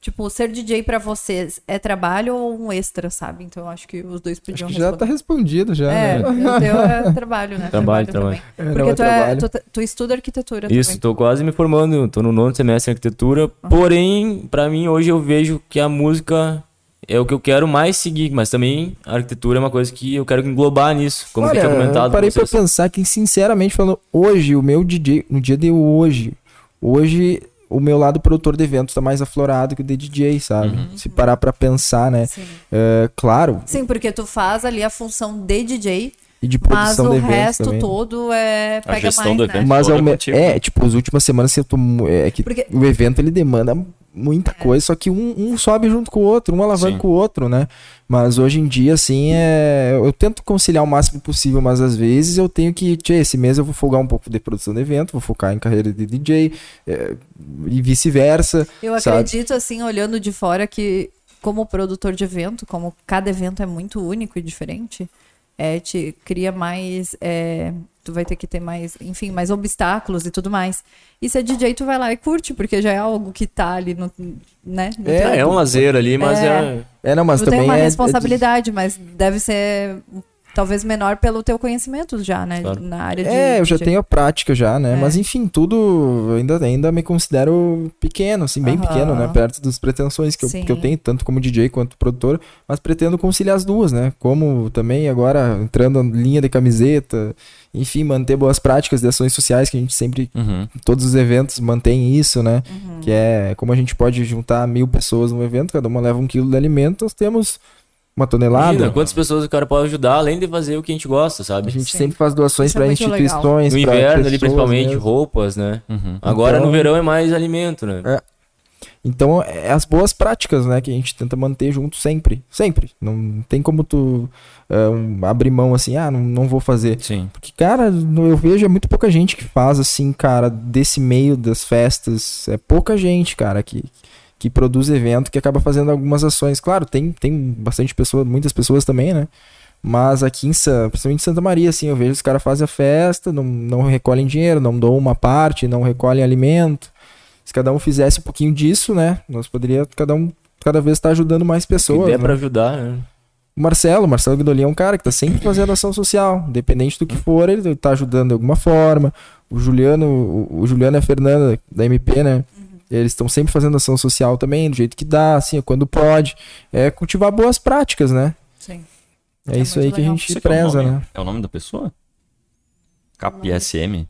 B: tipo, ser DJ pra vocês é trabalho ou um extra, sabe? Então eu acho que os dois
D: Acho
B: podiam
D: que já tá
B: responder.
D: respondido, já.
B: É,
D: né?
B: o teu é trabalho, né?
C: Trabalho,
B: também.
D: É, não
B: Porque
D: é
B: tu, é-
D: trabalho.
B: tu, tu estuda arquitetura
C: Isso,
B: também.
C: tô quase me formando, tô no nono semestre em arquitetura. Porém, pra mim hoje eu vejo que a música é o que eu quero mais seguir, mas também a arquitetura é uma coisa que eu quero englobar nisso, como
D: Olha,
C: eu tinha comentado.
D: eu parei
C: com
D: pra
C: vocês.
D: pensar que, sinceramente, falando, hoje, o meu DJ, no dia de hoje, hoje o meu lado produtor de eventos tá mais aflorado que o de DJ, sabe?
B: Uhum.
D: Se parar pra pensar, né?
B: Sim.
D: É, claro,
B: Sim, porque tu faz ali a função de DJ,
D: e de
B: mas
D: produção
B: o
D: de eventos
B: resto
D: também.
B: todo é pega
A: gestão
B: mais,
A: do
B: né?
A: evento.
D: Mas
A: Toda
D: ao me-
A: contigo.
D: é, tipo, as últimas semanas assim, eu tô mu- é que
B: Porque- É.
D: o evento ele demanda muita coisa, só que um, um sobe junto com o outro, um alavanca
A: Sim.
D: o outro, né? Mas hoje em dia, assim, é, eu tento conciliar o máximo possível, mas às vezes eu tenho que, tchê, esse mês eu vou folgar um pouco de produção de evento, vou focar em carreira de DJ é, e vice-versa.
B: Eu
D: sabe?
B: acredito, assim, olhando de fora, que como produtor de evento, como cada evento é muito único e diferente, é, te cria mais. é, tu vai ter que ter mais, enfim, mais obstáculos e tudo mais. E se é DJ, tu vai lá e curte, porque já é algo que tá ali no. Né? No
D: É,
B: teu-
C: É, é um lazer ali, mas
B: É.
C: é...
D: É, não, mas
B: tu
D: também
B: tem uma
D: é- é-
B: responsabilidade, mas deve ser talvez menor pelo teu conhecimento já, né?
C: Claro.
B: Na área de.
D: É, eu já
B: de-
D: tenho a prática já, né?
B: É.
D: Mas enfim, tudo eu ainda, ainda me considero pequeno, assim, bem
B: Aham.
D: pequeno, né? Perto das pretensões que eu,
B: Sim.
D: que eu tenho, tanto como DJ quanto produtor, mas pretendo conciliar as duas, né? Como também agora entrando na linha de camiseta, enfim, manter boas práticas de ações sociais, que a gente sempre,
A: Uhum.
D: em todos os eventos, mantém isso, né?
B: Uhum.
D: Que é como a gente pode juntar mil pessoas num evento, cada uma leva um quilo de alimento, nós temos uma tonelada.
C: Imagina, quantas pessoas o cara pode ajudar, além de fazer o que a gente gosta,
D: a
C: sabe?
D: gente
B: Sim.
D: sempre faz doações
B: Isso é
D: para
B: muito legal.
D: instituições,
C: No
D: pra
C: inverno ali,
D: pessoas
C: principalmente,
D: mesmo.
C: roupas, né?
A: Uhum.
C: Agora
D: Então-
C: no verão é mais alimento, né?
D: É. Então, é as boas práticas, né, que a gente tenta manter junto sempre. Sempre. Não tem como tu é, um, abrir mão assim, ah, não, não vou fazer.
A: Sim.
D: Porque, cara, no- eu vejo é muito pouca gente que faz assim, cara, desse meio das festas. É pouca gente, cara, que, que produz evento, que acaba fazendo algumas ações. Claro, tem, tem bastante pessoa, muitas pessoas também, né? Mas aqui em Santa, principalmente em Santa Maria, assim, eu vejo os caras fazem a festa, não, não recolhem dinheiro, não dão uma parte, não recolhem alimento. Se cada um fizesse um pouquinho disso, né? Nós poderia cada um cada vez estar ajudando mais
C: Se
D: pessoas.
C: der
D: né?
C: pra ajudar, né?
D: O Marcelo, o Marcelo Guidoli é um cara que tá sempre fazendo ação social, independente do que for, ele tá ajudando de alguma forma. O Juliano, o- o Juliano e a Fernanda da MP,
B: Uhum.
D: né? Eles estão sempre fazendo ação social também, do jeito que dá, assim, quando pode. É cultivar boas práticas, né?
B: Sim. É
D: É, isso aí
B: muito
D: que a
B: legal.
D: gente
A: Isso aqui é
D: preza,
A: o nome,
D: né?
A: É o nome da pessoa? CapSM?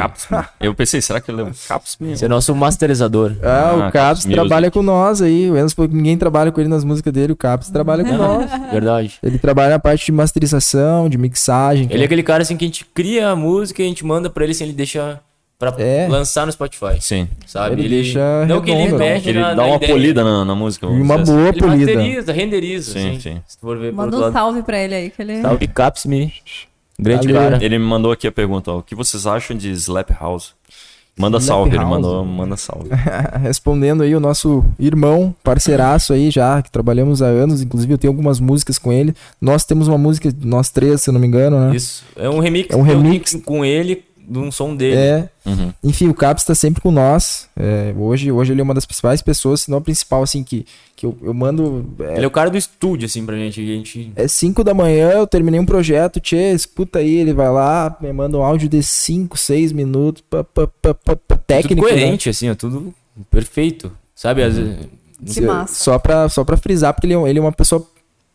A: Capsm. Eu pensei, será que ele é um Capsm?
C: Esse é nosso masterizador.
D: Ah,
A: Ah,
D: o Caps
A: Caps Music.
D: trabalha com nós aí. O Enzo falou que ninguém trabalha com ele nas músicas dele, o
B: Uhum.
D: Caps trabalha com nós.
C: Verdade.
D: Ele trabalha na parte de masterização, de mixagem.
C: Ele é aquele cara assim que a gente cria a música e a gente manda pra ele assim, ele deixa pra
D: É.
C: lançar no Spotify.
A: Sim.
C: Sabe?
D: Ele deixa
C: Não que ele
D: redonda, né?
C: mexe
A: Ele
C: na-
A: dá
C: na
A: uma
C: ideia.
A: polida na, na música.
D: E
A: vamos
D: uma
A: dizer assim.
D: boa
C: Ele
D: polida.
C: masteriza, renderiza.
A: Sim,
C: assim.
A: sim.
C: Se tu for ver por
B: Manda
C: outro
B: um
C: lado.
B: salve pra ele aí, que ele.
C: Salve Capsmin. Grande
D: Valeu.
C: cara.
A: Ele me mandou aqui a pergunta, ó, o que vocês acham de Slap House? Manda
D: Slap
A: salve, ele
D: House? Ah,
A: mandou, manda salve.
D: respondendo aí o nosso irmão, parceiraço aí já, que trabalhamos há anos, inclusive eu tenho algumas músicas com ele. Nós temos uma música, nós três, se eu não me engano, né?
C: Isso. É um remix.
D: É um
C: tem
D: remix.
C: com ele, de um som dele.
D: É,
A: Uhum.
D: enfim, o Caps tá sempre com nós. É, hoje, hoje ele é uma das principais pessoas, se não a principal, assim, que, que eu, eu mando.
C: Ele é o cara do estúdio, assim, pra gente. A gente...
D: É 5 da manhã, eu terminei um projeto, tchê, escuta aí, ele vai lá, me manda um áudio de 5, 6 minutos, pá, pá, pá, pá, pá,
C: tudo
D: técnico. né? Uhum.
C: coerente, assim, é tudo perfeito. Sabe? Às vezes-
B: Que massa.
D: Só pra, só pra frisar, porque ele é, um- ele é uma pessoa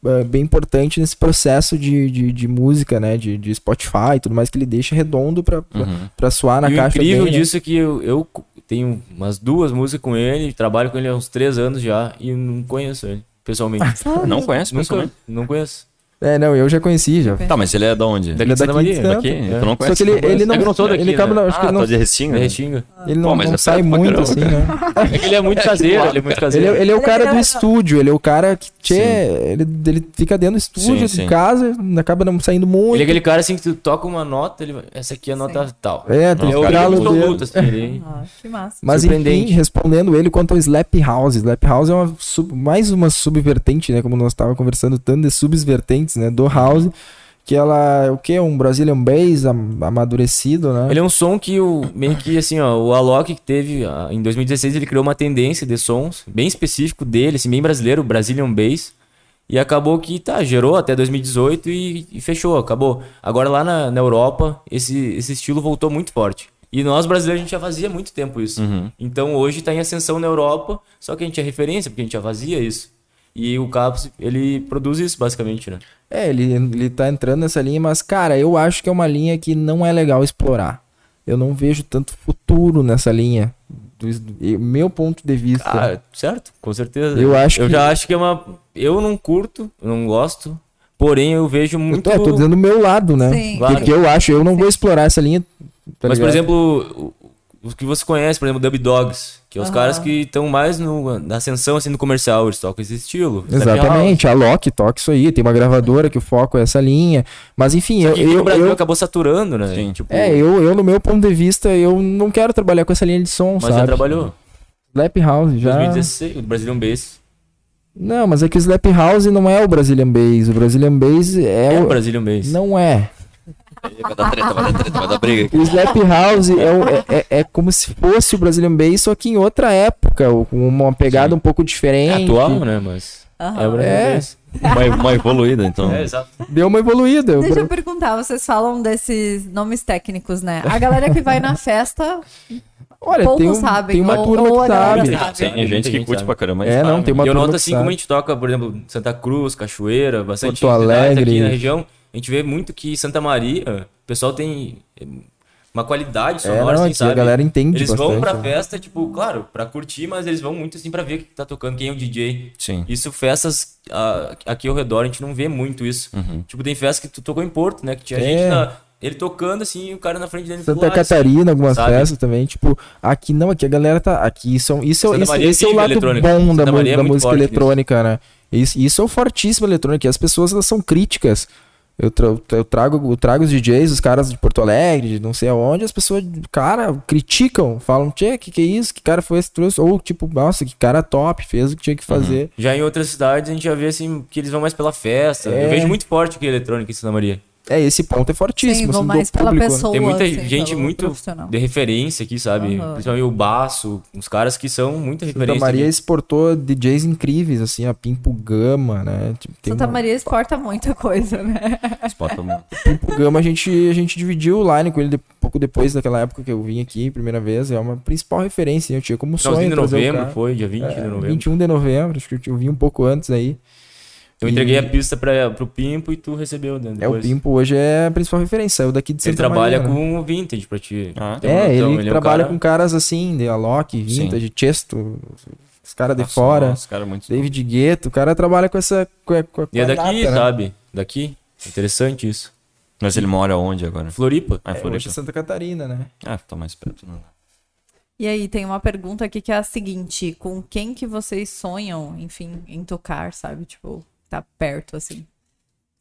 D: eh, bem importante nesse processo de, de, de música, né? De, de Spotify e tudo mais, que ele deixa redondo pra, pra, pra soar na
C: e o
D: caixa.
C: incrível
D: bem, né?
C: disso é que eu, eu co- tenho umas duas músicas com ele, trabalho com ele há uns três anos já e não conheço ele pessoalmente.
A: Não conhece
C: Nunca,
A: pessoalmente?
C: não conheço.
D: É, não, eu já conheci já.
A: Tá, mas ele é da onde?
D: Ele é
C: de Santa
D: daqui de
C: Maria.
D: Santos,
A: Daqui?
D: é.
A: Tu não
D: Só
A: conhece?
D: que ele, ele não,
C: Eu não sou daqui,
D: ele acaba,
C: né?
D: acho que
A: Ah,
D: ele
A: tá
D: não,
A: de Restinga?
C: De Restinga.
D: ele não,
A: Pô, mas
D: não
A: é
D: sai
A: perto pra
D: muito
A: caramba,
D: assim, né?
C: É que ele é muito caseiro, ele é muito
D: Ele,
C: caseiro.
D: é- ele é o
B: Ele é
D: cara do
B: grandão.
D: estúdio, ele é o cara que tchê,
A: Sim.
D: ele, ele fica dentro do estúdio,
A: Sim, sim.
D: de casa, acaba não saindo muito.
C: Ele é aquele cara assim que tu toca uma nota, ele vai- essa aqui é a nota tal.
D: É, tu
C: Ele é o
A: cara,
D: estrala
A: eu
D: o
A: sou
D: dedo.
C: absoluto, assim, ele...
B: Ah, que massa.
D: Mas enfim,
C: Surpreendente.
D: respondendo ele quanto ao Slap House. Slap House é uma sub- mais uma subvertente, né? Como nós estávamos conversando tanto de subvertentes, né? Do House. Que ela é o quê? Um Brazilian Bass am- amadurecido, né?
C: Ele é um som que o meio que assim, ó, o Alok que teve ah, em 2016, ele criou uma tendência de sons bem específico dele, assim, bem brasileiro, Brazilian Bass, e acabou que tá, gerou até 2018 e, e fechou, acabou. Agora lá na, na Europa, esse, esse estilo voltou muito forte. E nós brasileiros a gente já fazia muito tempo isso. Então hoje tá em ascensão na Europa, só que a gente é referência porque a gente já fazia isso. E o Caps, ele produz isso basicamente, né?
D: É, ele, ele tá entrando nessa linha, mas, cara, eu acho que é uma linha que não é legal explorar. Eu não vejo tanto futuro nessa linha. Do, do- meu ponto de vista.
C: Ah, certo, com certeza.
D: Eu acho
C: Eu
D: que-
C: já acho que é uma. Eu não curto, eu não gosto. Porém, eu vejo
D: eu
C: muito.
D: tô, é, tô dizendo o meu lado, né?
B: Sim.
C: Claro.
D: Porque eu acho, eu não vou explorar essa linha. tá
C: Mas, por
D: ligado?
C: exemplo, o- os que você conhece, por exemplo, Dub Dogs, que é os
B: Aham.
C: caras que estão mais no, na ascensão assim, no comercial, eles tocam esse estilo. Slap House.
D: Exatamente, a Loki toca isso aí, tem uma gravadora que o foco é essa linha. Mas enfim, eu,
C: Que aqui no
D: eu,
C: Brasil
D: eu-
C: acabou saturando, né?
A: Sim.
C: Tipo,
D: é, eu, eu, no meu ponto de vista, eu não quero trabalhar com essa linha de som,
C: mas
D: sabe?
C: já trabalhou.
D: Slap House já.
C: 2016, o Brazilian Bass.
D: Não, mas é que o Slap House não é o Brazilian Bass. O Brazilian Bass é,
C: É, o
D: o.
C: Brazilian Bass.
D: Não é.
A: Vai dar treta, vai dar treta, vai dar briga.
D: O Slap House é, o- é, é- é como se fosse o Brazilian Bass, só que em outra época, ou com uma pegada um pouco
C: É
D: diferente.
C: atual, né? Mas. É o
B: Aham.
C: Brazilian
D: É.
C: Bass.
A: Uma, uma evoluída, então.
C: É, exato.
D: Deu uma evoluída.
B: Deixa eu perguntar, vocês falam desses nomes técnicos, né? A galera que vai na festa,
D: Olha,
B: poucos
D: tem, um-
B: sabem,
D: tem uma
B: ou-
D: turma
B: ou
D: que
B: a galera
D: sabe.
B: sabe.
A: Tem gente que curte
C: sabe.
A: pra caramba. né?
D: É, não, tem uma
C: E eu
D: turma
C: noto
D: que
C: assim como a
D: sabe.
C: gente toca, por exemplo, Santa Cruz, Cachoeira, bastante
D: Porto
C: cidades
D: Alegre.
C: aqui na região. A gente vê muito que Santa Maria, o pessoal tem eh, uma qualidade sonora,
D: É, não,
C: assim,
D: que a
C: sabe?
D: galera entende
C: Eles vão
D: bastante,
C: pra
D: né?
C: festa, tipo, claro, pra curtir, mas eles vão muito assim pra ver o que tá tocando, quem é o DJ.
A: Sim.
C: Isso festas ah, aqui ao redor, a gente não vê muito isso. Tipo, tem festa que tu tocou em Porto, né? Que tinha
D: Uhum. É.
C: gente na- ele tocando assim, e o cara na frente dele
D: Santa
C: falou, "Ah, isso é
D: Catarina, algumas
C: sabe?
D: festas também. Tipo, aqui não, aqui a galera tá. Aqui são, isso, é-
C: Santa
D: isso,
C: Maria
D: esse é o
C: vive a
D: lado
C: eletrônica.
D: bom da,
C: Santa
D: mu-
C: Maria é
D: da
C: muito
D: música
C: forte
D: eletrônica, né? Isso, isso é o fortíssimo eletrônica. e As pessoas elas são críticas. Eu, tra- eu trago, eu trago os DJs, os caras de Porto Alegre, de não sei aonde, as pessoas, cara, criticam, falam, tchê, que que é isso? Que cara foi esse que trouxe? Ou tipo, nossa, que cara top, fez o que tinha que
C: Uhum.
D: fazer.
C: Já em outras cidades a gente já vê assim que eles vão mais pela festa.
D: É.
C: Eu vejo muito forte aqui a eletrônica em Santa Maria.
D: É, esse ponto é
B: sim,
D: fortíssimo.
B: vão
D: assim, do
B: mais pela
D: público, né?
B: pessoa.
C: Tem muita
B: assim,
C: gente
B: pelo
C: muito
B: profissional.
C: de referência aqui, sabe?
B: Aham.
C: Principalmente o Baço, uns caras que são muita
D: Santa
C: referência. né?
D: Maria é
C: aqui.
D: exportou DJs incríveis, assim, a Pimpo Gama, né? Tipo, tem
B: Santa
D: uma-
B: Maria exporta muita coisa, né?
A: Espota muito.
D: O Gama a gente, a gente dividiu o line com ele de- pouco depois daquela época que eu vim aqui, primeira vez. É uma principal referência. Eu tinha como sonho.
C: Finalzinho de
D: trazer o
C: novembro
D: cara.
C: foi, dia 20 de
D: É,
C: novembro.
D: 21 de novembro, acho que eu vim um pouco antes aí.
C: Eu entreguei a pista pra, pro Pimpo e tu recebeu, né?
D: É, o
C: depois.
D: Pimpo hoje é a principal referência. Saiu daqui de
C: Ele
D: Santa
C: trabalha
D: Maria, né?
C: com o vintage pra ti.
A: Ah.
C: ter uma
D: É,
C: noção.
D: ele,
C: é um
D: trabalha
C: cara-
D: com caras assim, de Alok, Vintage, Chesto, os caras de
A: Nossa,
D: fora,
A: nossa, cara, é muito.
D: David Gueto, o cara trabalha com essa... Com a, com a-
C: E é
D: com a
C: daqui,
D: nata, né?
C: sabe? Daqui. Interessante isso.
A: Mas ele mora onde agora?
C: Floripa.
A: Ah, em
D: É, hoje
A: Floripa.
D: é Santa Catarina, né?
A: Ah, tá mais perto. Não.
B: E aí, tem uma pergunta aqui que é a seguinte: com quem que vocês sonham, enfim, em tocar, sabe? Tipo, tá perto, assim,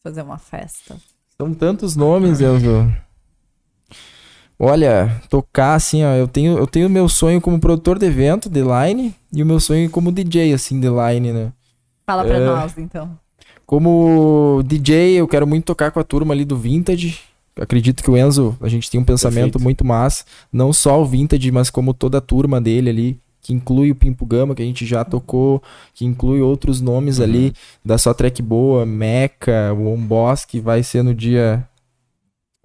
B: fazer uma festa.
D: São tantos nomes, Enzo. Olha, tocar assim, ó, eu tenho eu tenho meu sonho como produtor de evento, de line, e o meu sonho como DJ assim, de line, né?
B: Fala pra
D: É.
B: nós, então.
D: Como DJ, eu quero muito tocar com a turma ali do Vintage. Acredito que o Enzo, a gente tem um pensamento
C: Perfeito.
D: muito massa, não só o Vintage, mas como toda a turma dele ali, que inclui o Pimpo Gama, que a gente já tocou, que inclui outros nomes ali, da Só Track Boa, Meca, o On Boss, que vai ser no dia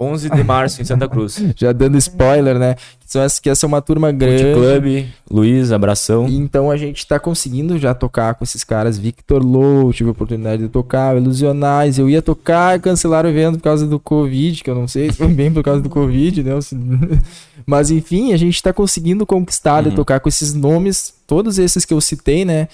C: 11 de março em Santa Cruz.
D: já dando spoiler, né? Que são essas que essa é uma turma grande.
C: Club, Luiz, abração.
D: E Então a gente tá conseguindo já tocar com esses caras. Victor Low, tive a oportunidade de tocar, o Ilusionais. Eu ia tocar e cancelaram o evento por causa do Covid, que eu não sei se foi bem por causa do Covid, né? Se- Mas enfim, a gente tá conseguindo conquistar e
A: Uhum.
D: tocar com esses nomes, todos esses que eu citei, né?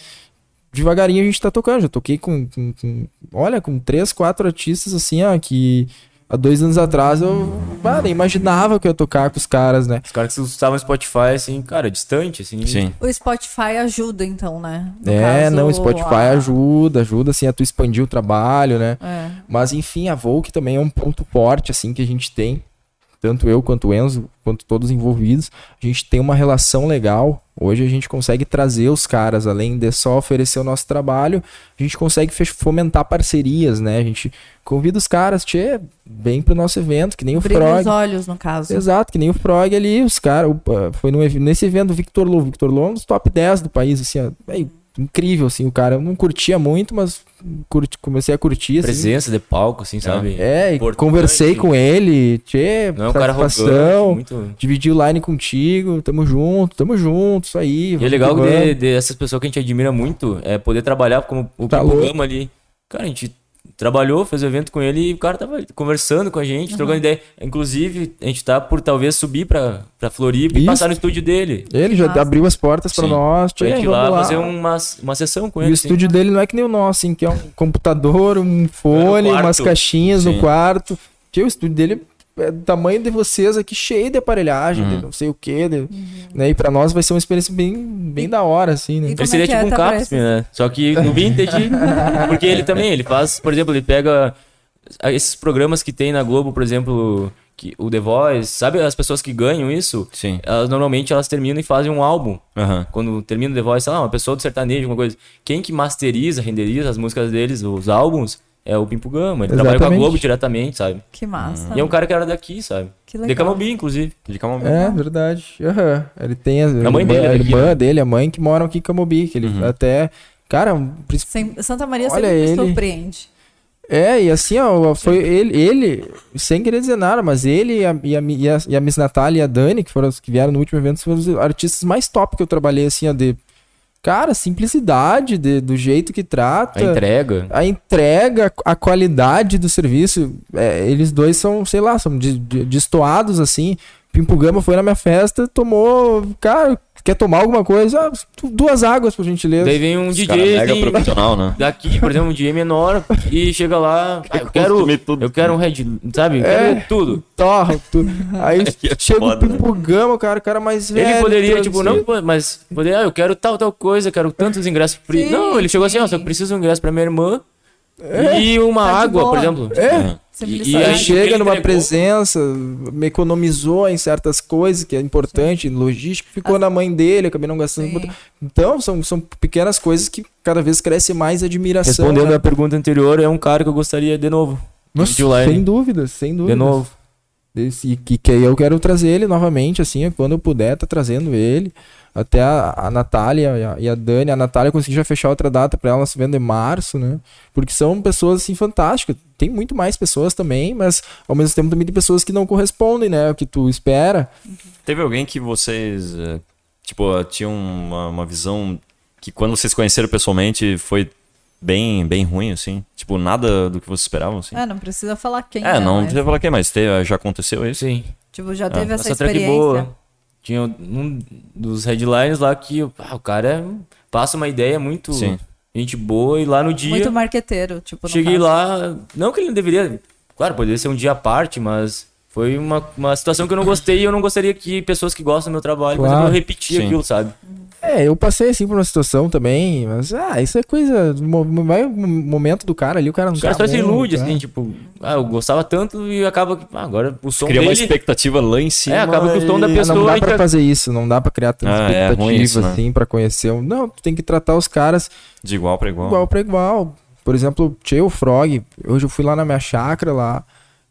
D: devagarinho a gente tá tocando. Já toquei com, com- com- olha, com três, quatro artistas assim, ó, que há dois anos atrás eu bah, nem imaginava que eu ia tocar com os caras, né?
C: Os caras que usavam Spotify, assim, cara, distante, assim.
A: Sim.
B: O Spotify ajuda, então, né? No
D: é,
B: caso,
D: não, o Spotify
B: a-
D: ajuda, ajuda assim a tu expandir o trabalho, né?
B: É.
D: Mas enfim, a Volk também é um ponto forte assim que a gente tem, tanto eu quanto o Enzo, quanto todos os envolvidos, a gente tem uma relação legal. Hoje a gente consegue trazer os caras, além de só oferecer o nosso trabalho, a gente consegue fech- fomentar parcerias, né? A gente convida os caras, tchê, vem pro nosso evento, que nem o
B: Brilha os
D: Frog.
B: olhos, no caso. né?
D: Exato, que nem o Frog ali, os caras. opa, Foi num ev- nesse evento do Victor Lou. Victor Lou é um dos top 10 do país, assim, ó. É incrível, assim, o cara. Eu não curtia muito, mas curti- comecei a curtir, assim.
C: Presença de palco, assim, sabe?
D: É, e
C: Importante.
D: conversei com ele, tchê,
C: Não é um cara
D: satisfação.
C: arrogante, muito...
D: dividi o line contigo, tamo junto, tamo junto, isso aí.
C: E é
D: vamos
C: legal
D: que
C: de,
D: vamos.
C: de essas pessoas que a gente admira muito, é poder trabalhar como o
D: Tá
C: Pipo
D: louco.
C: Gama ali. Cara, a gente trabalhou, fez o evento com ele e o cara tava conversando com a gente, trocando ideia. Inclusive, a gente tá por talvez subir pra, pra Floripa e
D: Isso.
C: passar no estúdio dele.
D: Ele já
B: Nossa.
D: abriu as portas pra
C: Sim.
D: nós,
C: Pra
D: tchê,
C: gente ir
D: vamos
C: lá,
D: lá.
C: fazer um uma, uma sessão com
D: E o
C: ele. assim.
D: estúdio dele não é que nem o nosso, assim, que é um computador, um fone,
C: quarto.
D: umas caixinhas
A: Sim.
D: no quarto. Que o estúdio dele é do tamanho de vocês aqui, cheio de aparelhagem,
C: Uhum.
D: de não sei o quê. de- né? E pra nós vai ser uma experiência bem, bem da hora, assim, né?
B: E-
C: Ele
B: Como
C: seria
B: é que é,
C: tipo um
B: tá
C: Capsp, né? Só que no vintage, porque ele também, ele faz, por exemplo, ele pega esses programas que tem na Globo, por exemplo, que, o The Voice, sabe as pessoas que ganham isso?
A: Sim.
C: Elas normalmente elas terminam e fazem um álbum.
A: Aham.
C: Quando termina o The Voice, sei lá, uma pessoa do sertanejo, alguma coisa. Quem que masteriza, renderiza as músicas deles, os álbuns, é o Pimpo Gama. Ele trabalha com a
D: Exatamente.
C: Globo diretamente, sabe?
B: Que massa.
C: E é um cara que era daqui, sabe?
B: Que
C: De
B: legal.
C: Camobi, inclusive.
A: De calma
D: É, verdade. Aham. Ele tem as-
C: né? A mãe dele é
D: a
C: daqui, Uhum.
D: irmã dele, a mãe que moram aqui em Camobi, que ele até. Cara, um princ-
B: Sem- Santa Maria
D: Olha
B: sempre me
D: ele.
B: surpreende.
D: É, e assim, ó, foi ele, ele, sem querer dizer nada, mas ele e a, e a, Mi- e a, e a Miss Natália e a Dani, que foram as que vieram no último evento, foram os artistas mais top que eu trabalhei, assim, ó, de. Cara, simplicidade, de- do jeito que trata.
C: A entrega.
D: a entrega, a qualidade do serviço, é, eles dois são, sei lá, são de- de- destoados assim. Pimpo Gama foi na minha festa, tomou, cara, quer tomar alguma coisa? Ah, tu- duas águas, por gentileza.
C: Daí vem um
A: Os
C: DJ.
A: cara mega
C: tem-
A: profissional, né?
C: daqui, por exemplo, um DJ menor e chega lá, ah, eu quero,
A: consumir tudo.
C: eu quero um Red, sabe? Eu
D: É.
C: quero tudo.
D: Torra, tu- Aí
A: Aí é
D: chega o
A: foda,
D: Pimpo Gama, cara, o cara mais velho.
B: É,
C: ele poderia,
D: todo
C: tipo,
D: assim.
C: não, pô, mas poderia, ah, eu quero tal, tal coisa, quero tantos ingressos free.
B: Sim,
C: Não, ele chegou assim, ó,
B: sim.
C: só preciso de um ingresso pra minha irmã e uma
B: Tá de
C: água, por
B: boa.
C: exemplo.
A: Aham.
B: Sempre
C: E
D: É. Aí
C: aí, o que
D: chega
C: ele
D: numa
C: entregou-
D: presença, me economizou em certas coisas, que é importante, logístico, ficou na mãe dele, acabei não gastando.
B: Sim.
D: muito. Então, são, são pequenas coisas que cada vez cresce mais a admiração.
C: Respondendo
D: né?
C: à pergunta anterior, é um cara que eu gostaria de novo.
D: Nossa,
C: de online.
D: sem dúvidas, sem
C: De
D: dúvidas.
C: novo.
D: Esse- e que, que eu quero trazer ele novamente, assim, quando eu puder, tá trazendo ele. Até a, a Natália e a, e a Dani. A Natália conseguiu já fechar outra data pra ela se vendo em março, né? Porque são pessoas, assim, fantásticas. Tem muito mais pessoas também, mas ao mesmo tempo também tem pessoas que não correspondem, né? O que tu espera.
A: Teve alguém que vocês, eh, tipo, tinham uma, uma visão que quando vocês conheceram pessoalmente foi bem, bem ruim, assim? Tipo, nada do que vocês esperavam, assim?
B: Ah, não precisa falar quem.
A: É,
B: né,
A: não
B: mas,
A: precisa falar quem, mas te- eh, já aconteceu isso?
C: Sim.
B: Tipo, já teve essa
C: é, Essa track
B: experiência.
C: boa. Tinha um dos headlines lá que ah, o cara passa uma ideia muito
A: Sim.
C: gente boa e lá no dia.
B: Muito marqueteiro, tipo, no
C: Cheguei
B: caso.
C: lá, não que ele não deveria, claro, poderia ser um dia à parte, mas foi uma, uma situação que eu não gostei e eu não gostaria que pessoas que gostam do meu trabalho, por
D: Claro.
C: exemplo, eu repetir
A: Sim.
C: aquilo, sabe?
D: É, eu passei, assim, por uma situação também, mas, ah, isso é coisa. mo- Vai um momento do cara ali, o cara não
C: Os caras
D: tá
C: só se
D: bom,
C: ilude,
D: tá?
C: assim, tipo, ah, eu gostava tanto e acaba que, ah, agora o som
A: Cria uma
C: dele...
A: expectativa lá em cima.
C: É, acaba que o tom da
A: e-
D: Ah, não
C: pessoa é tá-
D: dá
C: entra-
D: pra fazer isso, não dá pra criar tanta
A: Ah, é,
D: expectativa,
A: ruim isso, né?
D: assim, pra conhecer. um- Não, tu tem que tratar os caras
A: De igual pra igual.
D: igual pra igual. Por exemplo, tinha o Frog. Hoje eu fui lá na minha chácara lá.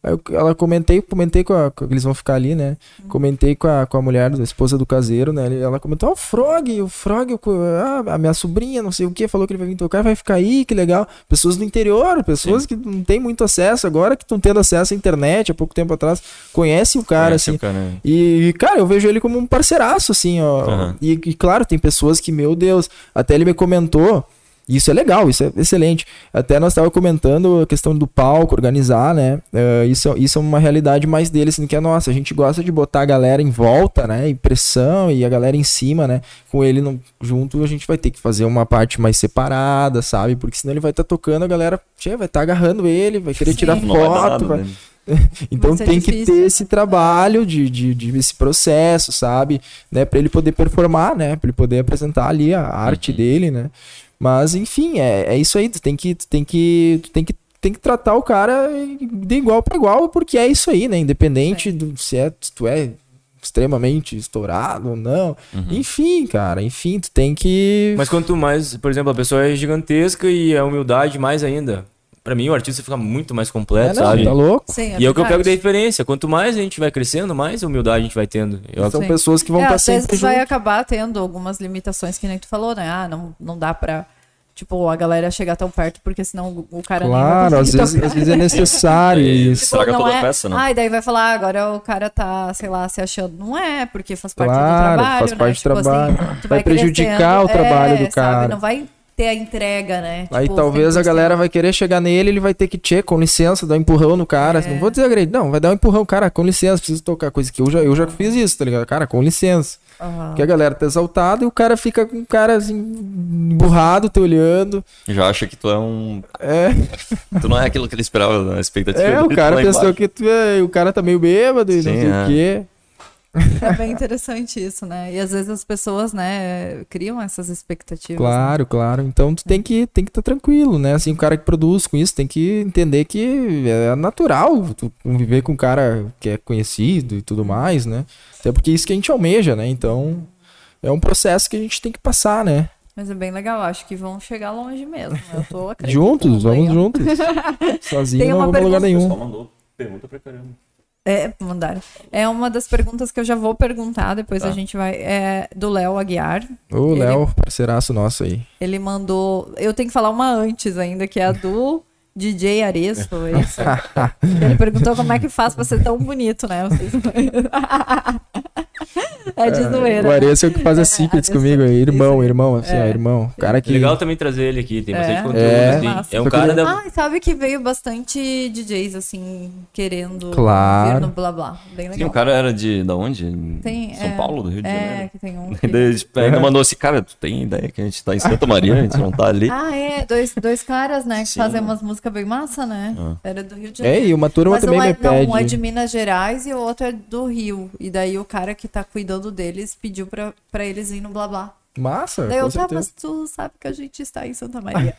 D: Aí eu- ela comentei, comentei com a. com- Eles vão ficar ali, né? Comentei com a, com a mulher, da esposa do caseiro, né? Ele- Ela comentou, ó, o Frog, o Frog, eu co- ah, a minha sobrinha, não sei o que, falou que ele vai vir tocar, vai ficar aí, que legal. Pessoas do interior, pessoas que não têm muito acesso agora, que estão tendo acesso à internet há pouco tempo atrás, conhece o cara,
A: Conhece
D: assim.
A: o cara. né?
D: E, cara, eu vejo ele como um parceiraço, assim, ó.
A: Aham.
D: E, e, claro, tem pessoas que, meu Deus, até ele me comentou E Isso é legal, isso é excelente. Até nós estávamos comentando a questão do palco, organizar, né? Eh, isso, é- isso é uma realidade mais deles do que a nossa. A gente gosta de botar a galera em volta, né? E pressão e a galera em cima, né? Com ele no- junto, a gente vai ter que fazer uma parte mais separada, sabe? Porque senão ele vai estar tocando, a galera tchê, vai estar agarrando ele, vai querer
B: Sim.
D: tirar
A: Não vai dar
D: foto.
A: nada,
D: vai-
A: né?
B: Vai
D: Então
B: ser
D: tem que
B: difícil,
D: ter
B: né?
D: esse trabalho de, de, de- esse processo, sabe? Né? Para ele poder performar, né? Para ele poder apresentar ali a arte
C: Uhum.
D: dele, né? Mas enfim, é, é isso aí. Tu tem que, tu tem que, tu tem que tem que tratar o cara de igual para igual, porque é isso aí, né? Independente do se é se tu é extremamente estourado ou não. Enfim, cara, enfim, tu tem que
C: Uhum. Mas quanto mais, por exemplo, a pessoa é gigantesca e a humildade mais ainda. Pra mim, o artista fica muito mais
D: É,
C: completo,
D: não,
C: sabe?
D: Tá louco?
B: Sim,
C: e é o que eu
B: verdade.
C: pego da referência. Quanto mais a gente vai crescendo, mais humildade a gente vai tendo. Eu
D: São
B: Sim.
D: pessoas que vão
B: É,
D: estar
B: às vezes
D: sempre
B: vai
D: junto.
B: acabar tendo algumas limitações que nem tu falou, né? Ah, não, não dá pra, tipo, a galera chegar tão perto, porque senão o, o cara né? nem
D: Claro,
B: vai
D: às
B: conseguir
D: vezes,
B: tocar.
D: às vezes é necessário isso.
B: Tipo,
A: Estraga
B: não
A: toda
B: é...
A: a peça, né?
B: Ah, e daí vai falar, ah, agora o cara tá, sei lá, se achando. Não é, porque faz parte
D: Claro,
B: do trabalho.
D: faz
B: né?
D: parte do
B: Tipo assim,
D: trabalho.
B: tu
D: Vai prejudicar o
B: crescendo, É,
D: trabalho do
B: sabe?
D: cara.
B: Não vai ter a entrega, né?
D: Aí
B: Tipo,
D: talvez a
B: 100%.
D: galera vai querer chegar nele, ele vai ter que, tchê, com licença, dar um empurrão no cara. Não vou dizer agredido, não, vai dar um empurrão, cara, com licença, preciso tocar. Coisa que eu já, eu já fiz isso, tá ligado? Cara, com licença.
B: Aham.
D: Porque a galera tá exaltada e o cara fica com o cara assim, emburrado, te olhando.
A: Já acha que tu é um.
D: É,
A: Tu não é aquilo que ele esperava na expectativa.
D: é
A: dele,
D: o
A: tu
D: cara
A: lá
D: pensou
A: embaixo.
D: que tu é, o cara tá meio bêbado e não
A: Sim,
D: sei
A: é.
D: o quê.
B: É bem interessante isso, né? E às vezes as pessoas, né, criam essas expectativas. né?
D: Claro, claro. Então tu tem que tem que estar tranquilo, né? Assim, o cara que produz com isso tem que entender que é natural tu conviver com um cara que é conhecido e tudo mais, né? Até porque é isso que a gente almeja, né? Então é um processo que a gente tem que passar, né?
B: Mas é bem legal, acho que vão chegar longe mesmo. né? Eu tô acreditando.
D: Juntos, vamos
B: legal.
D: juntos. Sozinho
B: Tem
D: não
B: uma
D: vamos a lugar
B: pergunta-
A: O
D: nenhum.
A: pessoal mandou pergunta pra caramba.
B: É, mandaram. É uma das perguntas que eu já vou perguntar, depois
A: Tá.
B: a gente vai. É do Léo Aguiar.
D: Ô,
B: Ele-
D: Léo, parceiraço nosso aí.
B: Ele mandou. Eu tenho que falar uma antes ainda, que é a do DJ Aresto. é isso? Ele perguntou como é que faz pra ser tão bonito, né? Vocês- é de
D: O
B: zoeira.
D: Ares é o que faz
B: É,
D: as
B: Ares-
D: secrets comigo aí. Irmão,
B: isso.
D: irmão, assim, ó,
B: É.
D: irmão. O cara que.
C: Legal também trazer ele aqui, tem
B: É.
C: bastante conteúdo.
D: É.
C: assim.
B: Massa.
C: é um
D: Só que
C: cara
D: ele-
C: da.
B: Ah, e sabe que veio bastante DJs, assim, querendo
D: Claro.
B: vir no blá blá. Bem
A: Sim,
B: legal.
A: o um cara era de. Da onde?
B: Tem,
A: São
B: é,
A: Paulo, do Rio de
B: É,
A: Janeiro.
B: que tem um.
A: E
B: que-
A: daí, tipo, ainda mandou assim, cara, tu tem ideia que a gente tá em Santa Maria, a gente não tá ali.
B: Ah, é, dois, dois caras, né, que
A: Sim. Ah.
B: fazem umas músicas bem massa, né? Era do Rio de
D: É,
B: Janeiro.
D: e uma turma
B: Mas
D: também
B: um é,
D: me pede.
B: não, um é de Minas Gerais e o outro é do Rio. E daí o cara que tá cuidando deles pediu pra, pra eles ir no blá blá.
D: Massa.
B: Daí
D: É, com
B: eu, tá,
D: certeza.
B: mas tu sabe que a gente está em Santa Maria.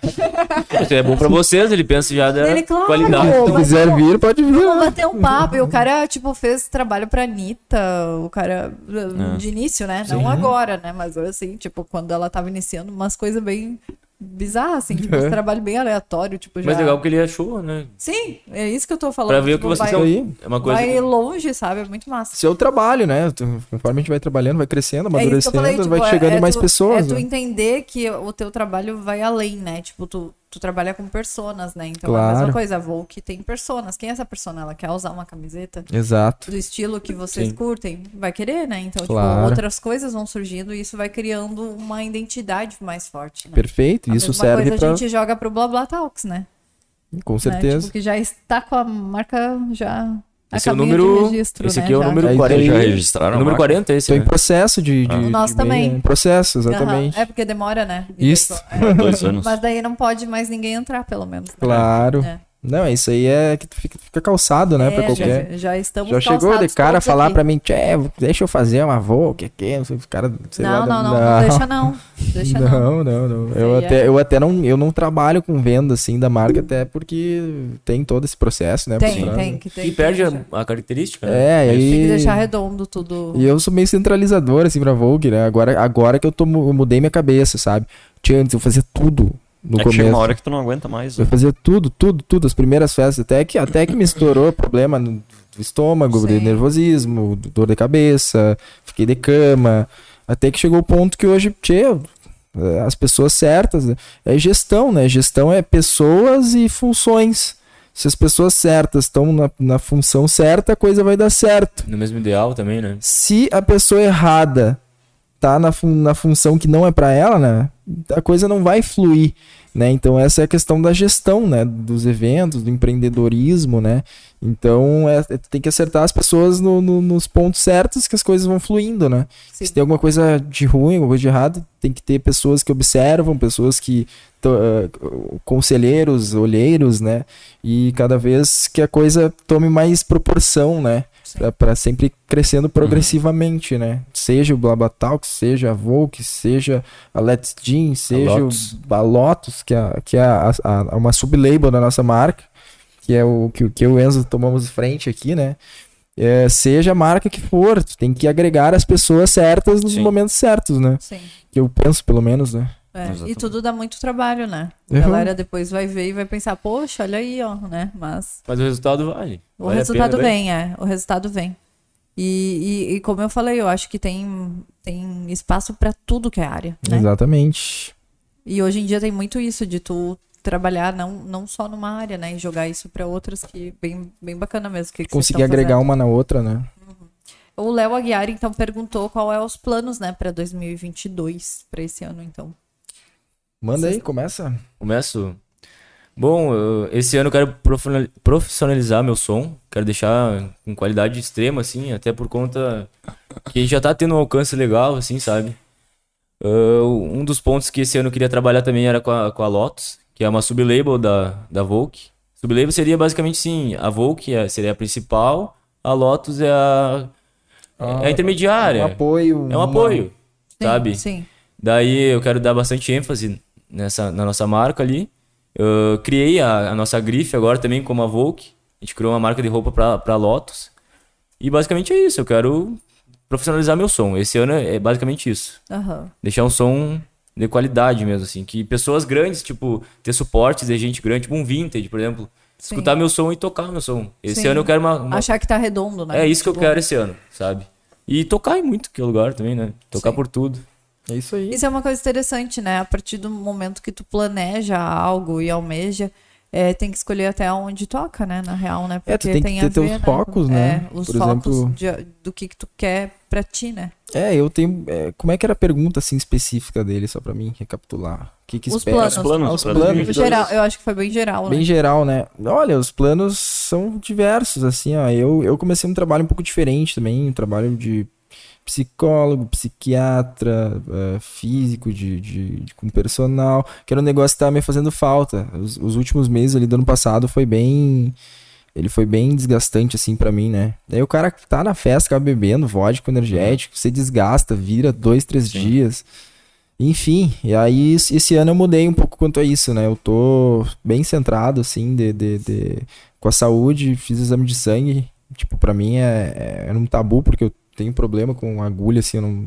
C: É bom pra vocês, ele pensa já da
B: Ele, claro.
C: qualidade.
D: Se tu
B: Mas
D: quiser
B: não-
D: vir, pode vir.
B: Vamos
D: né?
B: bater um papo. E o cara, tipo, fez trabalho pra Anitta, o cara
D: É.
B: uh, de início, né? Não agora, né? Mas assim, tipo, quando ela tava iniciando, umas coisas bem bizarras, assim, tipo,
D: É.
B: um trabalho bem aleatório, tipo, já.
C: Mas legal que ele achou, né?
B: Sim, é isso que eu tô falando.
C: Pra ver o
B: tipo,
C: que vocês
B: vai,
C: estão.
D: aí.
C: É uma coisa.
B: vai
C: que-
B: longe, sabe? É muito massa.
D: Seu trabalho, né? Tu- Conforme a gente vai trabalhando, vai
B: É
D: crescendo,
B: isso que eu
D: amadurecendo,
B: falei, tipo,
D: vai
B: é-
D: chegando
B: é
D: mais
B: tu-
D: pessoas.
B: É tu
D: né?
B: entender que o teu trabalho vai além, né? Tipo, tu, tu trabalha com personas, né? Então é a
D: Claro.
B: mesma coisa, a Vogue tem personas. Quem é essa persona? Ela quer usar uma camiseta?
D: Exato.
B: do estilo que vocês
D: Sim.
B: curtem, vai querer, né? Então,
D: Claro.
B: tipo, outras coisas vão surgindo e isso vai criando uma identidade mais forte, né?
D: Perfeito.
B: A
D: Isso
B: mesma
D: serve
B: coisa
D: pra.
B: a gente joga pro Blá Blá Talks, né?
D: Com
B: Né?
D: certeza.
B: Tipo, que já está com a marca já a
C: Esse é o
B: caminho de
C: número-
B: registro,
C: esse
B: né?
C: aqui é o
B: Já.
C: número
D: Aí,
C: 40.
A: Eles já
D: aí,
A: registraram. a
C: Número
A: marca?
C: 40 é esse,
D: Tô Então, em
C: né?
D: processo de. de
A: Ah.
D: de-
B: Nós
D: de-
B: também.
D: Em processo, exatamente.
B: Aham, É porque demora, né? E
D: Isso.
B: daí só- é.
A: Dois anos.
B: Mas daí não pode mais ninguém entrar, pelo menos. né?
D: Claro.
B: É.
D: Não, isso aí é que tu fica, fica calçado, né?
B: É,
D: Pra qualquer.
B: já, já estamos
D: Já chegou de
B: calçados
D: cara
B: todos
D: falar
B: aqui.
D: pra mim, Tchê, deixa eu fazer uma voo, que que, não sei, os caras, sei lá.
B: Não, não, não, não, deixa não. Deixa não.
D: Não, não, não. Eu
B: aí é-
D: até, eu até não, eu não trabalho com venda assim da marca, até porque tem todo esse processo, né? por
B: Tem,
D: trás, né?
B: tem que ter.
C: E perde a, a característica. né?
D: É, e aí.
B: Tem que deixar redondo tudo.
D: E eu sou meio centralizador, assim, pra Vogue, né? Agora, agora que eu, tô, mu- eu mudei minha cabeça, sabe? Tinha antes, eu fazia tudo no
A: é que chega
D: começo.
A: uma hora que tu não aguenta mais.
D: Eu fazia tudo, tudo, tudo. As primeiras festas, até que, até que me estourou problema no, do estômago, de
B: Sim.
D: nervosismo, do- dor de cabeça, fiquei de cama. Até que chegou o ponto que hoje, tchê, eh, as pessoas certas, né? é gestão, né? Gestão é pessoas e funções. Se as pessoas certas estão na, na função certa, a coisa vai dar certo.
C: No mesmo ideal também, né?
D: Se a pessoa errada tá na, fun- na função que não é pra ela, né? a coisa não vai fluir, né? Então essa é a questão da gestão, né? Dos eventos, do empreendedorismo, né? Então é, é- tem que acertar as pessoas no- no- nos pontos certos que as coisas vão fluindo, né?
B: Sim.
D: Se tem alguma coisa de ruim, alguma coisa de errado, tem que ter pessoas que observam, pessoas que to- eh, conselheiros, olheiros, né? E cada vez que a coisa tome mais proporção, né?
B: Sim.
D: Pra- Pra sempre crescendo progressivamente, né? Seja o Blabatalk, seja a Volk, seja a Let's Jean, seja
A: Lotus.
D: o Balotos, que é, que é a- a- a- uma sublabel da nossa marca, que é o que, o- que eu e o Enzo tomamos frente aqui, né? É, seja a marca que for, tu tem que agregar as pessoas certas nos
A: Sim.
D: momentos certos, né?
B: Sim.
D: Que eu penso, pelo menos, né?
B: É, E
A: Exatamente.
B: tudo dá muito trabalho, né? A
D: Uhum.
B: galera depois vai ver e vai pensar, poxa, olha aí, ó, né? Mas
C: Mas o resultado vale.
B: o
C: Vale a
B: resultado
C: pena, né?
B: vem, é. O resultado vem. E, e- e como eu falei, eu acho que tem, tem espaço pra tudo que é área, né?
D: Exatamente.
B: E hoje em dia tem muito isso de tu trabalhar não, não só numa área, né? E jogar isso pra outras que bem, bem bacana mesmo. Que que vocês
D: Conseguir
B: estão
D: agregar
B: fazendo.
D: uma na outra, né?
B: O Léo Aguiar, então, perguntou qual é os planos, né, pra 2022, pra esse ano, então.
D: Manda aí,
B: Vocês-
D: começa.
C: Começo. Bom, eu- esse ano eu quero profuna- profissionalizar meu som, quero deixar com qualidade extrema, assim, até por conta que já tá tendo um alcance legal, assim, sabe? Ah, um dos pontos que esse ano eu queria trabalhar também era com a, com a Lotus, que é uma sublabel da, da Volk. Sublabel seria basicamente, sim, a Volk é- seria a principal, a Lotus é a, é a intermediária,
D: Ah, Um apoio.
C: é um
D: uma-
C: apoio,
B: Sim,
C: sabe?
B: Sim.
C: Daí eu quero dar bastante ênfase nessa, na nossa marca ali. Eu criei a, a nossa grife agora também como a Volk. A gente criou uma marca de roupa pra, pra Lotus. E basicamente é isso. Eu quero profissionalizar meu som. Esse ano é é basicamente isso.
B: Aham.
C: Deixar um som de qualidade mesmo, assim. Que pessoas grandes, tipo, ter suportes de gente grande, tipo um vintage, por exemplo.
B: Sim.
C: Escutar meu som e tocar meu som. Esse
B: Sim.
C: ano eu quero uma. uma-
B: Achar que tá redondo, né?
C: É isso que eu
B: Tipo,
C: quero esse ano, sabe? E tocar em muito que lugar também, né? Tocar
B: Sim.
C: por tudo.
D: É isso aí.
B: Isso é uma coisa interessante, né? A partir do momento que tu planeja algo e almeja, é, tem que escolher até onde toca, né? Na real, né?
D: É, tu tem que
B: a
D: ter teus
B: ver,
D: focos, né?
B: É, os
D: Por
B: focos
D: exemplo-
B: de- do que, que tu quer pra ti, né?
D: É, eu tenho. é, como é que era a pergunta assim específica dele, só pra mim recapitular? O que, que
B: Os
D: espera?
B: planos.
A: Os planos.
D: Os
A: pra
D: planos.
A: 2022.
B: Geral, eu acho que foi bem geral,
D: Bem
B: né?
D: geral, né? Olha, os planos são diversos, assim, ó. Eu, eu comecei um trabalho um pouco diferente também, um trabalho de psicólogo, psiquiatra, eh, físico, de, de, de- com personal, que era um negócio que tava me fazendo falta. Os, os últimos meses ali do ano passado foi bem... Ele foi bem desgastante, assim, pra mim, né? Daí o cara que tá na festa, acaba bebendo vodka, energético, você desgasta, vira dois, três dias... Enfim, e aí es- esse ano eu mudei um pouco quanto a isso, né? Eu tô bem centrado, assim, de, de, de- com a saúde, fiz exame de sangue. Tipo, pra mim é, é um tabu, porque eu tenho problema com agulha, assim, eu não.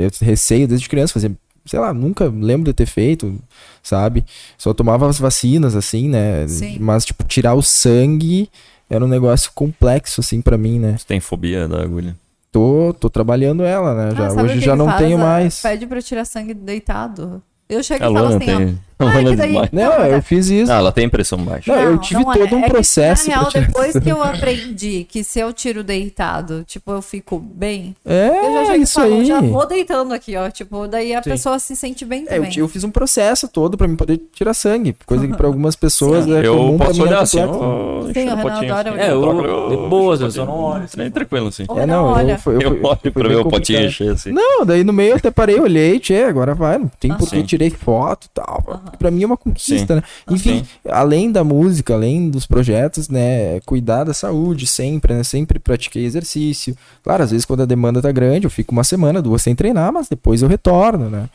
D: Eu receio desde criança fazer. Sei lá, nunca lembro de ter feito, sabe? Só tomava as vacinas, assim, né?
B: Sim.
D: Mas, tipo, tirar o sangue era um negócio complexo, assim, pra mim, né?
A: Você tem fobia da agulha.
D: Tô, tô trabalhando ela, né? Já,
B: Ah, sabe o
D: hoje
B: que
D: já
B: que
D: não
B: faz?
D: tenho
B: Ah,
D: mais. É
B: Pede pra tirar sangue deitado. Eu chego
A: a
B: e falo
A: Luana
B: assim, ó.
A: tem. A
B: "Ah,
A: Luana
B: que
A: é
B: daí-
A: demais.
D: Não,
B: mas é-
D: eu fiz isso.
A: Ah, ela tem pressão baixa.
D: Não, eu tive
B: não é.
D: todo um
B: É que,
D: processo.
B: na
D: pra
B: real,
D: tirar-
B: depois que eu aprendi que se eu tiro deitado, tipo, eu fico bem. Eu já
D: É,
B: chego e
D: isso
B: falo,
D: aí.
B: já vou deitando aqui, ó. Tipo, daí a pessoa se sente bem
D: É, eu,
B: também.
D: ti- eu fiz um processo todo pra mim poder tirar sangue. Coisa que pra algumas pessoas é
A: eu
D: comum, pra
A: posso
D: mim é
A: olhar assim,
D: complexo.
A: ó.
B: Sim,
A: encher
B: o
A: um
B: Renan
A: potinho
B: adora
A: assim.
B: olhar.
C: É, eu-
A: troco-
C: de boas, eu né?
A: encher
C: só
A: um
C: não
A: potinho.
C: olho,
A: Tranquilo, Tranquilo, assim.
B: Ô,
D: É,
B: Renan,
D: não,
B: olha.
D: eu, foi, eu,
A: Eu
D: fui-
A: olho
D: foi
A: pra
D: bem
A: ver o potinho
D: complicado.
A: encher, assim.
D: Não, daí no meio eu até parei, olhei, tchê, agora vai, não
B: Ah,
D: tem por que
A: Sim.
D: tirei foto e tal. Pra mim é uma conquista, né? Enfim,
A: Sim.
D: além da música, além dos projetos, né? Cuidar da saúde sempre, né? Sempre pratiquei exercício. Claro, às vezes quando a demanda tá grande, eu fico uma semana, duas sem treinar, mas depois eu retorno, né?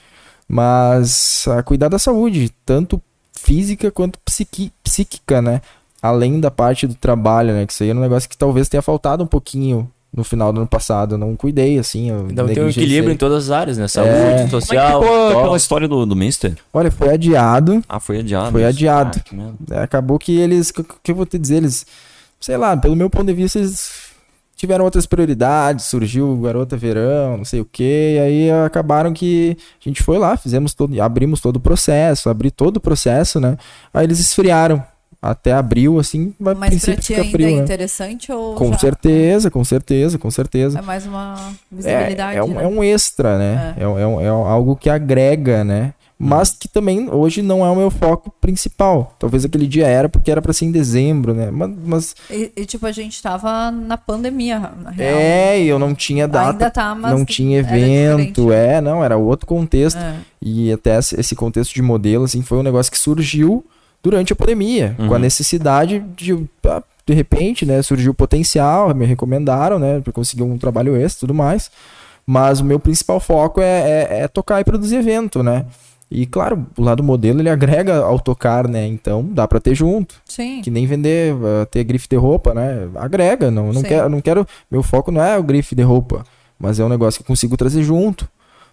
D: Mas a cuidar da saúde, tanto física quanto psiqui- psíquica, né? Além da parte do trabalho, né? Que isso aí é um negócio que talvez tenha faltado um pouquinho no final do ano passado. Eu não cuidei, assim. Eu
C: Então tem um
D: negligenciei.
C: equilíbrio em todas as áreas, né? Saúde,
A: Como é que
C: social,
A: ficou
C: top.
A: aquela história do, do Mister?
C: então.
D: Olha, foi adiado.
A: Ah, foi adiado.
D: Foi
A: isso.
D: adiado.
A: Ah, que merda.
D: né? Acabou que eles. O que, que eu vou te dizer? Eles. Sei lá, pelo meu ponto de vista, eles tiveram outras prioridades. Surgiu o Garota Verão, não sei o quê. E aí acabaram que. A gente foi lá, fizemos todo. Abrimos todo o processo, abri todo o processo, né? Aí eles esfriaram. Até abril, assim, mas
B: Mas
D: a
B: pra
D: princípio
B: ti
D: fica
B: ainda
D: frio,
B: é
D: né?
B: interessante ou
D: Com
B: já
D: certeza, com certeza, com certeza.
B: é mais uma
D: É,
B: visibilidade?
D: é um,
B: né?
D: é um extra, né? É, um- é um- é algo que agrega, né? mas que também hoje não é o meu foco principal. Talvez aquele dia era porque era pra ser em dezembro, né? Mas, mas
B: E, e, tipo, a gente tava na pandemia, na real.
D: é, e eu não tinha data,
B: Ainda tá, mas
D: não tinha
B: era
D: evento,
B: diferente.
D: é, não, era outro contexto.
B: É.
D: E até esse esse contexto de modelo, assim, foi um negócio que surgiu durante a pandemia, com a necessidade de, ah, de repente, né, surgiu o potencial, me recomendaram, né, para conseguir um trabalho extra e tudo mais. Mas o meu principal foco é, é- é tocar e produzir evento, né? E claro, o lado modelo ele agrega ao tocar, né? Então dá para ter junto.
B: Sim.
D: Que nem vender, eh, ter grife de roupa, né? Agrega, não, não
B: Sim.
D: quero, não quero. Meu foco não é o grife de roupa, mas é um negócio que eu consigo trazer junto,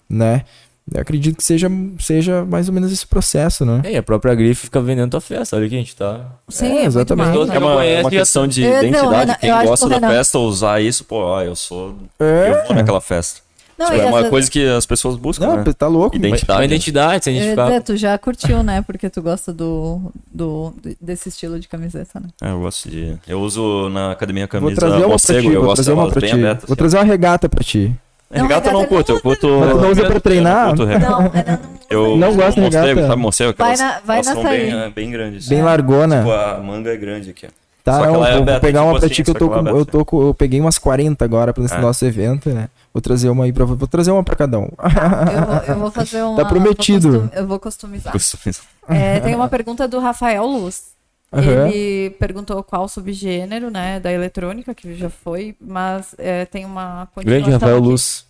D: né? Eu acredito que seja, seja mais ou menos esse processo, né?
C: E aí, É, a própria grife fica vendendo tua festa. Olha que a gente tá.
B: Sim,
D: É,
B: é, muito
D: exatamente.
B: mais,
C: Todo
B: né?
A: É uma,
C: conhece,
A: uma
C: já-
A: questão de
D: É,
B: Eu- não,
A: identidade.
B: Renan,
A: Quem
B: eu acho
A: gosta
B: que o
A: da
B: Renan-
A: festa, usar isso, pô, ah, eu sou.
D: É.
A: Eu vou naquela festa.
B: Não,
A: Tipo,
B: e
A: é
B: às
A: uma
B: vezes-
A: coisa que as pessoas buscam.
D: Não,
A: né?
D: tá louco. mas-
A: Identidade.
C: Uma identidade, se identificar.
B: É, tu já curtiu, né? Porque tu gosta do, do, desse estilo de camiseta, né?
A: É, eu gosto de. Eu uso na academia a
D: Vou
A: camisa
D: trazer uma pra
A: morcego,
D: ti,
A: eu
D: vou
A: gosto
D: trazer uma
A: dela
D: pra
A: bem
D: ti.
A: aberta.
D: Vou
A: assim.
D: trazer uma regata pra ti.
B: Não,
A: Regata eu
B: regata
A: não
B: não
A: curto, eu curto.
D: Mas tu não usa pra treinar?
A: Eu curto regata.
B: Não, é, não,
A: Eu
D: Não gosto de
A: morcego,
D: regata.
A: Sabe morcego? é
B: Vai
A: Aquelas,
B: na- vai
A: elas
B: na
A: são bem,
B: sair.
A: é, bem grandes.
D: Bem
A: assim.
D: largona.
A: Tipo, a manga é grande aqui. ó.
D: Tá,
A: Só que
D: não,
A: ela é
D: vou, vou
A: aberta,
D: pegar
A: tipo
D: uma pra
A: assim,
D: ti que eu
A: só
D: tô
A: que ela
D: com.
A: é
D: Eu
A: aberta,
D: tô com- eu peguei umas 40 agora pra esse
A: Ah.
D: nosso evento, né? Vou trazer uma aí pra. Vou trazer uma pra cada um.
B: eu, vou, eu vou fazer uma...
D: prometido.
B: vou costum- Eu vou
D: Tá.
B: customizar. É, tem uma pergunta do Rafael Luz.
D: Aham.
B: Ele perguntou qual subgênero, né, da eletrônica, que já foi, mas é, tem uma continuação
C: Grande Rafael
B: aqui,
C: Luz.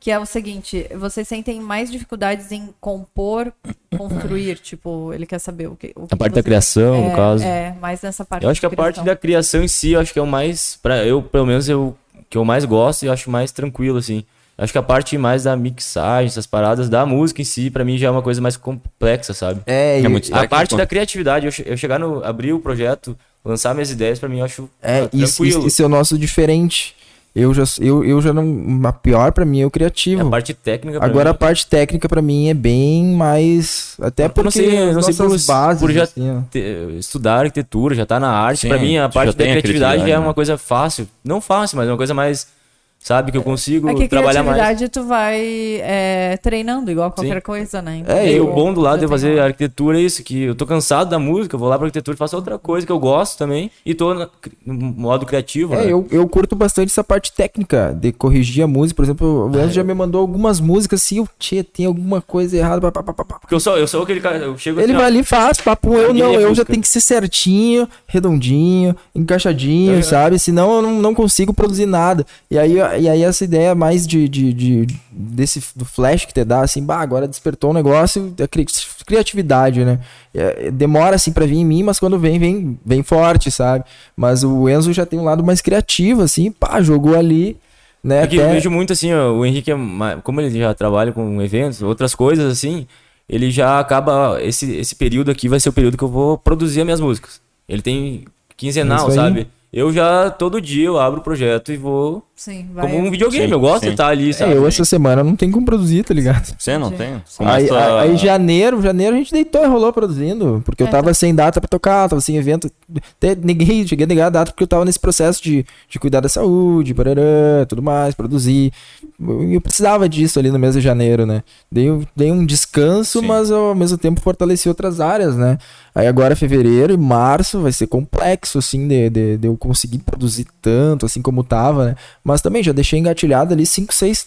B: que é o seguinte, vocês sentem mais dificuldades em compor, construir, tipo, ele quer saber o que... o que
C: A parte
B: vocês-
C: da criação,
B: é,
C: no caso.
B: É, mais nessa parte
C: Eu acho que a
B: de
C: parte
B: criação.
C: da criação em si, eu acho que é o mais. Pra eu, pelo menos, eu que eu mais gosto e eu acho mais tranquilo, assim. Eu acho que a parte mais da mixagem, essas paradas, da música em si, pra mim já é uma coisa mais complexa, sabe?
D: É,
A: É
D: e-
A: muito
C: A
A: técnico.
C: parte da criatividade, eu, che- eu chegar no. abrir o projeto, lançar minhas ideias, pra mim eu acho
D: É,
C: ah,
D: isso,
C: tranquilo.
D: isso, isso é o nosso diferente. Eu já, eu, eu já não. A pior pra mim é o
C: É a
D: criativo.
C: parte técnica. pra
D: Agora a
C: mim.
D: parte técnica pra mim é bem mais. Até porque
C: não sei- eu não sei
D: as
C: por-
D: nossas bases.
C: por já-
D: assim, ó.
C: te- estudar arquitetura, já tá na arte.
A: Sim,
C: Pra mim, a
A: tu
C: parte
A: já
C: da
A: tem a
C: criatividade,
A: criatividade,
C: é
A: né?
C: uma coisa fácil. Não fácil, mas é uma coisa mais. Sabe, que eu consigo
B: É que
C: trabalhar mais.
B: criatividade tu vai é, treinando igual qualquer
C: Sim.
B: coisa, né? Então,
C: É, e o bom do lado de
B: já
C: eu fazer
B: tem-
C: arquitetura é isso, que eu tô cansado da música, eu vou lá pra arquitetura e faço outra coisa que eu gosto também, e tô na- no modo criativo,
D: É,
C: né?
D: eu, eu curto bastante essa parte técnica de corrigir a música. Por
C: Ah,
D: exemplo, o Enzo já me mandou algumas músicas assim, eu, tchê, tem alguma coisa errada. pá, pá, pá, pá, pá.
C: Porque eu sou, eu sou aquele cara, eu chego
D: Ele
C: assim, ó,
D: vai ali e faz, papo, um eu
C: Ninguém
D: não,
C: é
D: eu já
C: música.
D: tenho que ser certinho, redondinho, encaixadinho, sabe? Senão eu não, não consigo produzir nada. E aí, e aí essa ideia mais de, de, de- desse do flash que te dá, assim, bah, agora despertou um negócio, a cri- criatividade, né? É, é, demora assim pra vir em mim, mas quando vem, vem, vem forte, sabe? Mas o Enzo já tem um lado mais criativo, assim, pá, jogou ali, né?
C: Porque eu
D: até-
C: vejo muito assim, ó, o Henrique, é ma- como ele já trabalha com eventos, outras coisas assim, ele já acaba, ó, esse, esse período aqui vai ser o período que eu vou produzir as minhas músicas. Ele tem
D: É
C: quinzenal,
D: isso aí.
C: sabe? Eu já, todo dia, eu abro o projeto e vou,
B: Sim, vai.
C: como um videogame,
A: Sim,
C: eu gosto de
A: sim.
C: estar ali,
D: É,
C: sabe?
D: eu essa semana não tem como produzir, tá ligado?
A: Você não tem?
D: Aí,
A: Começa-
D: aí janeiro, janeiro a gente deitou e rolou produzindo, porque eu
B: É,
D: tava sem data pra tocar, tava sem evento. Até neguei, cheguei a negar a data porque eu tava nesse processo de, de cuidar da saúde, parará, tudo mais, produzir. Eu, eu precisava disso ali no mês de janeiro, né? Dei, um- dei um descanso,
A: Sim.
D: mas ao mesmo tempo fortaleci outras áreas, né? Aí agora fevereiro e março vai ser complexo, assim, de, de, de eu conseguir produzir tanto, assim como tava, né? Mas também já deixei engatilhado ali 5, 6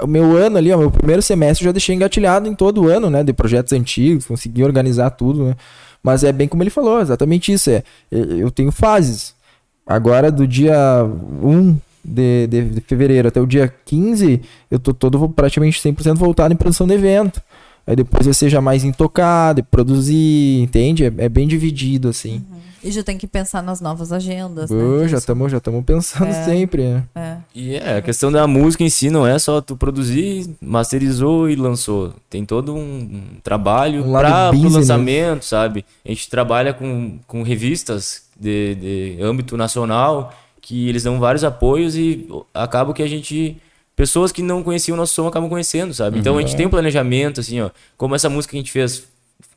D: o meu ano ali, o meu primeiro semestre, eu já deixei engatilhado em todo o ano, né? De projetos antigos, consegui organizar tudo, né? Mas é bem como ele falou, exatamente isso. É, eu eu tenho fases. Agora, do dia 1 de, de, de fevereiro até o dia 15, eu tô todo praticamente 100% voltado em produção de evento. Aí depois eu seja mais em tocar, de produzir, entende? É, é bem dividido, assim.
B: E já tem que pensar nas novas agendas, né?
D: Pô, já estamos já tamo pensando sempre, né?
B: É.
C: E é, a questão da música em si não é só tu produzir, masterizou e lançou. Tem todo um trabalho
D: Um lado
C: para o
D: business.
C: lançamento, sabe? A gente trabalha com, com revistas de, de âmbito nacional que eles dão vários apoios e acaba que a gente. Pessoas que não conheciam o nosso som acabam conhecendo, sabe? Então a
D: Uhum.
C: gente tem um planejamento, assim, ó. Como essa música que a gente fez,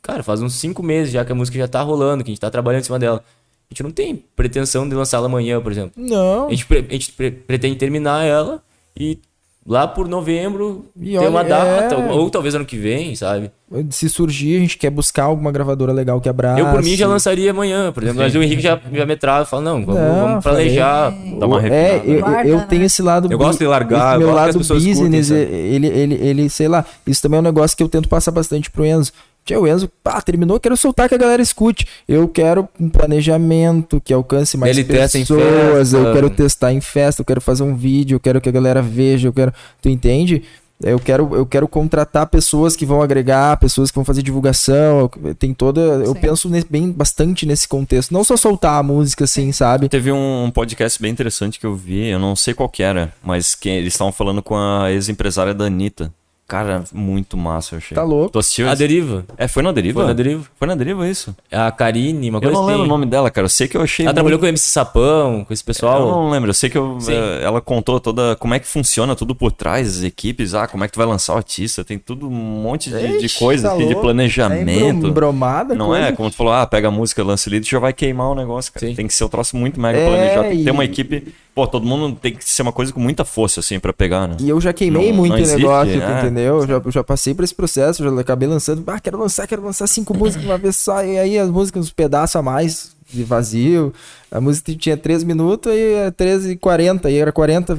C: cara, faz uns cinco meses já que a música já tá rolando, que a gente tá trabalhando em cima dela. A gente não tem pretensão de lançá-la amanhã, por exemplo.
D: Não.
C: A gente, pre- a gente pre- pretende terminar ela e lá por novembro
D: E
C: tem
D: olha,
C: uma
D: é.
C: data, ou, ou talvez ano que vem, sabe?
D: Se surgir, a gente quer buscar alguma gravadora legal assim. que abraça.
C: eu, por mim, já lançaria amanhã, por exemplo. Mas o Henrique já, já me trava, fala, não, vamos,
D: Não,
C: vamos planejar.
A: Dá uma
D: É,
A: arrepiada.
D: eu,
B: Guarda,
D: eu
B: né?
D: tenho esse lado.
E: Eu gosto de largar,
D: esse
E: eu
D: meu
E: gosto que as
D: lado
E: pessoas
D: business,
E: curtem, sabe?
D: ele, ele, ele, sei lá. Isso também é um negócio que eu tento passar bastante pro Enzo. Tia, o Enzo, pá, terminou, quero soltar que a galera escute. Eu quero um planejamento que alcance mais
C: Ele testa em
D: pessoas.
C: festa.
D: Eu quero testar em festa, eu quero fazer um vídeo, eu quero que a galera veja, eu quero. Tu entende? Eu quero, eu quero contratar pessoas que vão agregar, pessoas que vão fazer divulgação. eu- Tem toda. Eu
B: Sim.
D: penso nesse- bem bastante nesse contexto. Não só soltar a música, assim, sabe?
A: Teve um podcast bem interessante que eu vi, eu não sei qual que era, mas que eles estavam falando com a ex-empresária da Anitta. Cara, muito massa, eu achei.
D: Tá louco.
A: Tu assistiu?
C: A deriva.
A: É, foi na deriva?
C: Foi na deriva.
A: Foi na deriva isso.
C: A Karine, uma
A: eu
C: coisa
A: não
C: assim.
A: lembro o nome dela, cara. Eu sei que eu achei.
C: Ela trabalhou
A: muito-
C: com o MC Sapão, com esse
A: Eu
C: pessoal.
A: não lembro, eu sei que eu,
C: Sim.
A: eh, ela contou toda como é que funciona tudo por trás, as equipes, ah, como é que tu vai lançar o artista, tem tudo um monte de, de
D: Ixi,
A: coisa,
D: tá
A: assim, de
D: louco. É
A: planejamento.
D: embrom- embromada,
A: não
D: coisa.
A: é, como tu falou, ah, pega a música, lança o lead, já vai queimar o negócio, cara.
C: Sim.
A: Tem que ser um troço muito mega
D: É,
A: planejado, tem que ter
D: e-
A: uma equipe, pô, todo mundo tem que ser uma coisa com muita força, assim, pra pegar, né?
D: E eu já queimei
A: Não-
D: muito
A: não
D: o
A: existe,
D: negócio, tu
A: é.
D: entendeu? Eu já, eu já passei por esse processo, já acabei lançando. Ah, quero lançar, quero lançar cinco músicas de uma vez só. E aí as músicas, uns pedaços a mais, de vazio. A música tinha 3 minutos e era 13 e 40. E era 40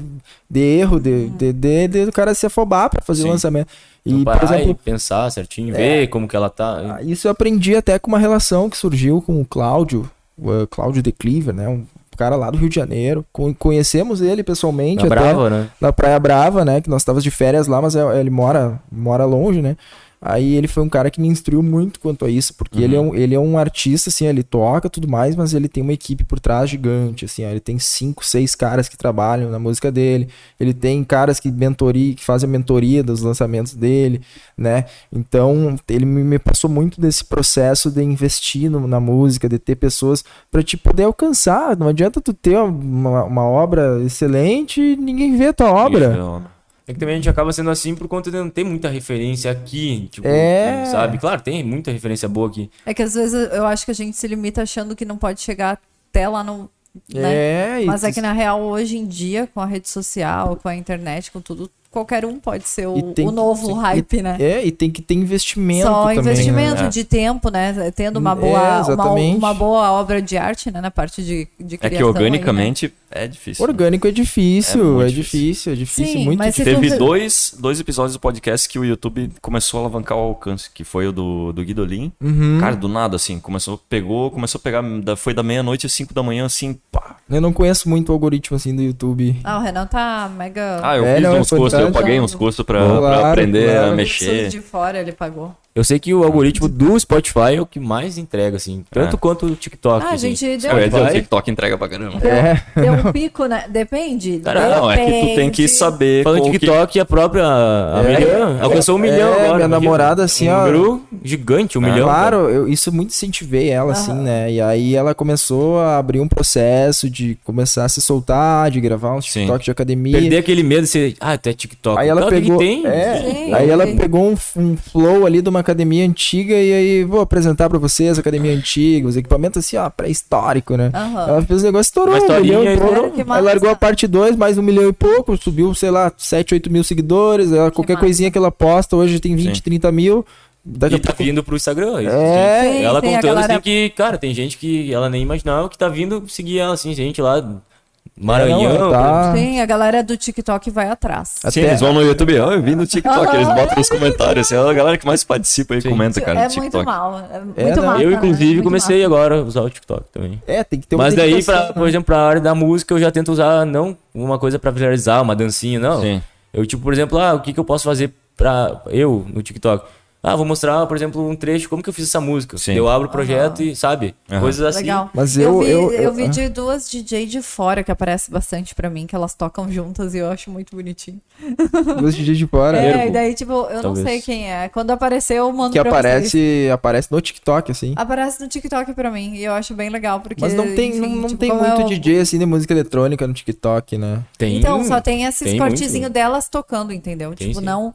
D: de erro, de, de, de, de, do cara se afobar pra fazer o
C: Sim.
D: lançamento.
C: Então,
D: E, por
C: parar
D: exemplo, é.
C: e pensar certinho, ver como que ela tá.
D: Ah, Isso eu aprendi até com uma relação que surgiu com o Cláudio, o eh, Cláudio De Cleaver, né? Um cara lá do Rio de Janeiro. Con- Conhecemos ele pessoalmente.
C: Tá
D: até,
C: brava, né?
D: Na Praia Brava, né? Que nós estávamos de férias lá, mas é- ele mora, mora longe, né? Aí ele foi um cara que me instruiu muito quanto a isso, porque ele, é
C: Uhum.
D: um, ele é um artista, assim, ele toca tudo mais, mas ele tem uma equipe por trás gigante, assim, ó, ele tem cinco, seis caras que trabalham na música dele, ele tem caras que mentori, que fazem a mentoria dos lançamentos dele, né? Então, ele me, me passou muito desse processo de investir no- na música, de ter pessoas pra te poder alcançar. Não adianta tu ter uma, uma obra excelente e ninguém vê a tua obra.
C: É que também a gente acaba sendo assim por conta de não ter muita referência aqui, tipo,
D: É.
C: sabe? Claro, tem muita referência boa aqui.
B: É que às vezes eu acho que a gente se limita achando que não pode chegar até lá no. Né?
D: É, e
B: Mas é
D: tu-
B: que na real, hoje em dia, com a rede social, com a internet, com tudo, qualquer um pode ser o,
D: E tem
B: o
D: que-
B: novo
D: sim,
B: hype, né?
D: É, e tem que ter investimento
B: Só
D: também.
B: investimento
A: né?
B: de tempo, né? Tendo uma
D: É,
B: boa, uma,
D: exatamente.
B: uma boa obra de arte, né? Na parte de, de
A: É
B: criação. né?
A: que organicamente é
D: né?
A: difícil. né?
D: Orgânico é
A: É
D: difícil,
A: muito
D: é,
A: difícil.
D: difícil, é difícil,
B: Sim,
D: muito
B: mas se
D: difícil.
A: Teve
B: tu-
A: dois, dois episódios do podcast que o YouTube começou a alavancar o alcance, que foi o do, do Guidolin.
D: Uhum.
A: Cara, do nada, assim, começou, pegou, começou a pegar, da- foi da meia-noite às cinco da manhã, assim, pá.
D: Eu não conheço muito o algoritmo assim do YouTube.
B: Ah, o Renan tá mega.
A: Ah, eu
D: É,
A: fiz
D: não, é
A: uns cursos, eu
D: importante.
A: paguei uns cursos pra,
D: Claro,
A: pra aprender a
D: claro.
A: mexer.
B: de fora ele pagou.
C: Eu sei que o algoritmo do Spotify é o que mais entrega, assim. Tanto
A: É.
C: quanto o TikTok.
B: Ah, a
C: assim.
B: gente deu,
A: Eu ia dizer, é, o
C: Vai.
A: TikTok entrega pra caramba.
B: deu um pico, né? Depende.
A: Cara, não, é que tu tem que
B: depende.
A: saber
C: Falando
A: qual
C: em
A: que-
C: TikTok, a própria a
D: É.
C: Miriam alcançou um
D: É,
C: milhão agora.
D: minha
C: imagina.
D: namorada, assim,
C: um
D: ó. É,
C: número gigante, um milhão.
D: Né? Claro,
C: cara.
D: eu, isso muito incentivei ela, assim, né? E aí ela começou a abrir um processo de começar a se soltar, de gravar uns
A: Sim.
D: TikTok de academia.
C: Perder aquele medo de ser, ah, até TikTok.
D: Aí ela
C: Tanto
D: pegou,
C: que tem.
D: é,
B: Sim.
D: aí ela
B: Sim.
D: pegou um, f- um flow ali de uma academia antiga e aí vou apresentar pra vocês a academia antiga, os equipamentos assim, ó, pré-histórico, né?
B: Aham.
D: Ela fez o negócio, estourou,
C: Uma
D: um milhão
C: historinha,
D: e pouco.
B: estourou. Que
D: Aí largou
B: massa.
D: a parte 2, mais um milhão e pouco, subiu, sei lá, 7, 8 mil seguidores, ela, qualquer
B: massa.
D: coisinha que ela posta hoje tem 20,
A: Sim.
D: 30 mil. Daqui
C: E
D: a
C: tá
D: pouco...
C: vindo pro Instagram. isso,
D: É,
C: assim.
B: Sim,
C: ela
B: tem a
C: contando
B: galera-
C: assim que, cara, tem gente que ela nem imaginava que tá vindo seguir ela, assim, gente lá. um Maranhão. né?
D: não, ela É, tá...
B: Sim, a galera do TikTok vai atrás.
A: Sim,
D: Até-
A: eles vão no YouTube, ó, eu vim no TikTok, eles botam nos comentários, assim, é a galera que mais participa e comenta, cara,
B: é
A: no
B: muito
A: TikTok.
B: mal. É muito
D: não,
B: mal.
C: Eu, inclusive, comecei agora a usar o TikTok também.
D: É, tem que ter uma
C: Mas daí,
D: dedicação,
C: pra,
D: né?
C: por exemplo, pra área da música, eu já tento usar não uma coisa pra viralizar, uma dancinha, não.
A: Sim.
C: Eu, tipo, por exemplo, ah, o que, que eu posso fazer pra eu no TikTok? Ah, vou mostrar, por exemplo, um trecho, como que eu fiz essa música.
A: Sim.
C: Daí Eu abro o projeto e, sabe? Coisas assim.
B: Legal.
D: Mas
B: eu,
D: eu-
B: vi,
D: eu- ah. eu-
B: vi de duas DJ de fora que aparece bastante pra mim, que elas tocam juntas e eu acho muito bonitinho.
D: Dois DJs de fora.
B: É, e daí, tipo, eu não
C: Talvez.
B: sei quem é. Quando apareceu, eu mando
D: Que
B: pra vocês.
D: aparece, aparece no TikTok, assim.
B: Aparece no TikTok pra mim e eu acho bem legal, Ah, porque...
D: Mas não tem,
B: enfim,
D: não, não
B: tipo,
D: tem
B: como é
D: muito
B: o-
D: DJ assim de música eletrônica no TikTok, né?
C: Tem. um-
B: Então, só tem esses
C: tem
B: cortezinhos
C: muito.
B: delas tocando, entendeu?
C: Tem,
B: tipo,
C: sim.
B: não...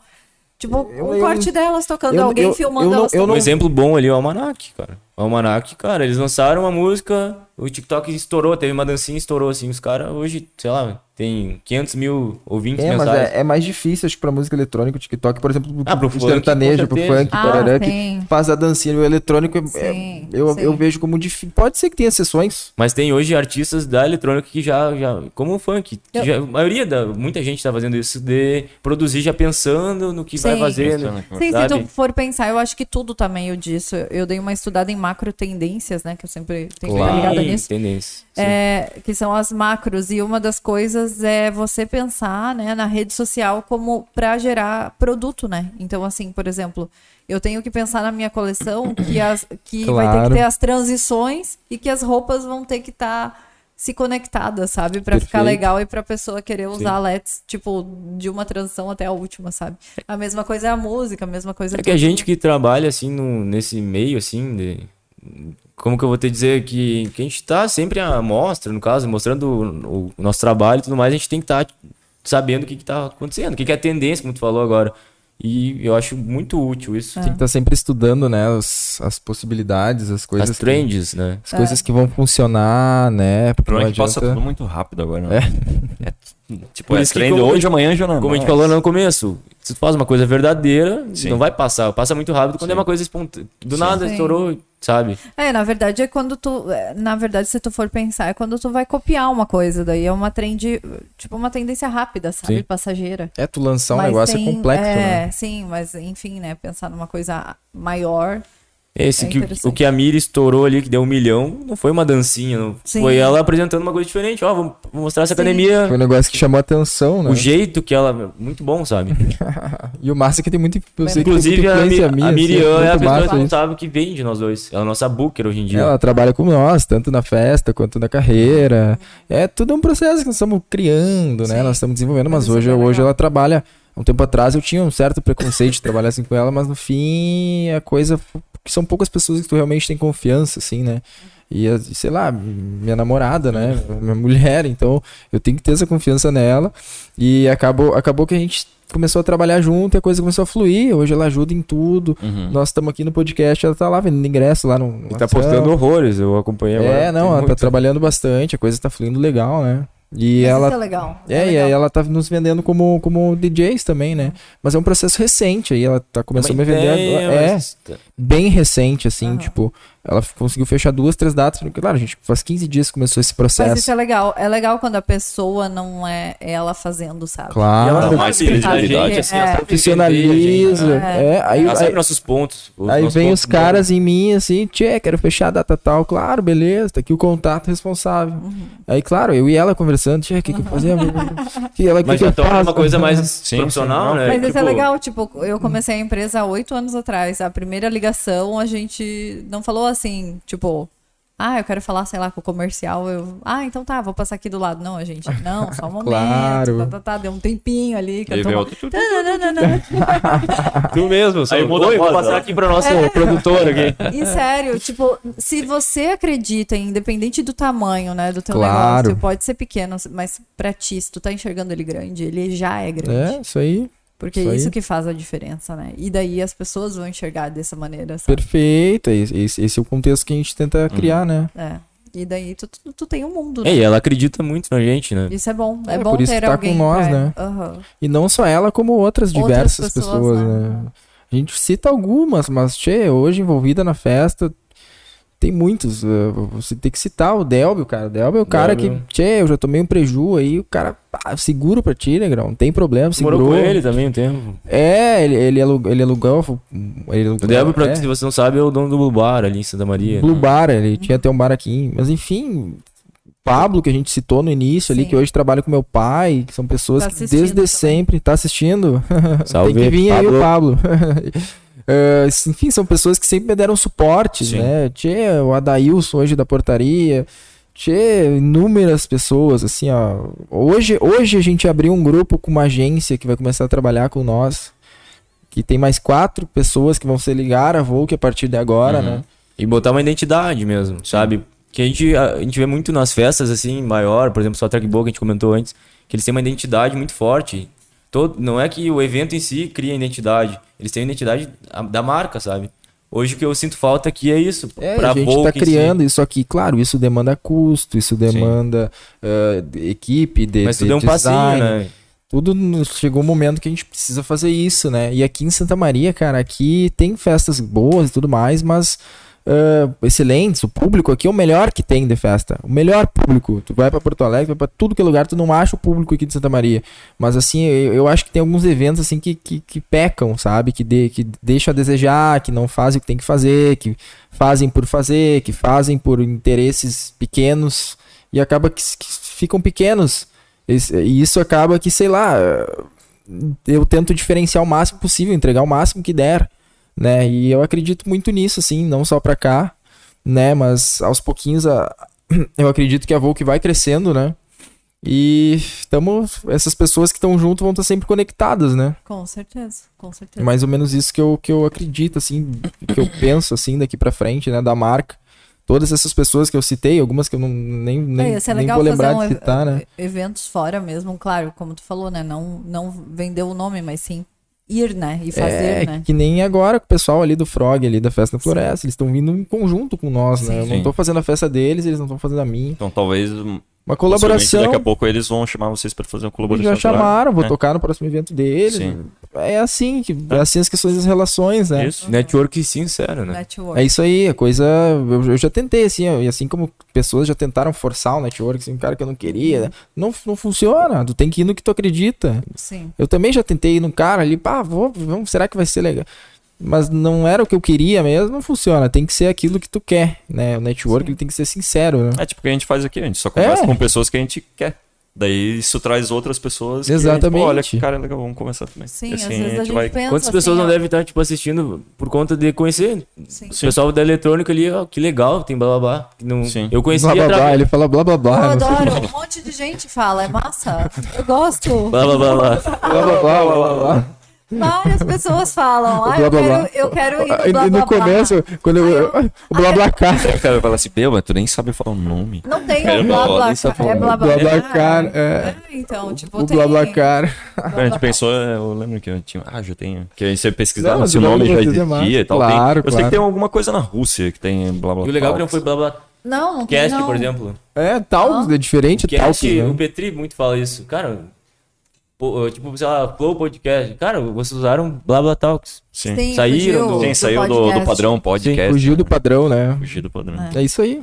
B: Tipo,
D: Eu-
B: um
D: eu-
B: corte delas tocando,
D: eu-
B: alguém
D: eu-
B: filmando
D: eu não-
B: elas
D: eu
C: Um
D: não-
B: tocando.
C: exemplo bom ali é o Almanac, cara. Almanac, cara, eles lançaram uma música, o TikTok estourou, teve uma dancinha, estourou assim. Os caras hoje, sei lá, tem 500 mil ouvintes
D: É, mas
C: mensais.
D: é, é mais difícil, acho, pra música eletrônica, o TikTok, por exemplo,
C: Ah, pro
D: pro
C: funk,
D: sertanejo,
C: com
D: pro
C: certeza.
D: funk,
B: Ah,
D: tarará, que
B: sim.
D: faz a dancinha. O eletrônico, é- é-
B: Sim,
D: eu,
B: sim.
D: eu vejo como difícil. Pode ser que tenha exceções.
C: Mas tem hoje artistas da eletrônica que já, já como o funk, que
B: Eu-
C: já- a maioria da muita gente tá fazendo isso de produzir já pensando no que vai
B: Sim.
C: fazer, né?
A: Pensando.
B: Sim, se
C: sabe?
B: tu for pensar, eu acho que tudo tá meio disso. Eu dei uma estudada em macro tendências, né? Que eu sempre tenho que ficar ligada
C: Sim,
B: nisso.
C: tendência. Sim.
B: É, que são as macros. E uma das coisas é você pensar né, na rede social como para gerar produto, né? Então, assim, por exemplo, eu tenho que pensar na minha coleção que, as, que vai ter
D: Claro.
B: que ter as transições e que as roupas vão ter que estar se conectadas, sabe? Para ficar
D: Perfeito.
B: legal e pra pessoa querer usar LEDs, tipo, de uma transição até a última, sabe? A mesma coisa é a música, a mesma coisa
C: É que a gente que trabalha assim no- nesse meio assim de como que eu vou te dizer que, que a gente tá sempre à mostra, no caso, mostrando o, o nosso trabalho e tudo mais, a gente tem que estar sabendo o que que tá acontecendo, o que que é a tendência, como tu falou agora. E eu acho muito útil isso.
B: É.
D: Tem que estar sempre estudando, né? As, as possibilidades, as coisas.
C: As trends, né?
D: Que, as coisas
B: É.
D: que vão funcionar, né?
A: O
D: Porque
A: problema
D: não
A: é que passa
D: adianta-
A: tudo muito rápido agora, né? É. tipo,
C: Por
A: é
C: isso que
A: trend
C: como-
A: hoje, amanhã já não é
C: Como a gente
A: mais.
C: falou lá no começo, se tu faz uma coisa verdadeira,
A: Sim.
C: não vai passar. Passa muito rápido quando é uma coisa espontânea. Do nada
B: Sim.
C: estourou, sabe?
B: É, na verdade é quando tu, é, na verdade se tu for pensar é quando tu vai copiar uma coisa, daí é uma trend, tipo uma tendência rápida, sabe,
C: Sim.
B: passageira.
D: É, tu lançar um
B: Mas
D: negócio é
B: tem-
D: complexo,
B: é,
D: né?
B: sim, mas enfim, né, pensar numa coisa maior.
C: Esse
B: É
C: que,
B: interessante.
C: o que a Miri estourou ali, que deu um milhão, não foi uma dancinha. Não.
B: Sim.
C: Foi ela apresentando uma coisa diferente. Ó, vamos vou mostrar essa
B: Sim.
C: academia.
D: Foi um negócio que chamou a atenção, né?
C: O jeito que ela. Muito bom, sabe?
D: E o massa é que tem muito. Eu sei que tem
C: Inclusive,
D: muita
C: a, Mi,
D: influência
C: a
D: minha, assim,
C: Miriam é a
D: muito
C: pessoa
D: massa isso. Ah,
C: responsável que vende nós dois. Ela é a nossa booker hoje em dia.
D: Ela trabalha com nós, tanto na festa quanto na carreira. É tudo um processo que nós estamos criando, né? Nós estamos desenvolvendo, mas
B: Mas isso
D: hoje,
B: é
D: hoje
B: legal.
D: ela trabalha. Um tempo atrás eu tinha um certo preconceito de trabalhar assim com ela, mas no fim a coisa. Porque são poucas pessoas que tu realmente tem confiança, assim, né? E, as- sei lá, minha namorada, né? Minha mulher, então eu tenho que ter essa confiança nela. E acabou, acabou que a gente começou a trabalhar junto e a coisa começou a fluir. Hoje ela ajuda em tudo. Nós estamos aqui no podcast, ela tá lá vendendo ingresso lá no. no
C: Uhum. E tá
D: WhatsApp.
C: postando horrores, eu acompanhei agora.
D: É, não,
C: Tem
D: ela tá
C: muito.
D: trabalhando bastante, a coisa tá fluindo legal, né? E
B: Mas
D: ela.
B: isso é legal.
D: É, e
B: legal.
D: aí ela tá nos vendendo como, como DJs também, né? Mas é um processo recente aí, ela tá começando a
C: Uma
D: me vender.
C: ideia,
D: agora- É,
C: mas-
D: bem recente, assim,
B: Aham.
D: tipo, ela f- conseguiu fechar duas, três datas. porque, Claro, gente, faz 15 dias que começou esse
B: Mas isso
D: processo.
B: é legal. É legal quando a pessoa não é ela fazendo, sabe?
C: E ela
D: Claro,
C: dá
A: Não,
C: uma
A: mais
C: visibilidade,
A: visibilidade,
C: assim,
B: é.
C: ela sabe vender, gente.
D: profissionaliza.
B: É.
D: É, aí,
C: Ela sabe
D: aí,
C: nossos pontos. os
D: aí
C: nossos
D: vem
C: pontos
D: os
C: bons.
D: caras em mim, assim, tchê, quero fechar a data tal. Claro, beleza, tá aqui o contato responsável.
B: Uhum.
D: Aí, claro, eu e ela conversando, tchê, o que que eu fazia? E ela, "O que
C: Mas
D: que
C: já
D: eu
C: torna uma
D: faço?"
C: coisa mais
A: sim, não.
C: profissional, né?
B: Mas isso é
C: Tipo,
B: legal, tipo, eu comecei a empresa há oito anos atrás. A primeira ligação a gente não falou assim, tipo, ah, eu quero falar, sei lá, com o comercial. Eu, ah, então tá, vou passar aqui do lado. Não, a gente, não, só um momento.
D: Claro.
B: Tá, tá, tá, deu um tempinho ali que
A: Aí
B: eu tô.
A: vem outro.
B: Tananana.
C: Tu mesmo, só
A: Aí muda a
C: Oi, vou
A: voz,
C: passar
A: ó.
C: aqui pra nossa
A: é
D: É.
C: produtora aqui.
B: E sério, tipo, se você acredita, independente do tamanho, né, do teu
D: Claro.
B: negócio, pode ser pequeno, mas pra ti, se tu tá enxergando ele grande, ele já é grande.
D: É, isso aí.
B: Porque
D: isso
B: é
D: aí.
B: isso que faz a diferença, né? E daí as pessoas vão enxergar dessa maneira, sabe?
D: Perfeito. é Esse, esse- esse é o contexto que a gente
C: Uhum.
D: tenta criar, né?
B: É. E daí tu, tu, tu tem um mundo, né?
C: Ei, ela acredita muito na gente, né?
B: Isso é bom. É,
D: É,
B: bom
D: por É isso
B: ter
D: que tá
B: alguém
D: com nós,
B: pra-
D: né?
B: Aham.
D: E não só ela, como outras
B: Outras
D: diversas
B: pessoas,
D: pessoas,
B: né?
D: né? A gente cita algumas, mas, tchê, hoje envolvida na festa, tem muitos. eh, Você tem que citar o Delbio, cara. O Delbio é o cara
C: Delbio.
D: que, tchê, eu já tomei um preju aí, o cara, pá, seguro pra ti, negrão, não tem problema, segurou.
C: Morou com ele também um tempo.
D: É, ele, ele, alu- ele alugou, ele alugou.
C: O Débora, pra-
D: é.
C: se você não sabe, é o dono do Blue Bar ali em Santa Maria. né?
D: Blue Bar, ele tinha até um bar aqui. Mas enfim, Pablo, que a gente citou no início ali,
B: Sim.
D: que hoje trabalha com meu pai, que são pessoas
B: Tá
D: que
B: assistindo
D: desde
B: também.
D: sempre. Tá assistindo?
C: Salve,
D: Tem que vir aí o
C: Pablo.
D: Pablo. Eh, enfim, são pessoas que sempre me deram suporte,
A: Sim.
D: né? Tchê, o Adailson hoje da portaria. Tchê, inúmeras pessoas, assim, ó. Hoje, hoje a gente abriu um grupo com uma agência que vai começar a trabalhar com nós. Que tem mais quatro pessoas que vão se ligar a Volk a partir de agora, né?
C: E botar uma identidade mesmo, sabe? Que a gente, a, gente vê muito nas festas, assim, maior, por exemplo, só a Track Bowl, que a gente comentou antes, que eles têm uma identidade muito forte. Todo, não é que o evento em si cria identidade, eles têm a identidade a- da marca, sabe? Hoje o que eu sinto falta aqui é isso.
D: É, a gente está
C: Volk em si.
D: criando isso aqui. Claro, isso demanda custo, isso demanda ah, de- equipe, de,
C: Mas
D: de
C: tu deu um passinho,
D: design.
C: né?
D: Tudo no- chegou um momento que a gente precisa fazer isso, né? E aqui em Santa Maria, cara, aqui tem festas boas e tudo mais, mas ah, excelentes. O público aqui é o melhor que tem de festa. O melhor público. Tu vai pra Porto Alegre, vai pra tudo que é lugar, tu não acha o público aqui de Santa Maria. Mas assim, eu, eu acho que tem alguns eventos assim que, que, que pecam, sabe? Que, de, que deixam a desejar, que não fazem o que tem que fazer, que fazem por fazer, que fazem por interesses pequenos e acaba que, s- que ficam pequenos. Esse- E isso acaba que, sei lá, eu tento diferenciar o máximo possível, entregar o máximo que der, né? E eu acredito muito nisso, assim, não só pra cá, né? Mas aos pouquinhos a- eu acredito que a Volk vai crescendo, né? E tamo, essas pessoas que estão junto vão estar sempre conectadas, né?
B: Com certeza, com certeza.
D: É mais ou menos isso que eu, que eu acredito, assim, que eu penso, assim, daqui pra frente, né, da marca. Todas essas pessoas que eu citei, algumas que eu não, nem, nem,
B: ia ser
D: nem
B: legal
D: vou lembrar
B: fazer um
D: de citar, né?
B: E- Eventos fora mesmo, claro, como tu falou, né? Não, não vender o nome, mas sim ir, né? E fazer,
D: é,
B: né?
D: que nem agora com o pessoal ali do Frog, ali da Festa na Floresta. Eles estão vindo em conjunto com nós, né? Eu
A: Sim.
D: não tô fazendo a festa deles, eles não estão fazendo a minha.
A: Então talvez.
D: Uma
A: possivelmente,
D: colaboração.
A: Daqui a pouco eles vão chamar vocês pra fazer uma
D: Eles
A: colaboração.
D: já chamaram, vou
A: É.
D: tocar no próximo evento deles.
A: Sim.
D: É assim, que, é assim as questões das relações, né?
A: Isso.
C: Network sincero, né?
B: Network.
D: É isso aí, a coisa. Eu, eu já tentei, assim, ó, e assim como pessoas já tentaram forçar o network, assim, um cara que eu não
B: Uhum.
D: queria. Não, não funciona, tu tem que ir no que tu acredita.
B: Sim.
D: Eu também já tentei ir num cara ali, pá, vou, vamos, será que vai ser legal? Mas não era o que eu queria mesmo, não funciona. Tem que ser aquilo que tu quer, né? O network ele tem que ser sincero, né?
A: É tipo o que a gente faz aqui, a gente só conversa
D: É.
A: com pessoas que a gente quer. Daí isso traz outras pessoas. que,
D: Exatamente.
A: pô, Olha, que cara, legal, vamos conversar também.
B: Sim,
A: E assim,
C: Assim,
B: às vezes a gente pensa
C: Quantas pessoas
B: assim,
C: não
B: ó,
C: devem estar, tipo, assistindo por conta de conhecer?
B: sim.
A: Sim.
C: O pessoal da eletrônica ali, ó, que legal, tem blá blá blá. Que Não...
A: Sim.
C: Eu conheci
D: Blá blá
C: atra-
D: blá, ele fala blá blá né? blá.
B: Eu
D: Ah, não sei.
B: adoro, um monte de gente fala, é massa. Eu gosto.
C: Blá blá blá blá.
D: Blá blá blá blá blá. blá.
B: Várias pessoas falam, ah,
D: Blá,
B: eu
D: blá, blá.
B: quero, eu quero ir
D: Aí,
B: no blá, blá,
D: no
B: blá.
D: começo, quando eu. O blá blá cá.
A: Aí o cara fala assim, meu, mas tu nem sabe falar o nome.
B: Não tem o
A: Caramba,
B: blá
A: olha
B: blá,
A: essa
B: é
A: porra.
B: blá blá,
D: Blá blá cá. É.
B: É, então, tipo,
D: O
B: tem...
D: blá blá cá.
A: a gente pensou, eu lembro que eu tinha. Ah, já tenho. Que você pesquisava
D: Não,
A: se o
D: blá,
A: nome já
D: blá, blá, blá, blá.
A: existia e tal. tem, eu sei
D: Claro,
A: que
D: claro.
A: tem alguma coisa na Rússia que tem blá blá
C: E o legal é
A: blá.
C: que não foi blá blá.
B: Não, não tem,
C: Cast,
B: não.
C: por exemplo.
D: É, tal, é diferente, tal.
C: Cast, o
D: né?
C: Petri muito fala isso. Cara, pô, tipo, sei lá, Flow Podcast. Cara, vocês usaram blá blá talks.
A: Sim.
B: Sim,
C: Saíram
B: fugiu
C: do-
A: Sim, saiu do, do
B: podcast.
A: padrão podcast.
D: Fugiu do padrão, né?
A: Fugir do padrão.
C: Ah.
D: É isso aí.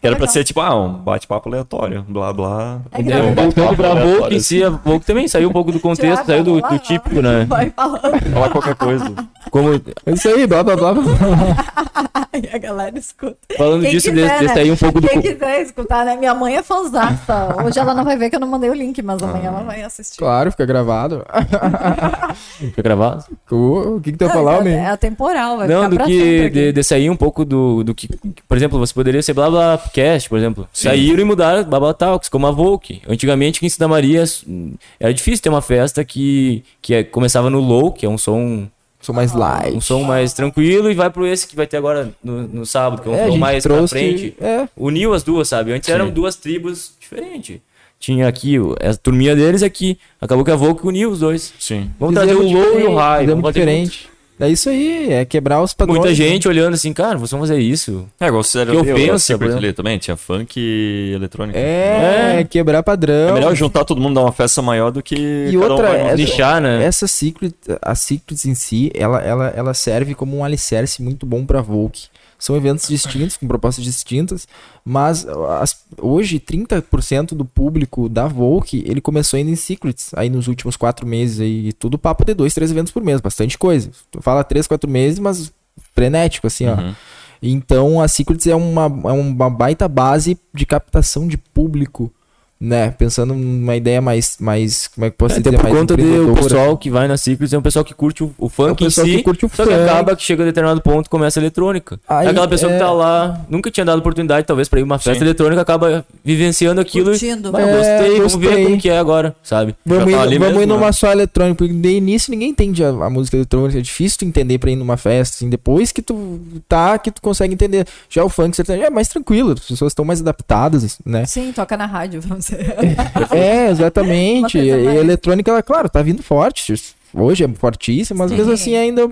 A: Que era pra
B: Legal.
A: ser tipo, ah, um bate-papo aleatório, blá blá.
B: É que
A: É um
B: não-
A: bate-papo
C: Voltando pra
A: aleatório,
C: Vogue, em si, a Vogue também saiu um pouco do contexto,
B: Tiago,
C: saiu do,
B: blá,
C: do
B: blá.
C: típico, né?
B: Vai falando,
A: Falar qualquer coisa.
C: Como,
D: É isso aí, blá blá blá. blá, blá.
B: aí a galera escuta.
C: falando
B: Quem
C: disso,
B: quiser,
C: de, de
B: né?
C: sair um pouco do.
B: Quem
C: co-
B: quiser escutar, né? Minha mãe é fãzaça. Hoje ela não vai ver que eu não mandei o link, mas amanhã ela vai assistir.
D: Ah. Claro, fica gravado. Ah,
C: Fica gravado?
D: O o que que tu ia
B: Não,
D: falar,
B: é-
D: homem?
B: é atemporal, vai
C: Não,
B: ficar
C: do
B: pra
C: que.
B: sempre
C: De,
B: aqui.
C: de sair um pouco do, do que. Por exemplo, você poderia ser blá blá cast, por exemplo. Saíram e mudaram blá blá talks, como a Volk. Antigamente, aqui em Santa Maria, hum, era difícil ter uma festa que, que é- começava no low, que é um som.
D: Sou mais light.
C: Um som mais tranquilo e vai pro esse que vai ter agora no, no sábado, que é um
D: É, a
C: som
D: gente
C: mais
D: trouxe-
C: pra frente.
D: é.
C: Uniu as duas, sabe? Antes eram duas tribos diferentes. Tinha aqui, o- a turminha deles aqui. Acabou que a Volk uniu os dois.
A: Sim.
C: Vamos trazer o
D: Fizemos
C: low e o
D: diferente,
C: high.
D: fizemos
C: Vamos fazer junto.
D: diferente. É isso aí, é quebrar os padrões.
C: Muita
D: né?
C: gente olhando assim, cara, vocês vão fazer isso.
A: É, igual sério,
C: Que
A: eu
C: ofensa,
A: Secret
C: por exemplo.
A: ali também, tinha funk e eletrônica.
D: né? É,
C: né?
D: é quebrar padrão.
A: É melhor juntar todo mundo dar uma festa maior do que
D: E
A: cada
D: outra,
A: um
D: é,
A: vai num
D: essa-
A: nicho.
C: Nichar, né?
D: Essa Secret, a Secrets em si, ela, ela, ela serve como um alicerce muito bom pra Volk. São eventos distintos, com propostas distintas, mas ah, as- hoje 30% do público da Volk, ele começou indo em Secrets, aí nos últimos quatro meses, aí, e tudo papo de dois, três eventos por mês, bastante coisa. Tu fala três, quatro meses, mas frenético, assim,
A: Uhum.
D: ó. Então a Secrets é uma, é uma baita base de captação de público, né? Pensando numa ideia mais, mais como é que eu posso
C: Até
D: dizer,
C: então, por
D: mais
C: conta do
D: empreendedora.
C: pessoal que vai na Secrets, é um pessoal que curte o, o funk em
D: É pessoal
C: si,
D: que curte o
C: só que
D: funk.
C: acaba que chega a determinado ponto e começa a eletrônica.
D: Aí,
C: é aquela pessoa que
D: é.
C: tá lá, nunca tinha dado oportunidade, talvez, pra ir uma festa
A: Sim.
C: eletrônica, acaba vivenciando aquilo.
B: Curtindo.
C: E, "Bah,
D: É,
C: gostei, vamos ver
D: gostei."
C: como que é agora, sabe?
D: Vamos,
A: Já
D: ir,
A: tá ali
D: vamos
A: mesmo,
D: ir numa
A: né?
D: só eletrônica, porque de início ninguém entende a, a música eletrônica, é difícil tu entender pra ir numa festa, assim, depois que tu tá, que tu consegue entender. Já o funk sertanejo é mais tranquilo, as pessoas estão mais adaptadas, né?
B: Sim, toca na rádio, vamos dizer.
D: É,
B: Uma
D: exatamente.
B: coisa
D: E a
B: mais-
D: eletrônica, ela, claro, tá vindo forte. hoje é fortíssimo, mas
B: Sim.
D: mesmo assim ainda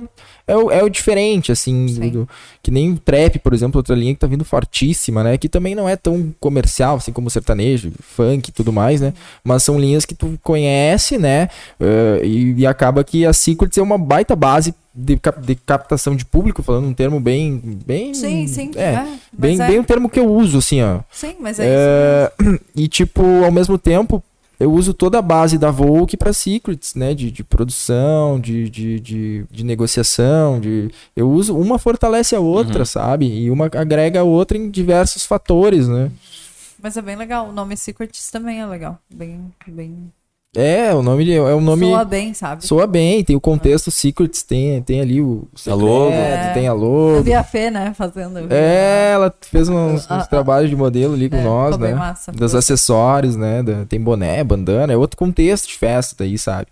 D: é o, é o diferente, assim, do-
B: Sim.
D: do- que nem o trap, por exemplo, outra linha que tá vindo fortíssima, né? Que também não é tão comercial, assim como o sertanejo, funk e tudo mais, né? Mas são linhas que tu conhece, né? Eh, e, e acaba que a Secrets é uma baita base de, cap- de captação de público, falando um termo bem. bem
B: Sim, sim.
D: É,
B: mas
D: bem,
B: é.
D: bem o termo que eu uso, assim, ó.
B: Sim, mas é,
D: É, e, tipo, ao mesmo tempo, eu uso toda a base da Vogue para secrets, né? De, de produção, de, de, de, de negociação. De... Eu uso uma fortalece a outra, sabe? E uma agrega a outra em diversos fatores, né?
B: isso. Mas é bem legal. O nome Secrets também é legal. Bem, bem.
D: É, o nome é um nome.
B: Soa
D: Soa...
B: bem, sabe?
D: bem, tem o contexto Secrets, tem, tem ali o secreto,
A: logo.
B: É.
D: tem a
B: Eu
D: logo.
B: vi a Fê, né? Fazendo.
D: É, ela fez uns, uns
B: Ah, ah.
D: trabalhos de modelo ali com
B: É,
D: nós,
B: ficou bem
D: né?
B: massa.
D: Dos acessórios, né? da- tem boné, bandana, é outro contexto de festa daí, sabe?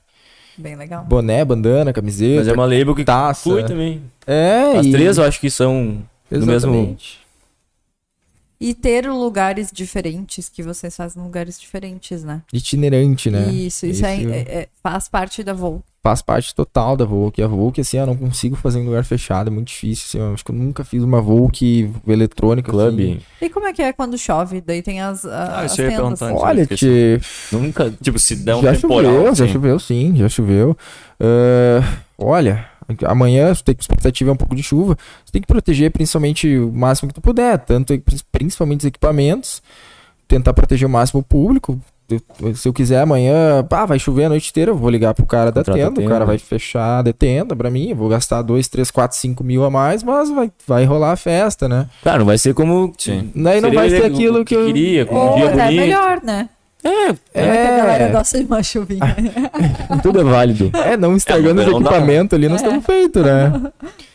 B: Bem legal.
D: Boné, bandana, camiseta,
C: Mas é uma label que
D: taça.
C: inclui também.
D: É,
C: As
D: e-
C: três eu acho que são do mesmo.
D: Exatamente.
B: E ter lugares diferentes, que vocês fazem em lugares diferentes, né?
D: Itinerante, né?
B: Isso, isso, é-
D: Isso.
B: é- é- faz parte da Vogue.
D: Faz parte total da Vogue. A Vogue, assim, eu não consigo fazer em lugar fechado, é muito difícil. Assim, eu acho que eu nunca fiz uma Vogue eletrônica. assim.
C: Club.
B: E como é que é quando chove? Daí tem as, a-
A: Ah,
B: as
A: isso
C: é
A: eu ia
B: tendas.
A: perguntar.
D: Olha,
A: Esqueci.
D: te...
C: Nunca.
A: Tipo, se der um
D: já
A: temporal.
D: choveu, já
A: assim.
D: choveu sim, já choveu. Ah, olha, amanhã você tem que expectativa é um pouco de chuva. Você tem que proteger principalmente o máximo que tu puder, tanto principalmente os equipamentos, tentar proteger o máximo o público. Eu- Se eu quiser amanhã, pá, vai chover a noite inteira, eu vou ligar pro cara da
C: Contrata a
D: tenda, o cara
C: tenda.
D: vai fechar a de- tenda pra mim, eu vou gastar 2, 3, 4, 5 mil a mais, mas vai, vai rolar a festa, né?
C: Claro, não vai ser como.
A: Sim.
D: Daí não
C: Seria
D: vai ser
C: legal,
D: aquilo que eu...
C: Queria, com um
B: Ou
C: dia
B: até
C: bonito.
B: melhor, né?
C: É,
B: Porque a galera
D: É,
B: gosta de uma chuvinha.
C: tudo é válido.
D: é, não estragando
A: É,
D: os
A: no verão dá.
D: equipamentos ali, nós estamos feitos, né?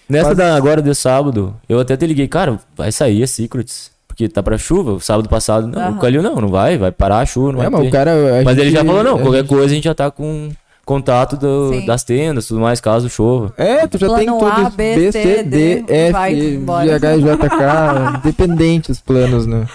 C: Nessa
D: Mas-
C: da agora de sábado, eu até te liguei, cara, vai sair a Secrets. Porque tá pra chuva, o sábado passado. Não,
B: Aham.
C: o Calil não, não vai, vai parar a chuva, não vai
D: É, mas
C: ter.
D: o cara. a
C: Mas ele
D: gente-
C: já falou, não,
D: a
C: qualquer
D: gente-
C: coisa a gente já tá com contato do-
B: Sim.
C: das tendas, tudo mais, caso chova.
D: É, tu já
B: Plano
D: tem
B: A,
D: todos
B: B,
D: B,
B: C,
D: C, D,
B: D, vai
D: F,
B: embora.
D: GHJK, dependente os planos, né?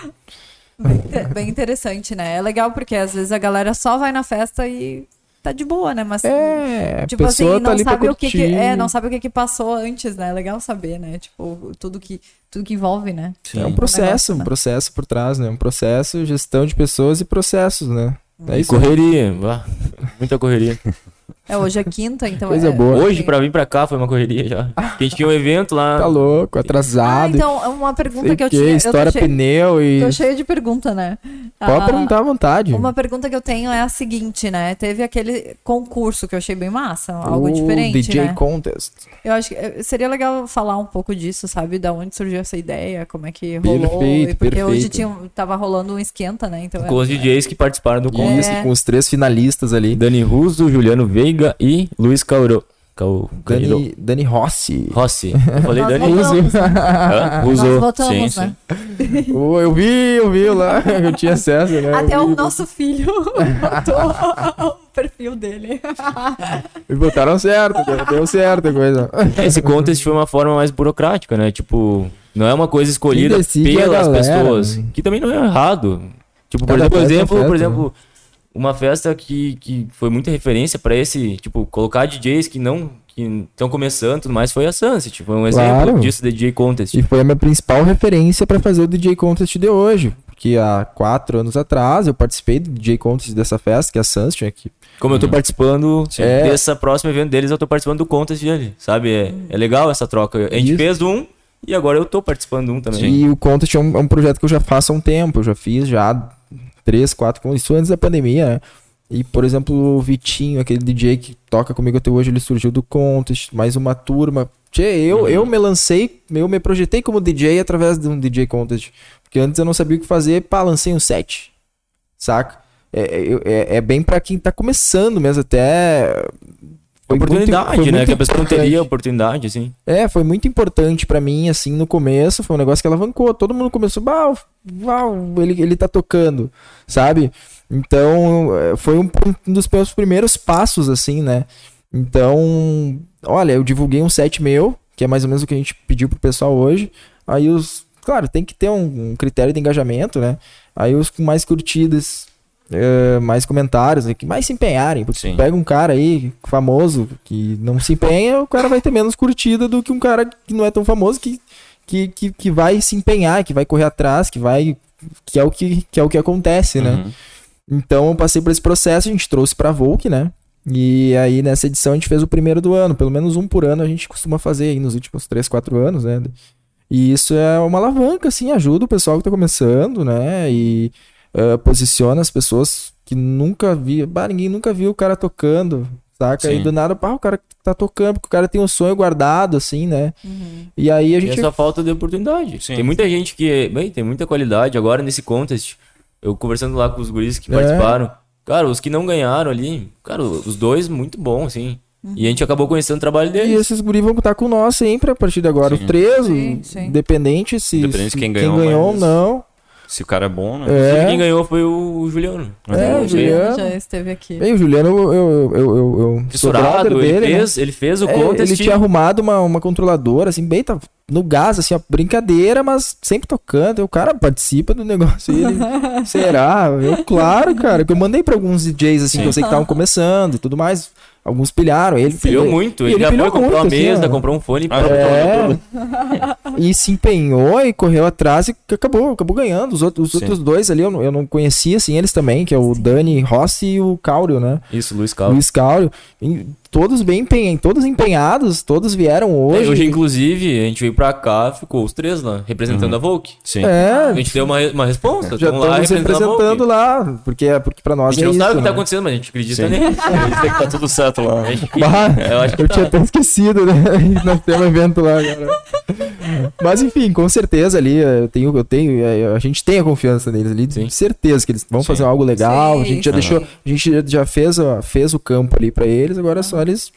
B: Bem inter- Bem interessante, né? É legal porque às vezes a galera só vai na festa e tá de boa, né? Mas
D: É, a
B: tipo assim,
D: pessoa
B: não
D: tá ali pra
B: sabe o que, que-
D: curtir.
B: é, não sabe o que que passou antes, né? É legal saber, né? Tipo, tudo que tudo que envolve, né?
D: É um
A: Sim.
D: processo,
B: negócio, né?
D: um processo por trás, né? Um processo, gestão de pessoas e processos, né?
B: Hum.
D: É
C: E
D: isso.
C: correria, vá, muita correria.
B: É hoje é quinta, então
D: Coisa
B: é
D: boa.
C: Hoje, pra vir pra cá, foi uma correria já. Porque a gente tinha um evento lá.
D: Tá louco,
B: Ah,
D: atrasado.
B: então é uma pergunta
D: sei
B: que eu
D: o quê,
B: tinha, eu
D: Estoura
B: tô, cheia,
D: pneu e.
B: tô cheia de pergunta, né?
D: Pode
B: Ah,
D: perguntar à vontade.
B: Uma pergunta que eu tenho é a seguinte, né? Teve aquele concurso que eu achei bem massa, algo
D: O
B: diferente,
D: DJ
B: né?
D: Contest.
B: Eu acho que eh, seria legal falar um pouco disso, sabe? Da onde surgiu essa ideia, como é que rolou.
D: Perfeito,
B: e porque hoje
D: perfeito.
B: tinha, um- tava rolando um esquenta, né? Então,
C: Com os DJs que participaram do
B: É.
C: concurso.
D: Isso, com os três finalistas ali.
C: Dani Russo, Juliano Veiga e Luiz Cauro. Cau... Cairo.
D: Dani, Dani Rossi.
C: Rossi. Eu falei
B: eh, Nós
C: Dani
B: voltamos,
C: Russo. Hã?
B: nós
C: Russo.
B: votamos,
A: sim,
B: né?
A: sim.
D: Ô, eu vi, eu vi lá, eu tinha acesso, né? Eu
B: Até
D: vi.
B: o nosso filho botou o perfil dele.
D: E botaram certo, deu- deu certo a coisa.
C: É,
D: Uhum.
C: Esse contest foi uma forma mais burocrática, né? Tipo, não é uma coisa escolhida
D: Quem decide é a
C: pelas
D: galera,
C: pessoas.
D: né?
C: Que também não é errado. Tipo, por
D: Cada
C: exemplo,
D: festa é uma
C: exemplo, por
D: festa, né?
C: exemplo, uma festa que, que foi muita referência pra esse, tipo, colocar DJs que não estão começando e tudo mais, foi a Sunset. Foi um exemplo
D: Claro.
C: disso, da DJ Contest.
D: E foi a minha principal referência para fazer o DJ Contest de hoje. Porque há quatro anos atrás eu participei do DJ Contest dessa festa, que é a Sunshine aqui.
C: Como eu tô participando
D: Uhum. É.
C: dessa próxima evento deles, eu tô participando do contest dele, sabe? É, é legal essa troca. A gente
D: Isso.
C: fez um e agora eu tô participando de um também.
D: E o Contest é um, é um projeto que eu já faço há um tempo, eu já fiz já há três, quatro, con- isso antes da pandemia, né? E, por exemplo, o Vitinho, aquele DJ que toca comigo até hoje, ele surgiu do Contest, mais uma turma. Tchê, eu,
C: Uhum.
D: eu me lancei, eu me projetei como DJ através de um DJ Contest. Porque antes eu não sabia o que fazer, pá, lancei um set. Saca? É, é- é- é bem pra quem tá começando mesmo, até. é, foi muito-
C: oportunidade,
D: foi
C: né?
D: muito
C: Que a pessoa não
D: importante.
C: teria oportunidade, assim.
D: É, foi muito importante pra mim, assim, no começo. Foi um negócio que alavancou. Todo mundo começou, uau, uau, ele, ele tá tocando, sabe? Então, eh, foi um, um dos meus primeiros passos, assim, né? Então, olha, eu divulguei um set meu, que é mais ou menos o que a gente pediu pro pessoal hoje. Aí os. Claro, tem que ter um, um critério de engajamento, né? Aí os com mais curtidas eh, mais comentários, né, que mais se empenharem. Porque
A: Sim.
D: tu pega um cara aí, famoso, que não se empenha, o cara vai ter menos curtida do que um cara que não é tão famoso, que, que, que, que vai se empenhar, que vai correr atrás, que vai. Que é o que, que, é o que acontece, né?
A: Uhum.
D: Então eu passei por esse processo, a gente trouxe pra Volk, né? E aí nessa edição a gente fez o primeiro do ano, pelo menos um por ano a gente costuma fazer aí nos últimos 3, 4 anos, né? E isso é uma alavanca, assim, ajuda o pessoal que tá começando, né? E ah, posiciona as pessoas que nunca vi, bah, ninguém nunca viu o cara tocando, saca?
A: Sim.
D: E do nada, pá, o cara tá tocando, porque o cara tem um sonho guardado, assim, né? E aí a
C: E
D: gente
C: essa falta de oportunidade.
A: Sim.
C: Tem muita gente que. Bem, tem muita qualidade. Agora nesse contest, eu conversando lá com os guris que
D: É.
C: participaram. Cara, os que não ganharam ali, cara, os dois muito bons, assim. E a gente acabou conhecendo o trabalho
B: É
D: E
C: deles.
D: esses guri vão estar com nós sempre a partir de agora.
A: Sim.
D: Os três,
B: Sim, sim.
D: independente se,
A: Independente de
D: se
A: quem ganhou,
D: ou
A: mas-
D: não.
A: Se o cara é bom, né?
C: E Uhum. Quem
D: É.
C: ganhou foi o Juliano.
D: É,
B: o
D: o Juliano.
B: já esteve aqui.
D: Bem, o Juliano, eu, eu, eu, eu, eu sou brother
C: Fissurado, ele,
D: dele. né?
C: fez, ele fez o
D: É,
C: contest.
D: ele tinha arrumado uma, uma controladora, assim, bem, tá no gás, assim, ó, brincadeira, mas sempre tocando. E o cara participa do negócio. e ele, será? Eu, claro, cara. que Eu mandei pra alguns DJs, assim, que eu sei que estavam começando e tudo mais. Alguns pilharam. Ele
C: Pilhou muito.
D: e
C: Ele, já foi,
D: pilhou
C: comprou uma
D: muito, assim,
C: mesa,
D: ó.
C: comprou um fone.
A: Ah,
C: pra-
D: É. e se empenhou e correu atrás e acabou, acabou ganhando. Os, outros, os
A: Sim.
D: outros dois ali eu não, eu não conhecia, assim, eles também, que é o Dani Rossi e o Cáureo, né?
C: Isso, Luiz Calvo.
D: Luiz Cáureo. E Todos bem empenhados, todos empenhados, todos vieram
C: É,
D: hoje.
C: Hoje, inclusive, a gente veio pra cá, ficou os três lá, representando a Volk.
A: Sim.
D: É,
C: A gente deu uma, uma resposta.
D: já
C: tamo Então lá
D: estamos representando
C: a Volk.
D: lá, porque, é- porque pra
C: A
D: nós
C: gente
D: é
C: não
D: isso,
C: sabe o que tá
D: né?
C: acontecendo, mas a gente acredita né?
A: Sim.
C: nele.
A: Tem que tá tudo certo lá.
C: A gente-
D: Bah,
C: Eu acho que tá.
D: eu tinha até esquecido, né? Nós temos evento lá, cara. Mas enfim, com certeza ali, eu tenho, eu tenho, eh, a gente tem a confiança neles ali,
C: Sim.
D: de certeza que eles vão
A: Sim.
D: fazer algo legal. a
B: Sim,
D: gente já
B: sim.
D: deixou, a gente já- já fez, a- fez o campo ali pra eles, agora é só eles.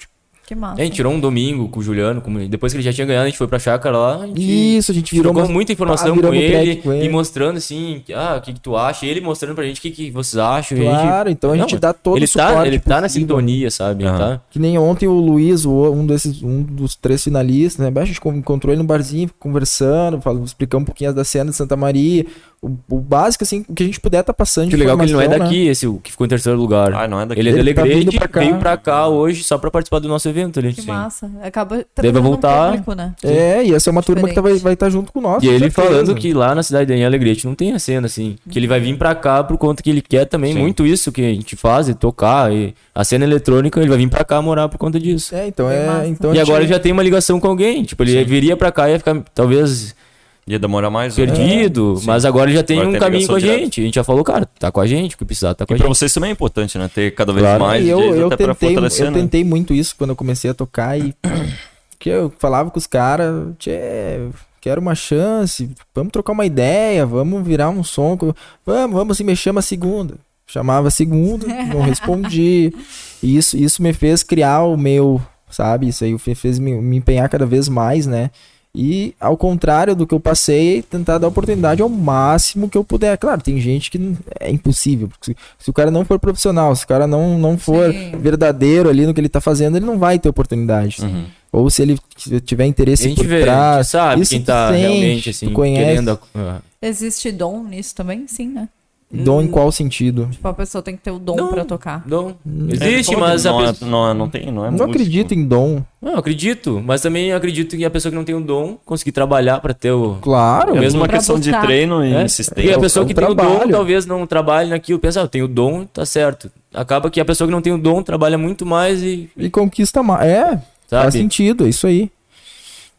B: Que massa.
C: A gente tirou um domingo com o Juliano, com- depois que ele já tinha ganhado, a gente foi pra chácara lá. A gente
D: Isso, a gente virou
C: trocou
D: uma-
C: muita
D: Ah,
C: informação com,
D: viramos
C: ele,
D: crédito com ele.
C: e mostrando assim, que, ah, o que, que tu acha, e ele mostrando pra gente o que, que vocês acham. e a gente-
D: Claro, então a
C: Não,
D: gente dá todo
C: ele
D: o suporte.
C: tá, ele tá na
D: possível.
C: sintonia, sabe? Ele
A: Aham.
C: tá-
D: Que nem ontem o Luiz, o- um, desses, um dos três finalistas, né? A gente encontrou ele no barzinho, conversando, falando, explicando um pouquinho da cena de Santa Maria. O, o básico, assim, o que a gente puder tá passando de
C: Que legal que ele não é
D: informação, né?
C: daqui, esse o que ficou em terceiro lugar.
A: Ah, não é daqui.
C: Ele é
D: Ele
C: de
D: tá
C: Alegrete,
D: vindo pra cá.
C: veio pra cá hoje só pra participar do nosso evento ali.
B: Que
C: Sim.
B: massa. Acaba
C: Deve voltar.
B: público, né?
D: É, e essa é uma turma que tá- vai
B: Diferente.
D: estar junto com nós.
C: E
D: com
C: ele
D: certeza.
C: falando que lá na cidade de Alegrete não tem a cena, assim. Que ele vai vir pra cá por conta que ele quer também
A: Sim.
C: muito isso que a gente faz, e tocar. E a cena eletrônica, ele vai vir pra cá morar por conta disso.
D: É, então
B: Que massa.
D: é. Então
C: e
D: a gente-
C: agora ele já tem uma ligação com alguém. Tipo, ele viria pra cá e ia ficar, talvez,
A: Ia demorar mais. né?
C: perdido.
D: É,
A: Sim.
C: mas agora ele já tem
A: Agora
C: um
A: tem
C: caminho
A: ligação
C: com a
A: direta.
C: gente. A gente já falou, cara, tá com a gente, o que precisar tá com
A: E
C: a
A: pra
C: gente.
A: vocês também é importante, né? Ter cada vez mais
D: E eu,
A: DJs
D: eu
A: até pra
D: tentei,
A: fortalecer,
D: eu
A: né?
D: tentei muito isso quando eu comecei a tocar e que eu falava com os caras, tchê, quero uma chance, vamos trocar uma ideia, vamos virar um som, co- vamos, vamos se me chama segunda. Chamava segunda, não respondi. E isso, isso me fez criar o meu, sabe? Isso aí me fez me, me empenhar cada vez mais, né? E ao contrário do que eu passei, tentar dar oportunidade ao máximo que eu puder. Claro, tem gente que n- é impossível. porque Se, se o cara não for profissional, se o cara não, não for
B: Sim.
D: verdadeiro ali no que ele tá fazendo, ele não vai ter oportunidade. Ou se ele t- tiver interesse
C: Uhum. a gente
D: por
C: vê, a gente
D: trás,
C: sabe
D: isso
C: quem
D: tu
C: tá
D: sente,
C: realmente, assim,
D: tu conhece.
C: querendo. a-
B: Existe dom nisso também? Sim, né?
D: Dom em qual sentido?
B: Tipo, a pessoa tem que ter o dom
C: Não.
B: pra tocar.
C: Não,
D: Hum.
A: É,
C: existe,
A: como
C: mas a
A: não, é-
C: pessoa.
A: não, é- não tem, não é
D: não acredito em dom.
C: Não, eu acredito, mas também eu acredito que a pessoa que não tem o dom conseguir trabalhar pra ter o.
D: Claro.
A: É mesmo uma
B: Pra
A: questão
B: buscar.
A: de treino e
C: É, E
A: insistência.
C: a pessoa
D: é um
C: que tem o dom
D: trabalho.
C: talvez não trabalhe naquilo, pensa, ah, eu tenho o dom, tá certo. Acaba que a pessoa que não tem o dom trabalha muito mais e.
D: E conquista mais. É, faz
C: Sabe?
D: sentido, é isso aí.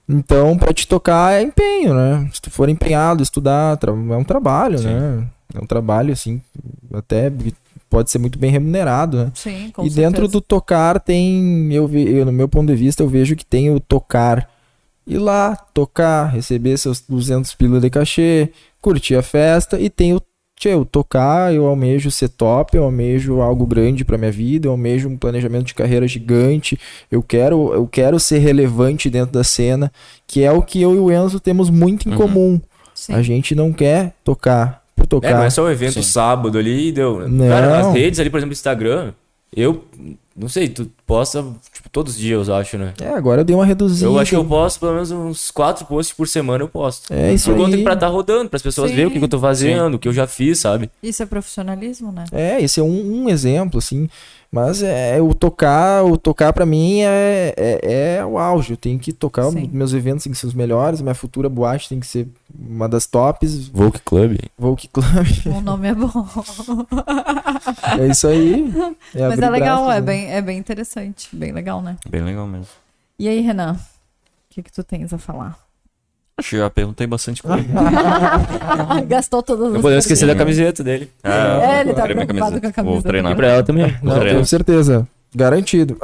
D: Então, pra te tocar é empenho, né? Se tu for empenhado, estudar, tra- é um trabalho, né? É um trabalho, assim, até que pode ser muito bem remunerado, né?
B: Sim, com
D: e dentro do tocar tem, eu, ve- eu, no meu ponto de vista, eu vejo que tem o tocar. Ir lá, tocar, receber seus 200 pila de cachê, curtir a festa e tem o tchê, o tocar, eu almejo ser top, eu almejo algo grande pra minha vida, eu almejo um planejamento de carreira gigante, eu quero, eu quero ser relevante dentro da cena, que é o que eu e o Enzo temos muito em
C: Uhum.
D: comum.
B: Sim.
D: A gente não quer tocar por
C: É, não
D: tocar.
C: é só o evento
A: Sim.
C: sábado ali e deu.
D: Não.
C: Cara, nas redes ali, por exemplo, Instagram, eu. Não sei, tu posta, tipo, todos os dias, eu acho, né?
D: É, agora eu dei uma reduzida.
C: Eu acho que eu posto pelo menos uns quatro posts por semana eu posto.
D: É isso
C: Por conta
D: aí.
C: que pra tá rodando, pras pessoas
B: Sim.
C: verem o que, que eu tô fazendo, o que eu já fiz, sabe?
B: Isso é profissionalismo, né?
D: É, esse é um, um exemplo, assim. Mas é, o tocar, o tocar para mim é, é, é o auge. Eu tenho que tocar,
B: Sim.
D: meus eventos têm que ser os melhores, minha futura boate tem que ser uma das tops,
C: Vogue Club.
D: Vogue Club,
B: O nome é bom.
D: é isso aí. É
B: Mas
D: abrir
B: é legal,
D: braços,
B: é,
D: né?
B: bem, é bem interessante. Bem legal, né?
A: Bem legal mesmo.
B: E aí, Renan? O que, que tu tens a falar?
A: Acho que já perguntei bastante coisa.
B: Gastou todas as
C: Eu poderia esquecer
A: Sim.
C: da camiseta dele.
A: Ah.
B: É, ele tá
A: Queria minha
B: preocupado com a
A: Vou
B: camisa
A: treinar.
C: E pra ela também.
A: Vou
D: Não,
A: treinar.
D: tenho certeza. Garantido.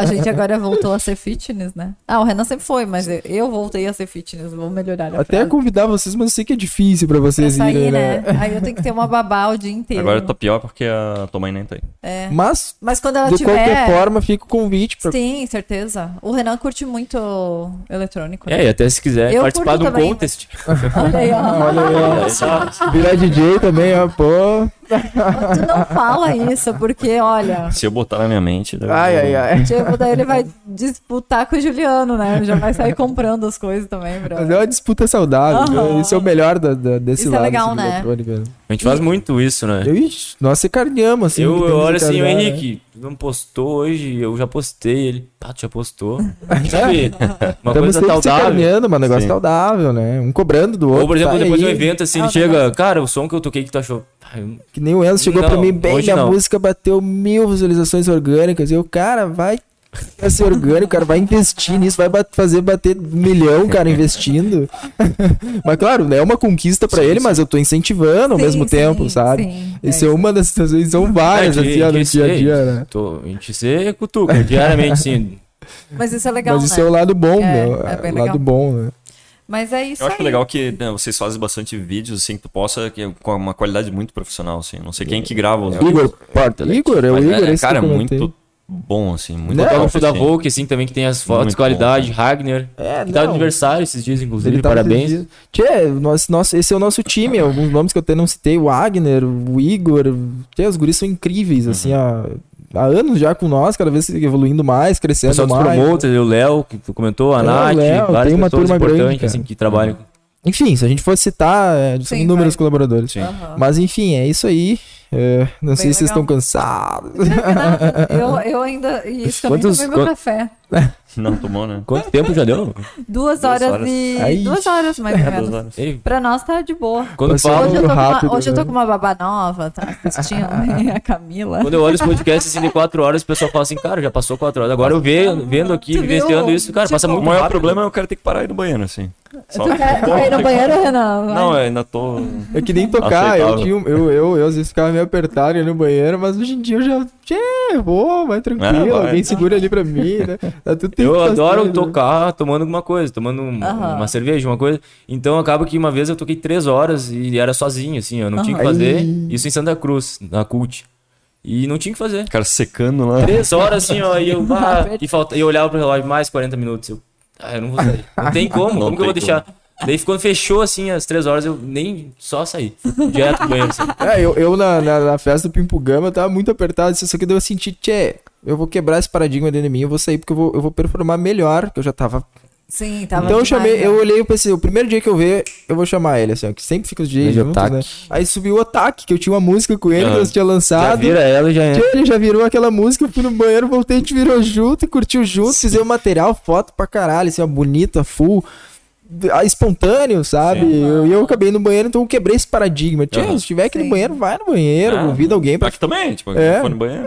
B: A gente agora voltou a ser fitness, né? Ah, o Renan sempre foi, mas eu- eu voltei a ser fitness. Vou melhorar. a
D: Até
B: frase.
D: convidar vocês, mas eu sei que é difícil pra vocês
B: Pra sair,
D: irem,
B: né?
D: né?
B: é Aí eu tenho que ter uma babá o dia inteiro.
A: Agora tá pior porque a tua mãe nem tá aí.
B: É.
D: Mas,
B: Mas quando ela
D: de
B: tiver.
D: qualquer forma, fica o convite pra
B: Sim, certeza. O Renan curte muito eletrônico. né?
C: É, e até se quiser
B: Eu
C: participar
B: curto
C: de um
D: né?
B: também,
C: contest. tá.
B: Olha aí, ó.
D: Olha aí, ó. virar DJ também, ó, pô.
B: Tu não fala isso, porque, olha.
A: Se eu botar na minha mente. deve- um-
D: Ai, ai, ai.
B: Tipo, daí ele vai disputar com o Juliano, né? Já vai sair comprando as coisas também,
D: Mas é
B: brother.
D: uma disputa saudável.
B: Aham.
D: né? Isso é o melhor da, da- desse
B: Isso é
D: lado.
B: legal,
D: assim, do
B: né?
D: eletrônico, né?
C: A gente faz muito isso, né?
D: Eu, ixi, nós se carneamos, assim.
C: eu,
D: que tem
C: eu
D: que
C: olho assim, o
D: carnear, né?
C: Henrique, tu não postou hoje, eu já postei. Ele, pá, tu já postou? Sabe?
D: É.
C: Uma
D: Estamos
C: coisa
D: sempre se
C: saudável.
D: carneando, mas um negócio
A: Sim.
D: saudável, né? Um cobrando do outro.
C: Ou, por exemplo,
D: tá
C: depois de um
D: aí.
C: evento, assim, ele
B: Ah,
C: chega, cara, o som que eu toquei que tu achou. Ah, eu-
D: Que nem o Enzo chegou
C: Não,
D: pra mim, bem,
C: hoje
D: minha
C: não.
D: música bateu mil visualizações orgânicas. E o cara vai ser orgânico, o cara vai investir nisso, vai bat- fazer bater um milhão, cara, investindo. mas claro, né, é uma conquista pra ele, mas eu tô incentivando ao
B: Sim,
D: mesmo
B: sim,
D: tempo, sabe?
B: sim, é
D: Isso é uma das situações, são várias,
C: Ah, que-
D: assim, ó,
C: que
D: no
C: isso
D: dia a
C: aí?
D: dia, né?
C: Tô, a gente se cutuca diariamente, assim.
B: Mas isso é legal,
D: mas isso é
B: né?
D: o lado
B: É,
D: bom, né?
B: é bem
D: o lado
B: legal.
D: bom, né?
B: Mas é isso
A: Eu acho
B: aí.
A: legal que né, vocês fazem bastante vídeos, assim, que tu possa, que, com uma qualidade muito profissional, assim. Não sei quem que grava os vídeos.
D: Igor, porta. Igor, é o
A: mas,
D: Igor,
A: é,
D: esse
A: cara,
D: que eu comentei.
A: muito bom, assim. Muito
D: Não,
A: top,
C: Fotógrafo da
A: assim.
C: Vogue, assim, também que tem as fotos,
A: Muito
C: qualidade, Ragnar.
D: É,
C: que tá de
D: não.
C: aniversário esses dias, inclusive,
D: Ele tava
C: parabéns.
D: esses dias- Tchê, nós, nós, esse é o nosso time. Alguns nomes que eu até não citei, o Wagner, o Igor. Tchê, os guris são incríveis, assim, há, há anos já com nós, cada vez evoluindo mais,
C: O
D: crescendo
C: pessoal dos
D: mais.
C: promoters, o Léo, que tu comentou, a
D: Tem o
C: Nath,
D: É, Léo,
C: várias
D: tem uma
C: pessoas
D: turma grande,
C: importantes,
D: cara. É.
C: assim, que trabalham.
D: Enfim, se a gente fosse citar, é, são
B: Sim,
D: inúmeros
B: vai.
D: colaboradores.
A: Sim.
B: Aham.
D: Mas enfim, é isso aí. É, não sei se vocês
B: legal.
D: estão cansados.
B: é Eu, eu ainda. e Isso que eu nem
C: Quantos-
B: tomei meu
C: quant-
B: café.
A: Não, tomou, né?
C: Quanto tempo já deu?
B: Duas,
A: Duas
B: horas,
A: horas. É,
B: e.
D: Aí.
B: Duas horas, mais ou
A: Duas
B: menos.
A: horas.
C: Ei,
B: Pra nós tá de boa.
C: quando,
D: Passou
C: falam,
B: Hoje eu, tô com uma,
D: rápido,
B: hoje eu tô
D: né?
B: com uma babá nova, tá assistindo né? a Camila.
C: quando eu olho os podcasts assim, de quatro horas, o pessoal fala assim, cara, já passou quatro horas. Agora eu vendo, vendo aqui,
B: Tu
C: vivenciando
B: viu?
C: isso, cara, passa
A: O
C: muito
A: maior
C: rápido.
A: problema é o cara ter que parar e ir no banheiro, assim. Só-
B: Tu quer, tu quer ir no banheiro, Renan? Vai.
A: Não, eu ainda tô.
D: É que nem tocar, eu,
A: Aceitável.
D: tinha um- eu, eu, eu às vezes ficava meio apertado ia no banheiro, mas hoje em dia eu já, tchê, vou, vai tranquilo,
A: vai.
D: alguém segura ali pra mim, né? Tá tudo
C: É, Eu
D: tem
C: adoro
D: bastante, né?
C: tocar tomando alguma coisa, tomando um-
B: Aham.
C: uma cerveja, uma coisa. Então acaba que uma vez eu toquei três horas e era sozinho, assim, eu não tinha o que
D: Aham.
C: fazer.
D: Ai.
C: Isso em Santa Cruz, na Cult. E não tinha o que fazer.
A: O cara secando lá.
C: Três horas, assim, ó, e eu, ah,
B: verdade.
C: e falta, e eu olhava pro relógio, mais 40 minutos. Eu, ah, eu não vou sair. Não tem como,
A: Não
C: como que eu vou
A: tem
C: deixar? Daí quando fechou, assim, as três horas, eu nem só saí. Direto pro banheiro, assim.
D: É, eu, eu na, na, na festa do Pimpo Gama eu tava muito apertado, isso só que daí eu senti, tchê, eu vou quebrar esse paradigma dentro de mim, eu vou sair porque eu vou, eu vou performar melhor, que eu já tava.
B: Sim, tava
D: então eu
B: demais,
D: chamei,
B: né?
D: eu olhei e pensei, o primeiro dia que eu ver, eu vou chamar ele, assim, ó, que sempre fica os DJs
C: Grande
D: juntos,
C: Otaque.
D: né? Aí subiu o ataque, que eu tinha uma música com ele
C: Ah.
D: que eu tinha
C: Já
D: lançado.
C: vira ela e já
D: Tchê,
C: entra.
D: Ele já virou aquela música, eu fui no banheiro, voltei, a gente virou junto, curtiu junto, fizemos material, foto pra caralho, assim, ó, bonita, full, ah, espontâneo, sabe? E eu, e eu acabei no banheiro, então eu quebrei esse paradigma. Tchê,
A: Aham.
D: se tiver que ir
B: Sim.
D: no banheiro, vai no banheiro,
A: Ah,
D: convida alguém pra.
A: Aqui também, tipo,
D: É.
A: foi no banheiro.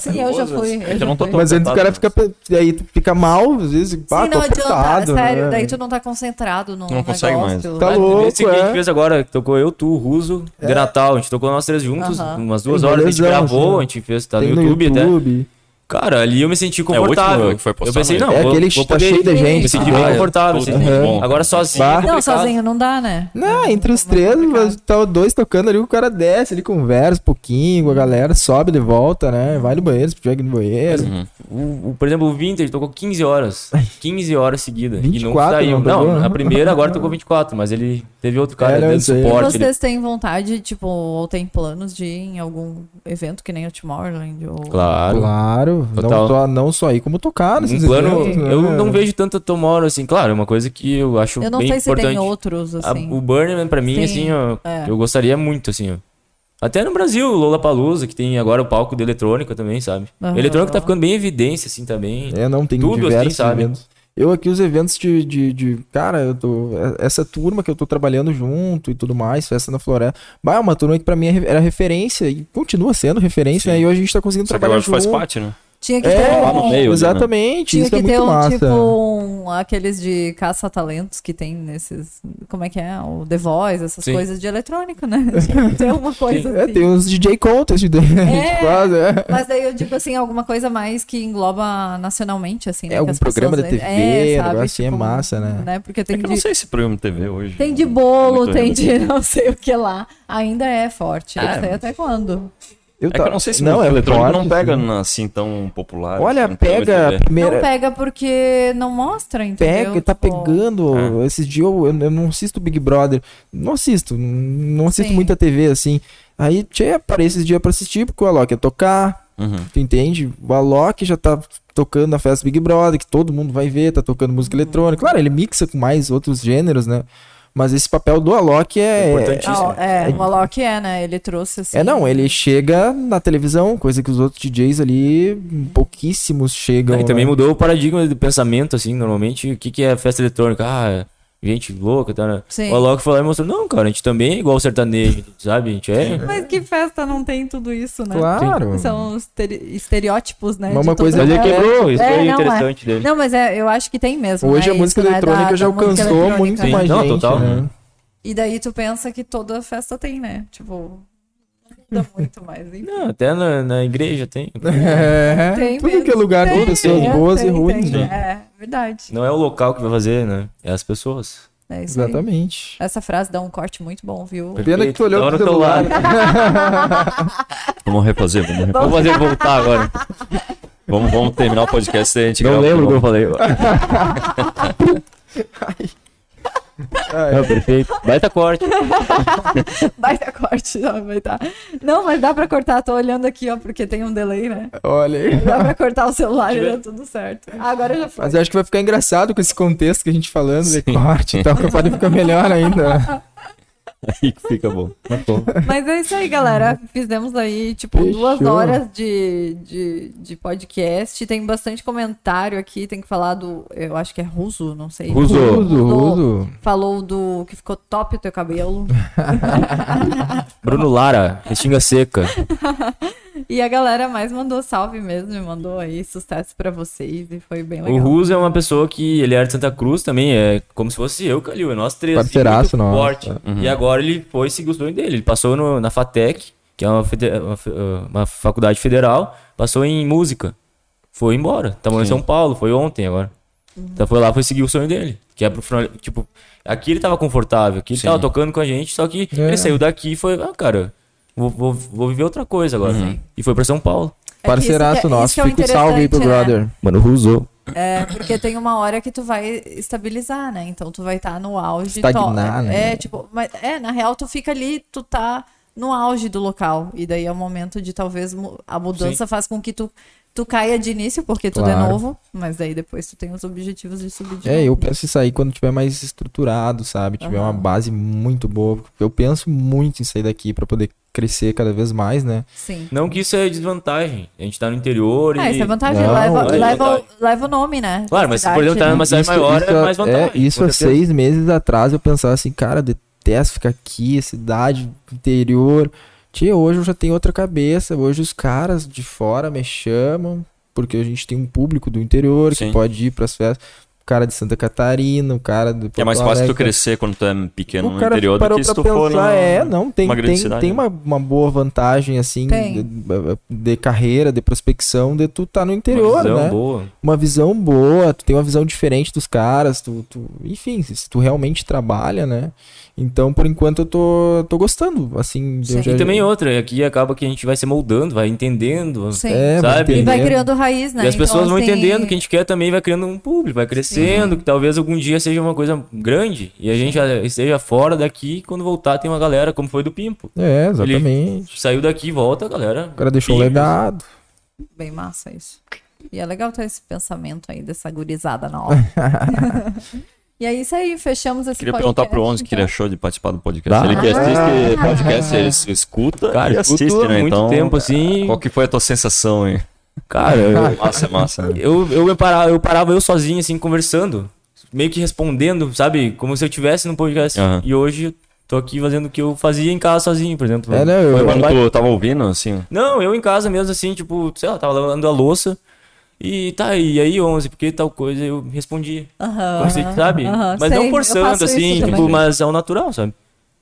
B: Sim, eu já fui.
A: É que eu não tô
B: já fui.
A: tão
D: Mas antes o cara fica,
A: apertado,
D: pe- aí tu fica mal, às vezes, pá,
B: Sim,
D: Ah, tô
B: não adianta,
D: apertado.
B: sério.
D: né?
B: Daí tu não tá concentrado no
A: Não consegue mais.
B: negócio.
D: Tá
C: Ah,
D: louco,
C: Nesse que a
D: é.
C: gente fez agora, que tocou eu, tu, o Ruso, de Natal. A gente tocou nós três juntos,
B: Aham.
C: umas duas
D: Tem
C: horas. A gente
D: belezão,
C: gravou,
D: assim.
C: a gente fez, tá no
D: Tem
C: YouTube, até.
D: YouTube.
C: Cara, ali eu me senti
A: último
C: confortável.
A: que foi
C: eu
A: postado,
C: pensei,
A: né?
C: não,
D: É
C: vou,
D: aquele
C: vou
D: tá
C: poder
D: cheio de gente.
C: me sentir
D: Ah,
C: bem
D: é.
C: confortável. assim.
A: Aham. Bom.
C: Agora sozinho.
D: Bah.
C: é
B: Não,
C: complicado.
B: sozinho não dá, né?
D: Não, entre os
B: muito
D: três,
B: É complicado.
D: mas tá os dois tocando ali, o cara desce, ele conversa um pouquinho com a galera, sobe de volta, né? Vai no banheiro, se tiver que ir no banheiro.
C: O, o- por exemplo, o Vintage tocou 15 horas. 15 horas seguidas. e não
D: 24
C: saiu.
D: não né?
C: Não,
D: tocou?
C: a primeira agora tocou 24, mas ele teve outro cara
D: É, não
C: dando
D: sei.
B: E
C: suporte. ele-
B: vocês
A: né?
B: têm vontade, tipo, ou têm planos de ir em algum evento que nem o Tomorrowland? Ou...
C: Claro.
D: Claro, Claro, não,
C: Total.
D: só- não só aí como tocar
C: Um
D: nesses
C: plano,
D: eventos, né?
C: eu não vejo tanta tomorrow assim. Claro, é uma coisa que eu acho
B: Eu não
C: bem
B: sei se
C: importante.
B: tem
A: Ah,
B: outros,
C: A-
B: assim.
C: o Burning Man pra mim,
B: Sim,
C: assim, ó,
B: é.
C: eu gostaria muito, assim, ó. Até no Brasil, o Lollapalooza, que tem agora o palco de eletrônica também, sabe?
B: Aham.
C: Eletrônica tá ficando bem em evidência, assim, também.
D: É, não, tem
C: Tudo assim,
D: diversos
C: sabe?
D: eventos. Eu aqui, os eventos de, de, de- Cara, eu tô. é, Essa turma que eu tô trabalhando junto e tudo mais, Festa na Floresta. Bah, é uma turma que pra mim é re- era referência e continua sendo referência, né? E hoje a gente tá conseguindo
A: Só que
D: trabalhar
A: agora
D: junto.
A: faz parte, né?
B: Tinha que ter
D: É,
A: Lá
B: um...
A: no meio, né?
D: exatamente.
B: Tinha
D: Isso é
B: que
D: muito
B: ter um,
D: massa.
B: tipo, um- aqueles de caça-talentos que tem nesses... Como é que é? O The Voice, essas
C: Sim.
B: coisas de eletrônica, né? Tinha que ter uma coisa
D: É,
B: assim.
D: tem uns DJ contest de, de quase, é.
B: Mas daí eu digo assim, alguma coisa mais que engloba nacionalmente, assim. né?
D: É
B: Que
D: algum
B: as pessoas
D: programa da
B: lembram.
D: TV,
B: é, sabe?
D: negócio assim, é massa, né?
B: Porque
A: É
B: tem
A: que eu não
B: de...
A: sei se programa de TV hoje. né?
B: Tem de bolo, tem de não sei o que lá. Ainda é forte. Eu
A: Ah,
B: sei
A: mas-
B: até quando.
D: Eu
A: É que eu não sei se
D: não,
A: o
D: é
A: eletrônico
D: forte,
A: não pega
D: assim.
A: na- assim tão popular.
D: Olha,
A: assim, programa de
D: pega a
A: TV.
D: primeira.
B: Não pega porque não mostra, entendeu?
D: pega, tá
B: Tipo,
A: Ah.
D: pegando. Esses dias eu, eu não assisto Big Brother. Não assisto. Não assisto
B: Sim.
D: muita TV assim. Aí, tchê, parei esses dias pra assistir, porque o Alok ia tocar.
A: Uhum.
D: Tu entende? O Alok já tá tocando na festa Big Brother, que todo mundo vai ver, tá tocando música
B: Uhum.
D: eletrônica. Claro, ele mixa com mais outros gêneros, né? Mas esse papel do Alok é.
C: Importantíssimo.
B: Ah, é, o Alok é, né? Ele trouxe assim.
D: É, não, ele chega na televisão, coisa que os outros DJs ali, pouquíssimos chegam.
C: Ah, e também
D: né?
C: mudou o paradigma do pensamento, assim, normalmente. O que, que é festa eletrônica? Ah, gente louca, tá? Né?
B: Sim.
C: O Alok falou e mostrou, não, cara, a gente também é igual o sertanejo, sabe? A gente é.
B: Mas que festa não tem tudo isso, né?
D: Claro.
B: São os estere- estereótipos, né?
D: Mas
B: de
D: uma
B: todo
D: coisa-
C: Mas
D: Mas
B: mundo.
C: ele
D: ele
C: quebrou, isso
B: É,
C: foi
B: não,
C: interessante dele.
B: Não, mas é, eu acho que tem mesmo.
D: Hoje
B: né,
D: a música
B: isso, né,
D: eletrônica né?
B: da-
D: já
B: da música
D: alcançou
B: eletrônica.
D: muito
C: Sim.
D: mais
C: Não,
D: gente,
C: total.
D: né?
B: E daí tu pensa que toda festa tem, né? Tipo, não muda muito mais. enfim.
C: Não, até na, na igreja tem.
D: É,
B: Tem
D: tudo
B: mesmo.
D: que é lugar
B: Tem,
D: com pessoas
B: é,
D: boas e
B: tem,
D: ruins,
B: tem.
D: né?
B: É, verdade.
C: Não é o local que vai fazer, né? É as pessoas.
B: É isso aí.
D: Exatamente.
B: Essa frase dá um corte muito bom, viu?
D: Pena que tu olhou
C: Tava no Tá
D: pro
C: teu
D: celular.
C: lado.
A: Vamos refazer, vamos refazer.
C: Vamos fazer voltar agora.
A: Vamos, vamos terminar o podcast e a gente
C: Não
A: grava
C: lembro o
A: de
C: que eu
A: novo.
C: falei. Não, perfeito. Baita corte.
B: Vai dar corte, não, vai dar. Não, mas dá pra cortar, tô olhando aqui, ó, porque tem um delay, né?
D: Olha aí.
B: Dá pra cortar o celular e dá tudo certo. Ah, agora já foi.
D: Mas eu acho que vai ficar engraçado com esse contexto que a gente falando de corte e tal, que pode ficar melhor ainda.
A: Aí que fica bom.
B: Mas é isso aí, galera. Fizemos aí, tipo,
D: Uhum. Fechou.
B: duas horas de, de, de podcast. Tem bastante comentário aqui. Tem que falar do. Eu acho que é russo, não sei.
C: Russo.
D: Uso, uso.
B: Falou do que ficou top o teu cabelo.
C: Bruno Lara, Restinga Seca.
B: E a galera mais mandou salve mesmo. e Mandou aí sucesso pra vocês. E foi bem
C: O
B: legal.
C: Russo é uma pessoa que ele era de Santa Cruz também, é como se fosse eu, Calil, é nós três. assim,
D: Parceiraço
C: muito
D: nosso. é.
C: forte.
A: Uhum.
C: E agora ele foi seguir o sonho dele. Ele passou no- na FATEC, que é uma, fede- uma fe- uma faculdade federal, passou em música. Foi embora. Tá morando em
A: Sim. Uhum.
C: São Paulo, foi ontem agora. Então foi lá, foi seguir o sonho dele. Que é pro final. Tipo, aqui ele tava confortável, aqui ele
A: Sim.
C: tava tocando com a gente, só que
D: É.
C: ele saiu daqui e foi, ah, cara, vou, vou- vou viver outra coisa agora.
A: Uhum.
C: E foi pra São
B: É
C: Paulo.
B: que isso que é-
D: Parceiraço
B: isso que
D: nosso.
B: é o
D: Fica o salve aí pro
B: interessante, né?
D: brother.
C: Mano, Russo.
B: É, porque tem uma hora que tu vai estabilizar, né? Então tu vai estar no auge.
D: Estagnar,
B: to-
D: né?
B: É, tipo, mas é, na real tu fica ali, tu tá no auge do local. E daí é o momento de talvez mu- a mudança faz com que tu, tu caia de início, porque tudo é
D: Claro.
B: novo. Mas daí depois tu tem os objetivos de subir de
D: É,
B: novo.
D: eu penso em sair quando tiver mais estruturado, sabe? Tiver uma base muito boa. porque Eu penso muito em sair daqui pra poder crescer cada vez mais, né?
B: Sim.
C: Não que isso é desvantagem. A gente tá no interior
B: Ah,
C: e.
B: isso é vantagem.
D: Não,
B: leva,
C: é
B: leva,
C: vantagem.
B: leva o nome, né?
C: Claro,
B: Da
C: mas se
B: cidade,
C: por exemplo tá
B: né?
C: numa cidade maior, é
D: há-
C: mais vantagem.
D: isso
C: com
D: há
C: certeza.
D: seis meses atrás eu pensava assim, cara, eu detesto ficar aqui, cidade, interior. Tia, hoje eu já tenho outra cabeça. Hoje os caras de fora me chamam, porque a gente tem um público do interior
A: Sim.
D: que pode ir pras festas. O cara de Santa Catarina, o cara do.
A: Que é mais
D: Porto
A: fácil tu
D: Alegre.
A: crescer quando tu é pequeno
D: o
A: no
D: cara
A: interior do
D: parou
A: que se
D: pra
A: tu for no...
D: pensar, é, não, tem,
A: uma grande
D: tem,
A: cidade,
D: tem
A: né?
D: uma, uma boa vantagem, assim,
B: Tem.
D: de, de carreira, de prospecção, de tu tá no
C: Uma
D: interior,
C: visão
D: né?
C: boa.
D: uma visão boa, tu tem uma visão diferente dos caras, tu, tu- enfim, se se tu realmente trabalha, né? Então, por enquanto, eu tô, tô gostando, assim. de-
B: Sim.
D: eu já-
C: E também outra, aqui acaba que a gente vai se moldando, vai entendendo.
B: Sim.
D: É,
C: Sabe?
D: sabe?
B: E vai criando raiz, né?
C: E as
B: Então,
C: pessoas vão
B: assim,
C: entendendo que a gente quer também, vai criando um público, vai crescendo, que talvez algum dia seja uma coisa grande. E a gente já esteja fora daqui, e quando voltar tem uma galera, como foi do Pimpo.
D: É, exatamente.
C: Saiu daqui, volta, galera.
D: O cara deixou um
C: Pimpo.
D: legado.
B: Bem massa isso. E é legal ter esse pensamento aí dessa gurizada nova. e é isso aí, fechamos esse
A: Queria
B: podcast,
A: perguntar pro Onze o que ele
B: então.
A: achou de participar do podcast.
C: Bah.
A: Ele que assiste podcast, ele se escuta
C: Cara,
A: e
C: eu escuto
A: assiste,
C: há
A: né?
C: muito
A: Então,
C: tempo, assim.
A: qual que foi a tua sensação, hein?
C: Cara, eu,
A: Massa, massa. né?
C: eu, eu, me parava, eu parava eu sozinho, assim, conversando. Meio que respondendo, sabe? Como se eu tivesse no podcast.
A: Aham.
C: E hoje eu tô aqui fazendo o que eu fazia em casa sozinho, por exemplo.
D: É, né?
A: Foi
D: Eu,
A: quando tu tava ouvindo, assim,
C: Não, eu em casa mesmo, assim, tipo, sei lá, tava lavando a louça. E tá, e aí, 11, porque tal coisa eu respondi.
B: Aham.
C: Como assim? se- sabe?
B: aham,
C: mas
B: sei,
C: não
B: eu
C: forçando,
B: faço isso
C: assim,
B: também.
C: tipo, mas ao natural, sabe?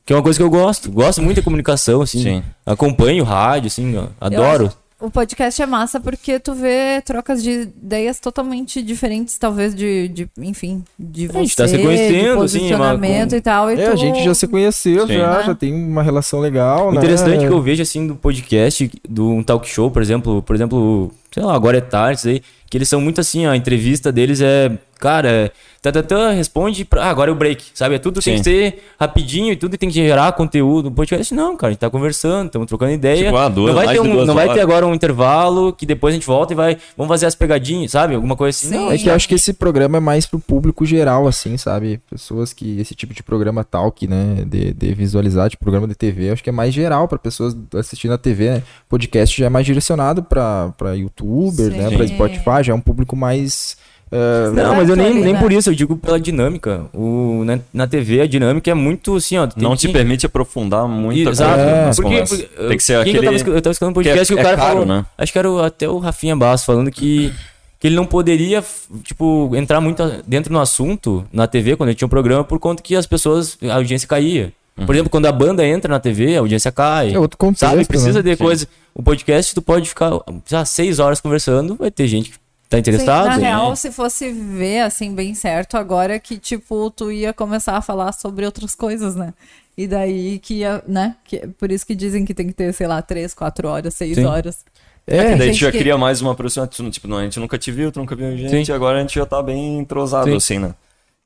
C: Que é uma coisa que eu gosto. Gosto muito da comunicação, assim.
A: Sim.
C: Acompanho o rádio, assim, ó, adoro.
B: acho- O podcast é massa porque tu vê trocas de ideias totalmente diferentes, talvez de, de enfim, de você,
C: A gente tá se conhecendo,
B: de
C: assim, uma-
B: posicionamento e tal. E
D: é,
B: tu-
D: a gente já se conheceu,
A: Sim.
D: já,
B: Né?
D: já tem uma relação legal.
C: O
D: né?
A: é.
C: interessante que eu vejo, assim, do podcast, de um talk show, por exemplo, por exemplo, sei lá, agora é tarde, isso aí, que eles são muito assim, ó, a entrevista deles é, cara, é, tá, tá, tá, responde, pra, ah, agora é o break, sabe? É Tudo tem
A: Sim.
C: que ser rapidinho e tudo tem que gerar conteúdo. O podcast não, cara, a gente tá conversando, estamos trocando ideia.
A: Tipo, ah, duas-
C: não vai,
A: mais
C: ter,
A: de
C: um-
A: duas
C: não vai
A: horas.
C: ter agora um intervalo que depois a gente volta e vai, vamos fazer as pegadinhas, sabe? Alguma coisa assim.
B: Sim.
C: Não,
D: É que eu acho que esse programa é mais pro público geral, assim, sabe? Pessoas que. Esse tipo de programa talk, né? De, de visualizar, de programa de TV, acho que é mais geral pra pessoas assistindo a TV, né? Podcast já é mais direcionado pra, pra youtuber, né?
B: Sim.
D: Pra Spotify, já é um público mais. eh,
C: Não,
B: Exato,
C: mas eu nem,
B: ali,
C: nem
B: né?
C: por isso, eu digo pela dinâmica. O, na, na TV a dinâmica é muito assim, ó. tem
A: não
C: que-
A: te permite aprofundar muito
C: Exato.
D: É.
A: nas
C: Porque-
A: conversas.
C: porque-
A: Tem que ser
C: quem eu, tava,
A: aquele...
C: escu- eu tava escutando um podcast que,
A: que é-
C: o cara
A: é caro,
C: falou.
A: né?
C: Acho que era o- até o Rafinha Basso falando que, que ele não poderia, f- tipo, entrar muito a- dentro no assunto na TV quando ele tinha um programa por conta que as pessoas, a audiência caía.
A: Uhum.
C: Por exemplo, quando a banda entra na TV, a audiência cai.
D: É outro contexto,
C: Sabe? Precisa
D: né?
C: de coisa. O podcast, tu pode ficar, sei lá, seis horas conversando, vai ter gente que tá
B: Sim, na
C: interessada.
B: real, se fosse ver assim bem certo, agora que tipo tu ia começar a falar sobre outras coisas, né? E daí que ia, né? Que, por isso que dizem que tem que ter, sei lá, três, quatro horas, seis
C: Sim.
B: horas.
D: É,
A: Daí
B: Tem
A: tu já
B: gente que-
A: cria mais uma produção. tu não- Tipo, não, a gente nunca te viu, tu nunca viu a gente,
C: Sim.
A: agora a gente já tá bem entrosado,
C: Sim.
A: assim, né?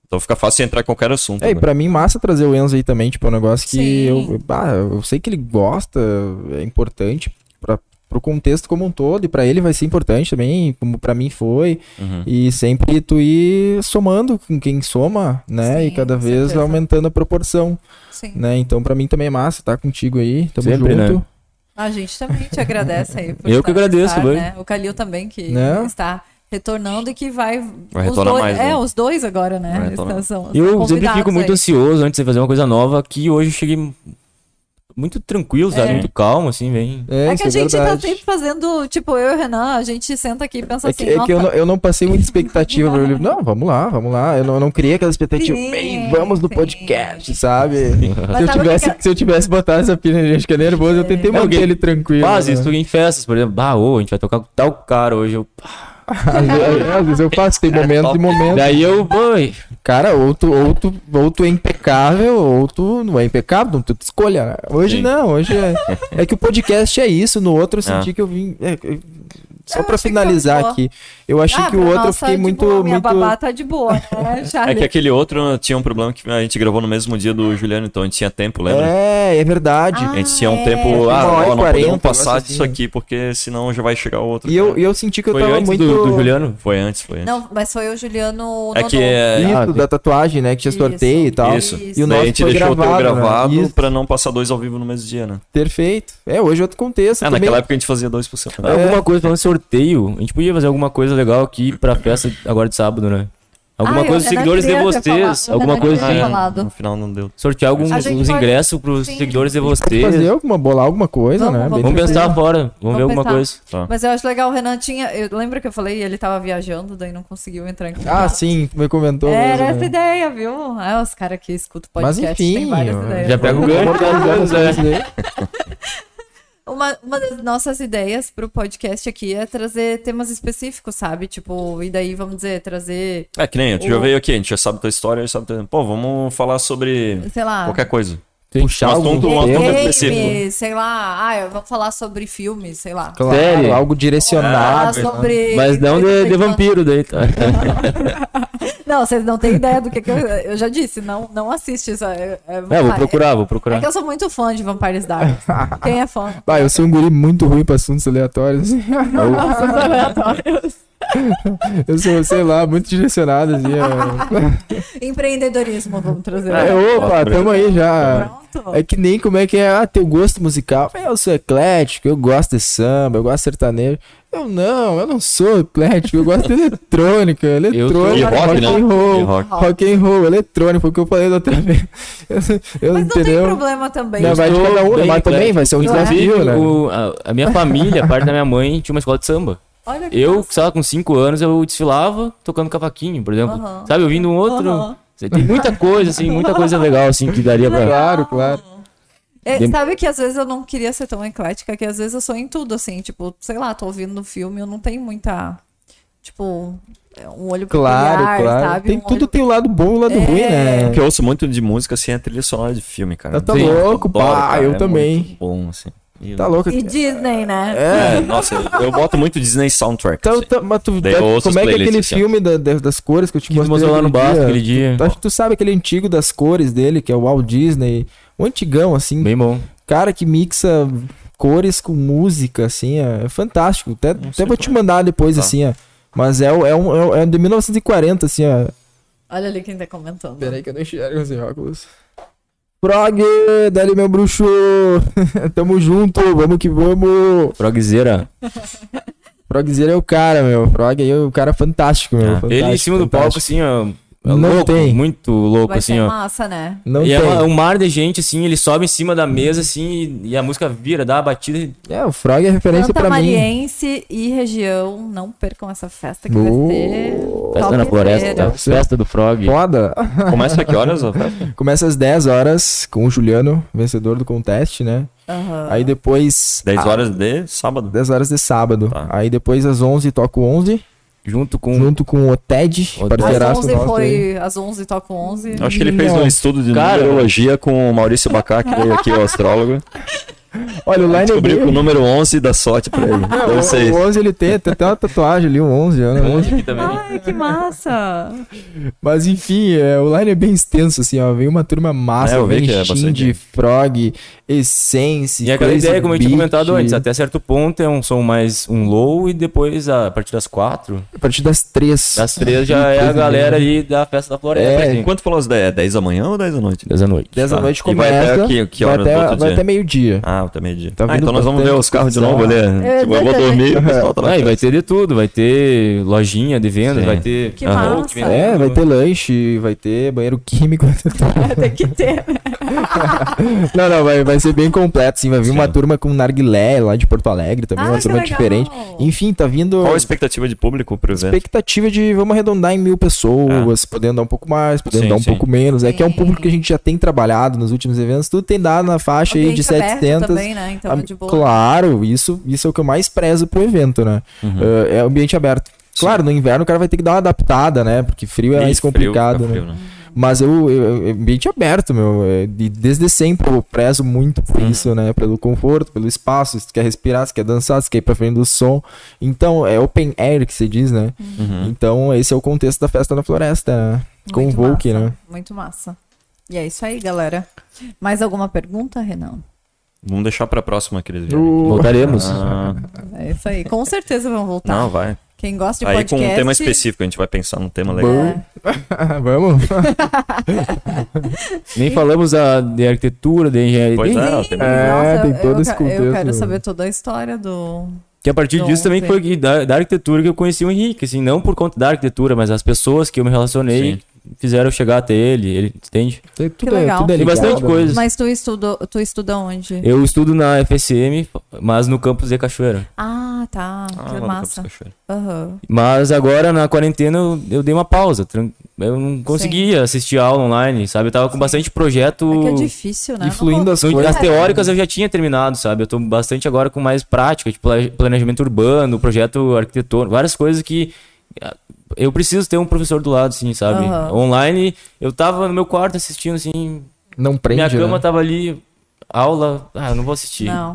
A: Então fica fácil entrar em qualquer assunto.
D: É, e
A: né?
D: pra mim, massa trazer o Enzo aí também, tipo, é um negócio que
B: Sim.
D: eu, bah, eu sei que ele gosta, é importante pra, pro contexto como um todo, e pra ele vai ser importante também, como pra mim foi,
C: Uhum.
D: e sempre tu ir somando com quem soma, né, e
B: Sim,
D: cada
B: com
D: vez
B: certeza.
D: aumentando a proporção,
B: Sim.
D: né, então pra mim também é massa estar contigo aí, tamo
C: Sempre,
D: junto.
C: né?
B: A gente também te agradece aí. Por
C: Eu
B: estar-
C: que agradeço,
B: estar,
C: Boi.
B: né? O Calil também, que
D: Né?
B: está retornando e que vai.
A: Vai
B: os
A: retornar
B: dois,
A: mais,
B: É,
A: né?
B: os dois agora,
A: Vai
B: né?
A: retornar.
B: Estão- são- são
C: Eu sempre
B: convidados
C: fico muito
B: aí.
C: ansioso antes de fazer uma coisa nova, que hoje eu cheguei muito tranquilo, sabe?
A: É.
C: Muito calmo, assim, bem.
D: É,
B: É
D: isso
B: que a gente tá
D: verdade.
B: sempre fazendo, tipo, eu e o Renan, a gente senta aqui e pensa
D: É
B: assim,
D: que, é que eu,
B: nossa,
D: não, eu não passei muita expectativa. pra ele. Não, vamos lá, vamos lá. Eu não, eu não criei aquela expectativa.
B: Sim,
D: Bem, vamos no
B: sim.
D: podcast, sabe?
B: Mas
D: Se
B: sabe
D: eu,
B: o que
D: tivesse,
B: que-
D: se eu tivesse botado essa pilha de gente que é nervoso, eu tentei
C: É, alguém
D: manter ele tranquilo.
C: Faz
D: né?
C: isso em festas, por exemplo. Bah, ô, a gente vai tocar com tal cara hoje. Eu...
D: Às vezes, É, às vezes eu faço,
A: É
D: tem momentos e momentos.
C: Daí eu, boi.
D: Cara, ou tu, ou, tu, ou tu é impecável, ou tu não é impecável, não, tu te escolha. né? Hoje
A: Sim. Ah.
D: não, hoje é. É que o podcast é isso, no outro eu senti que eu vim. é, é, só
B: Eu
D: pra
B: achei que
D: finalizar
B: eu tô.
D: aqui, eu achei
B: ah,
D: que o
B: pra
D: outro eu
B: nossa,
D: fiquei
B: de
D: muito.
B: boa, Minha
D: muito...
B: babá tá de boa, né, Charlie?
A: É que aquele outro tinha um problema que a gente gravou no mesmo dia do Juliano, então a gente tinha tempo, lembra?
D: É, é verdade.
A: A gente tinha um
B: Ah,
A: tempo,
B: é.
A: ah,
D: Uma hora e
A: não, não
D: 40, um
A: podemos passar
D: negócio
A: disso
D: assim.
A: aqui, porque senão já vai chegar o outro.
D: E eu, e eu senti que eu
C: Foi
D: tava
C: antes
D: muito.
C: do, do Juliano?
A: Foi antes, foi antes.
B: Não, mas foi o Juliano
A: é
B: Nodon.
A: que é,
D: Isso,
C: Ah,
D: da tatuagem, né? Que tinha sorteio
B: Isso.
D: e tal.
A: isso.
B: Isso.
D: E o
A: Daí
D: nosso
A: a gente
D: foi
A: deixou o teu
D: gravado, né?
A: gravado
D: Isso.
A: pra não passar dois ao vivo no mesmo dia, né?
D: Perfeito. É, hoje é outro contexto.
A: Ah,
D: também.
A: naquela época a gente fazia dois por
D: É.
A: né? semana.
C: Alguma coisa, falando de sorteio. A gente podia fazer alguma coisa legal aqui pra festa agora de sábado, né? Alguma
B: Ai, Ah, eu
C: coisa,
B: já
C: os seguidores de
B: queria ter
C: vocês.
B: falado,
C: alguma
B: eu já
C: coisa
B: queria
C: assim.
B: ter falado.
A: No final não deu.
C: Sortear alguns
B: A gente
C: uns
B: pode-
C: ingressos pros
B: Sim.
C: seguidores de
D: Pode fazer
C: vocês.
D: alguma, bolar alguma coisa,
B: Vamos,
D: né?
B: vamos.
C: Vamos pensar fora. Vamos
B: Vamos
C: ver alguma
B: pensar.
C: coisa.
A: Tá.
B: Mas eu acho legal, o Renan tinha. Eu lembro que eu falei, ele tava viajando, daí não conseguiu entrar em
D: Ah,
B: contato.
D: sim, tu me comentou.
B: Era
D: mesmo,
B: essa
D: né?
B: ideia, viu? Ah, os caras que escutam
D: Mas
B: podcast
D: enfim,
B: têm várias
D: ó,
B: ideias.
C: Já pega o gancho.
D: Vamos organizar essa coisa aí.
B: Uma, uma das nossas ideias pro podcast aqui é trazer temas específicos, sabe? Tipo, e daí vamos dizer, trazer,
A: É que nem, tu já
B: O-
A: veio aqui, a gente já sabe tua história, já sabe tua... Pô, vamos falar sobre
B: sei lá,
A: qualquer coisa.
D: puxar
A: Mas
D: algum
A: tonto- um assunto
D: tema,
A: é específico.
B: Game, sei lá. Ah, eu vou falar sobre filmes, sei lá.
D: claro,
E: Série.
D: algo
B: Falar
D: direcionado.
B: sobre.
E: Mas não de, de vampiro daí, tá?
B: Não, vocês não têm ideia do que, que eu, eu já disse. Não, não assiste isso. É, é
E: É, vou
B: Vampire.
E: procurar, vou procurar.
B: É que eu sou muito fã de Vampires Dark. Quem é fã?
D: Bah, eu sou um guri muito ruim pra assuntos aleatórios.
B: Assuntos aleatórios.
D: Eu sou, sei lá, muito direcionado. Assim, é...
B: Empreendedorismo, vamos trazer.
D: É, opa, tamo aí já.
B: Pronto.
D: É que nem como é que é, ah, teu gosto musical. Eu sou eclético, eu gosto de samba, eu gosto de sertanejo. Eu não, eu não sou eclético, eu gosto de eletrônica, eletrônica,
A: E rock, né?
D: and roll,
A: E rock.
D: rock and roll, eletrônico, foi o que eu falei da outra vez. Eu, eu
B: Mas não tem
D: entendeu?
B: problema também.
D: Não, vai de cada um,
C: bem
D: mas também
C: eclético.
D: vai ser um
C: Inclusive,
D: desafio, né?
C: o- a, a minha família, a parte da minha mãe, tinha uma escola de samba.
B: Olha que
C: Eu,
B: massa.
C: sei lá, com 5 anos, eu desfilava tocando cavaquinho, por exemplo.
B: Aham.
C: Sabe, ouvindo um outro.
B: Aham.
C: Tem muita coisa, assim, muita coisa legal, assim, que daria pra.
D: Claro, claro.
B: É,
C: Dem-
B: Sabe que às vezes eu não queria ser tão eclética, que às vezes eu sou em tudo, assim, tipo, sei lá, tô ouvindo no filme, eu não tenho muita. Tipo, é, um olho
D: Claro,
B: peculiar,
D: claro.
B: sabe?
D: Tem,
B: Um
D: tudo
B: olho- É.
D: tem o lado bom e o lado ruim,
A: O que
D: né?
A: eu ouço muito de música assim é trilha sonora de filme, cara.
D: Tá- tá
A: Sim.
D: louco, pá, eu
A: é
D: também.
A: muito bom, assim. E-
D: Tá louco.
B: E Disney, né?
A: É, nossa, eu boto muito Disney soundtrack.
D: Então,
A: assim.
D: tá- mas tu,
A: Daí eu ouço
D: como
A: as
D: é que é
A: playlists,
D: aquele
A: assim, ó.
D: filme da- da- das cores que eu te
C: Que tu
D: mostrei
C: mostrou lá no
D: aquele
C: bar
D: dia?
C: aquele dia.
D: Tu, acha Então, que tu sabe aquele antigo das cores dele, que é o Walt Disney. Um antigão, assim.
C: Bem bom.
D: Cara que mixa cores com música, assim. É, é fantástico. Até, até vou te mandar depois,
A: Tá.
D: assim, ó. Mas é, o- é, um, é, um- é de 1940, assim, ó.
B: Olha ali quem tá comentando.
D: que eu não enxergo os óculos. Prog, dali meu bruxo. Tamo junto, vamos que vamos.
C: Progzeira.
D: Progzera é o cara, meu. Prog aí é o cara fantástico, meu.
C: Ah,
D: Fantástico,
C: Ele em cima do palco,
D: fantástico.
C: assim, ó. É
D: Não
C: louco,
D: tem.
C: muito louco,
B: Vai
C: assim,
B: ser
C: ó.
B: massa, né?
D: Não
C: e
D: tem.
C: é uma- um mar de gente, assim, ele sobe em cima da mesa, assim, e, e a música vira, dá a batida. e-
D: É, o Frog é referência
B: Santa
D: pra mim.
B: Mariense e região, não percam essa festa que
D: Boa.
B: vai ser.
E: Festa na
B: topzera.
E: floresta, tá? festa do Frog.
D: É. Foda.
A: Começa a que horas, ó, velho?
D: Começa às 10 horas com o Juliano, vencedor do contest, né?
B: Aham.
D: Aí depois...
A: 10
D: Ah,
A: horas de sábado.
D: 10 horas de sábado.
A: Tá.
D: Aí depois às 11 toco 11,
C: Junto com.
D: junto com o Ted,
C: O
B: Às
D: parceiraço
B: 11
D: nosso. aí.
B: foi. Às 11 toca 11.
A: Eu acho que ele fez
D: Não.
A: um estudo de
C: Cara.
A: numerologia com o Maurício Bacá, que veio aqui, o astrólogo.
D: Olha, o Line é
A: Descobriu que o número 11 dá sorte pra ele. Eu sei.
D: O 11 ele tem, tem até uma tatuagem ali, o 11,
A: É.
D: né?
C: aqui também.
B: Ai, que massa!
D: Mas enfim, é, o line é bem extenso, assim, ó. Vem uma turma massa,
A: É, eu vi
D: vem
A: que é
D: Shindy,
A: bastante.
D: Frog, Essence,
C: E aquela
D: Crazy
C: ideia, como eu tinha
D: Beat.
C: comentado antes, até certo ponto é um som mais um low e depois, a partir das quatro,
D: A partir das três.
C: das três já é a galera ali da festa da floresta.
D: É.
C: assim.
A: Quanto falou as 10? 10 da manhã ou 10 da noite?
C: 10 da noite.
D: 10 da
A: Tá.
D: noite
A: E vai até
D: começa.
A: que- que
D: vai
A: horas do
D: até,
A: outro
D: vai
A: dia?
D: até meio-dia.
A: Ah, tá meio-dia.
D: Tá
A: ah,
D: vindo
A: então nós vamos ver
D: bastante
A: os carros de
D: coisa.
A: novo ali.
B: É,
A: Tipo, eu vou dormir, o pessoal tá na
C: Ah, e vai
A: festa.
C: ter de tudo, vai ter lojinha de venda,
A: Sim.
C: vai ter.
B: Que
C: Ah,
B: massa.
C: ou que vem-
D: É, vai ter lanche, vai ter banheiro químico.
B: Tem que ter.
D: não, não, vai, vai ser bem completo, sim. Vai vir uma turma com narguilé lá de Porto Alegre também,
B: Ah,
D: uma
B: que
D: turma
B: legal.
D: diferente. Enfim, tá vindo.
A: Qual a expectativa de público pro evento?
D: expectativa de vamos arredondar em mil pessoas, podendo dar um pouco mais, podendo
A: Ah. Sim,
D: dar um
A: sim.
D: pouco menos. É que é um
B: Sim.
D: público que a gente já tem trabalhado nos últimos eventos, tudo tem dado na faixa aí de
B: Ambiente aberto
D: 700.
B: também, né? Então,
D: Ah,
B: é de boa.
D: Claro, isso, isso é o que eu mais prezo pro evento, né?
A: Uhum.
D: Ah, é ambiente aberto. Claro, no inverno o cara vai ter que dar uma adaptada, né? Porque frio é mais
A: Ih, frio,
D: complicado,
A: fica
D: né?
A: frio, né?
D: Mas eu, eu- eu- ambiente aberto, meu. é, de- Desde sempre eu prezo muito por
A: Uhum.
D: isso, né? Pelo conforto, pelo espaço. Se tu quer respirar, se quer dançar, se quer ir pra frente do som. Então, é open air que se diz, né?
A: Uhum.
D: Então, esse é o contexto da festa na floresta, né? Com o
B: Muito
D: Volk,
B: massa,
D: né?
B: Muito massa. E é isso aí, galera. Mais alguma pergunta, Renan?
A: Vamos deixar pra próxima, querido.
C: Voltaremos.
A: Ah,
B: É isso aí. Com certeza vão voltar.
A: não, vai.
B: Quem gosta de
A: Aí com
B: podcast...
A: um tema específico, a gente vai pensar num tema legal.
D: Bom. Vamos?
C: Nem falamos da, de arquitetura, de engenharia.
A: Pois
C: Tem-
A: é, o
B: Sim,
A: tema-
D: É,
B: nossa,
D: tem todo
B: eu,
D: esse
B: eu
D: contexto,
B: quero
D: né?
B: saber toda a história do...
C: Que a partir disso também
B: Não,
C: foi que da, da arquitetura que eu conheci o Henrique, assim, não por conta da arquitetura, mas as pessoas que eu me relacionei fizeram eu chegar até ele, ele entende?
D: Tem tudo,
B: legal.
D: tudo
C: Tem
D: é ligado,
C: bastante
D: né?
C: coisas.
B: Mas tu estuda, tu estuda onde?
C: Eu estudo na FSM, mas no campus de Cachoeira.
B: Ah, tá.
A: Ah, lá
B: que
A: no
B: massa.
A: Campus Cachoeira.
B: Aham.
C: Mas agora na quarentena eu, eu dei uma pausa, tran- eu não conseguia assistir aula online, sabe? Eu tava com bastante projeto.
B: É que é difícil, né?
D: Influindo
B: Não
D: as
C: No-
D: coisas.
C: As teóricas eu já tinha terminado, sabe? Eu tô bastante agora com mais prática, tipo pla- planejamento urbano, projeto arquitetônico, várias coisas que ah, eu preciso ter um professor do lado, assim, sabe?
B: Aham.
C: Online, eu tava no meu quarto assistindo, assim,
D: Não prende,
C: Minha cama
D: né?
C: tava ali, aula, ah, eu não vou assistir.
B: Não.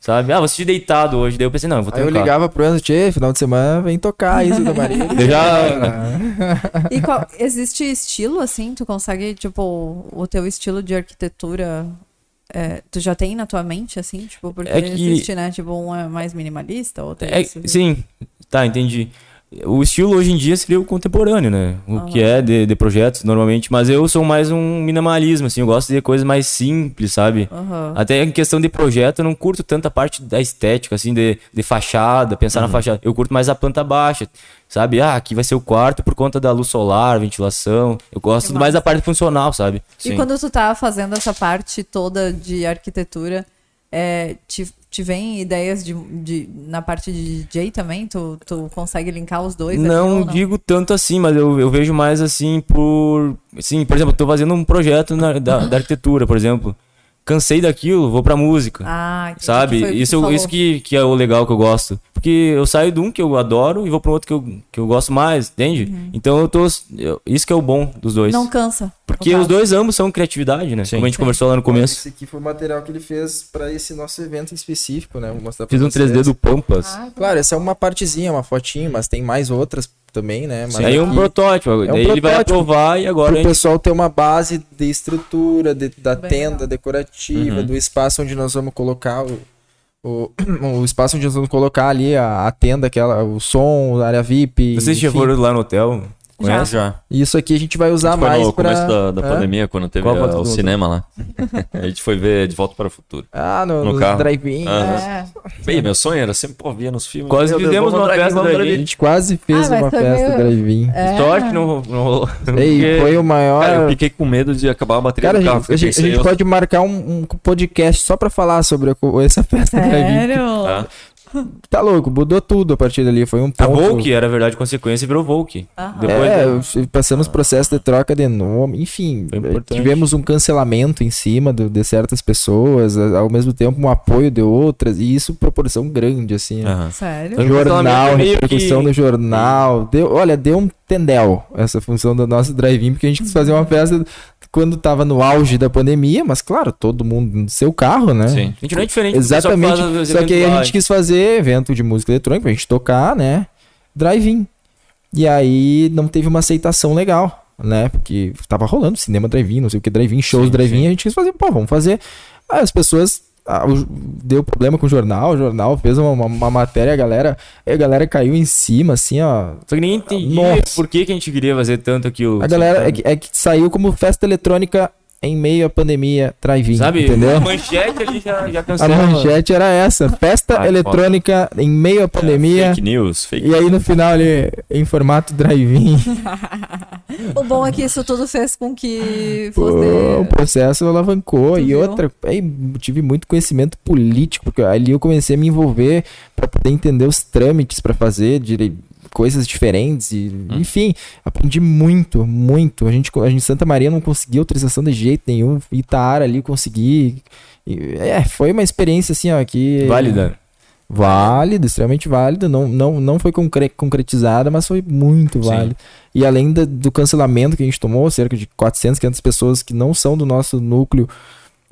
C: Sabe? Ah, vou assistir deitado hoje. Daí eu pensei, não, eu vou
D: Aí eu
C: trancar.
D: ligava pro Enzo, tchê, final de semana vem tocar isso da Maria.
C: Eu já.
B: E qual, existe estilo assim? Tu consegue, tipo, o teu estilo de arquitetura? é, tu já tem na tua mente, assim? Tipo, porque
C: É que-
B: existe, né? Tipo, um é mais minimalista, outro é,
C: É,
B: isso.
C: sim, tá, entendi. O estilo hoje em dia seria o contemporâneo, né? O que é de, de projetos normalmente, mas eu sou mais um minimalismo, assim, eu gosto de coisas mais simples, sabe?
B: Aham.
C: Até em questão de projeto, eu não curto tanto a parte da estética, assim, de, de fachada, pensar na fachada. Eu curto mais a planta baixa, sabe? Ah, aqui vai ser o quarto por conta da luz solar, ventilação. Eu gosto mais da parte funcional, sabe?
B: E quando tu tá fazendo essa parte toda de arquitetura, é, te, te vem ideias de, de- na parte de DJ também? Tu, tu consegue linkar os dois? ali ou
C: Não digo tanto assim, mas eu, eu vejo mais assim por. Sim, por exemplo, eu tô fazendo um projeto na- da, da arquitetura, por exemplo. Cansei daquilo, vou pra música.
B: Ah, entendi, que
C: sabe?
B: foi o que
C: isso
B: tu
C: eu-
B: falou.
C: isso que, que é o legal que eu gosto. Porque eu saio de um que eu adoro e vou pra outro que eu, que eu gosto mais, entende? Então eu tô. eu- isso que é o bom dos dois.
B: Uhum. Não cansa. no
C: Porque os
B: caso.
C: dois ambos são criatividade, né?
A: Sim.
C: Como a gente conversou lá no começo.
D: Esse aqui foi o material que ele fez pra esse nosso evento em específico, né? Vou mostrar pra
C: Fiz um
D: vocês.
C: 3D do Pampas.
B: Ah,
D: Claro, essa é uma partezinha, uma fotinha, mas tem mais outras também, né? Mas
C: Aí é um
D: aqui-
C: protótipo.
D: um
C: daí ele vai
D: protótipo.
C: aprovar e agora a
D: Para o
C: gente
D: pessoal ter uma base de estrutura, de- da
B: Bem
D: tenda
B: legal.
D: decorativa,
C: Uhum.
D: do espaço onde nós vamos colocar o, o, o espaço onde nós vamos colocar ali a, a tenda, aquela, o som, a área VIP.
C: Vocês já
D: enfim.
C: foram lá no hotel?
A: Já. já.
D: Isso aqui a gente vai usar
F: Foi
D: mais
F: no
D: pra-
F: começo da, da
D: Hã?
F: pandemia, quando teve
D: Qual a
F: ah,
D: foto
F: o
D: do-
F: cinema lá. a gente foi ver De Volta para o Futuro.
D: Ah, no,
F: No
D: no,
F: carro.
D: drive-in.
F: Ah,
D: né?
B: É.
F: Bem, meu sonho era sempre, pô, via nos filmes.
C: Quase
F: Meu Deus,
C: fizemos
F: vamos
C: uma
F: drive-in,
C: festa
F: vamos
C: do
D: A
F: drive-in.
D: gente quase
B: Ah,
D: fez
B: mas
D: uma
B: também
D: festa
B: eu- É.
D: drive-in.
C: Sorte que não, não rolou.
D: É. Ei, foi o maior.
F: Cara, eu fiquei com medo de acabar a bateria
D: é? Cara, a
F: do
D: gente,
F: carro.
D: a
F: porque
D: gente- a
F: pensei,
D: gente
F: eu-
D: pode marcar um, um podcast só pra falar sobre a co- essa festa drive-in.
B: É, Sério?
F: Ah,
D: Tá louco, mudou tudo a partir dali. Foi um
C: A
D: ponto-
C: Volk era verdade consequência e virou Volk.
B: Aham.
C: Tá Depois
D: é,
C: da-
D: f- passamos processo de troca de nome, enfim,
C: Foi importante.
D: tivemos um cancelamento em cima do- de certas pessoas, a- ao mesmo tempo um apoio de outras, e isso proporção grande, assim, né?
F: aham.
B: Sério?
C: Foi um
D: Jornal,
C: cancelamento meio
D: repercussão
C: que-
D: no jornal, deu, olha, deu um tendel essa função do nosso drive-in, porque a gente quis fazer uma festa quando tava no auge da pandemia, mas claro, todo mundo no seu carro, né?
F: Sim.
C: A gente não é diferente. do pessoal que
D: Exatamente.
C: faz os
D: Só que aí
C: eventos lá.
D: a gente quis fazer evento de música eletrônica pra gente tocar, né? Drive-in. E aí não teve uma aceitação legal, né? Porque tava rolando cinema drive-in, não sei o que, drive-in, shows
F: Sim,
D: drive-in.
F: sim.
D: A gente quis fazer, pô, vamos fazer. Aí as pessoas. ah, o- deu problema com o jornal, o jornal fez uma, uma- uma matéria, a galera, a galera caiu em cima, assim, ó.
C: Só que ninguém entendia
D: Nossa.
C: por que, que a gente queria fazer tanto aquilo.
D: A galera é que, é que saiu como festa eletrônica em meio à pandemia, drive-in,
C: Sabe?
D: entendeu?
C: A manchete ali já, já
D: A
C: cansou.
D: manchete era essa, festa
F: Ai, É,
D: eletrônica em meio à pandemia.
F: Fake news, fake
D: E aí no final ele em formato drive-in,
B: O bom é que isso tudo fez com que
D: pô, o
B: fosse.
D: processo alavancou
B: Tu
D: e
B: viu?
D: outra, aí tive muito conhecimento político, porque ali eu comecei a me envolver para poder entender os trâmites para fazer direi- coisas diferentes e,
F: Hum.
D: enfim, aprendi muito, muito. A gente co- a gente em Santa Maria não conseguia autorização de jeito nenhum, Itaara ali eu consegui. E, é, foi uma experiência assim, ó, que
C: Válida.
D: Válido, extremamente válido. Não, não, não foi concre concretizada, mas foi muito
F: Sim.
D: válido. E além da- do cancelamento que a gente tomou, cerca de 400, 500 pessoas que não são do nosso núcleo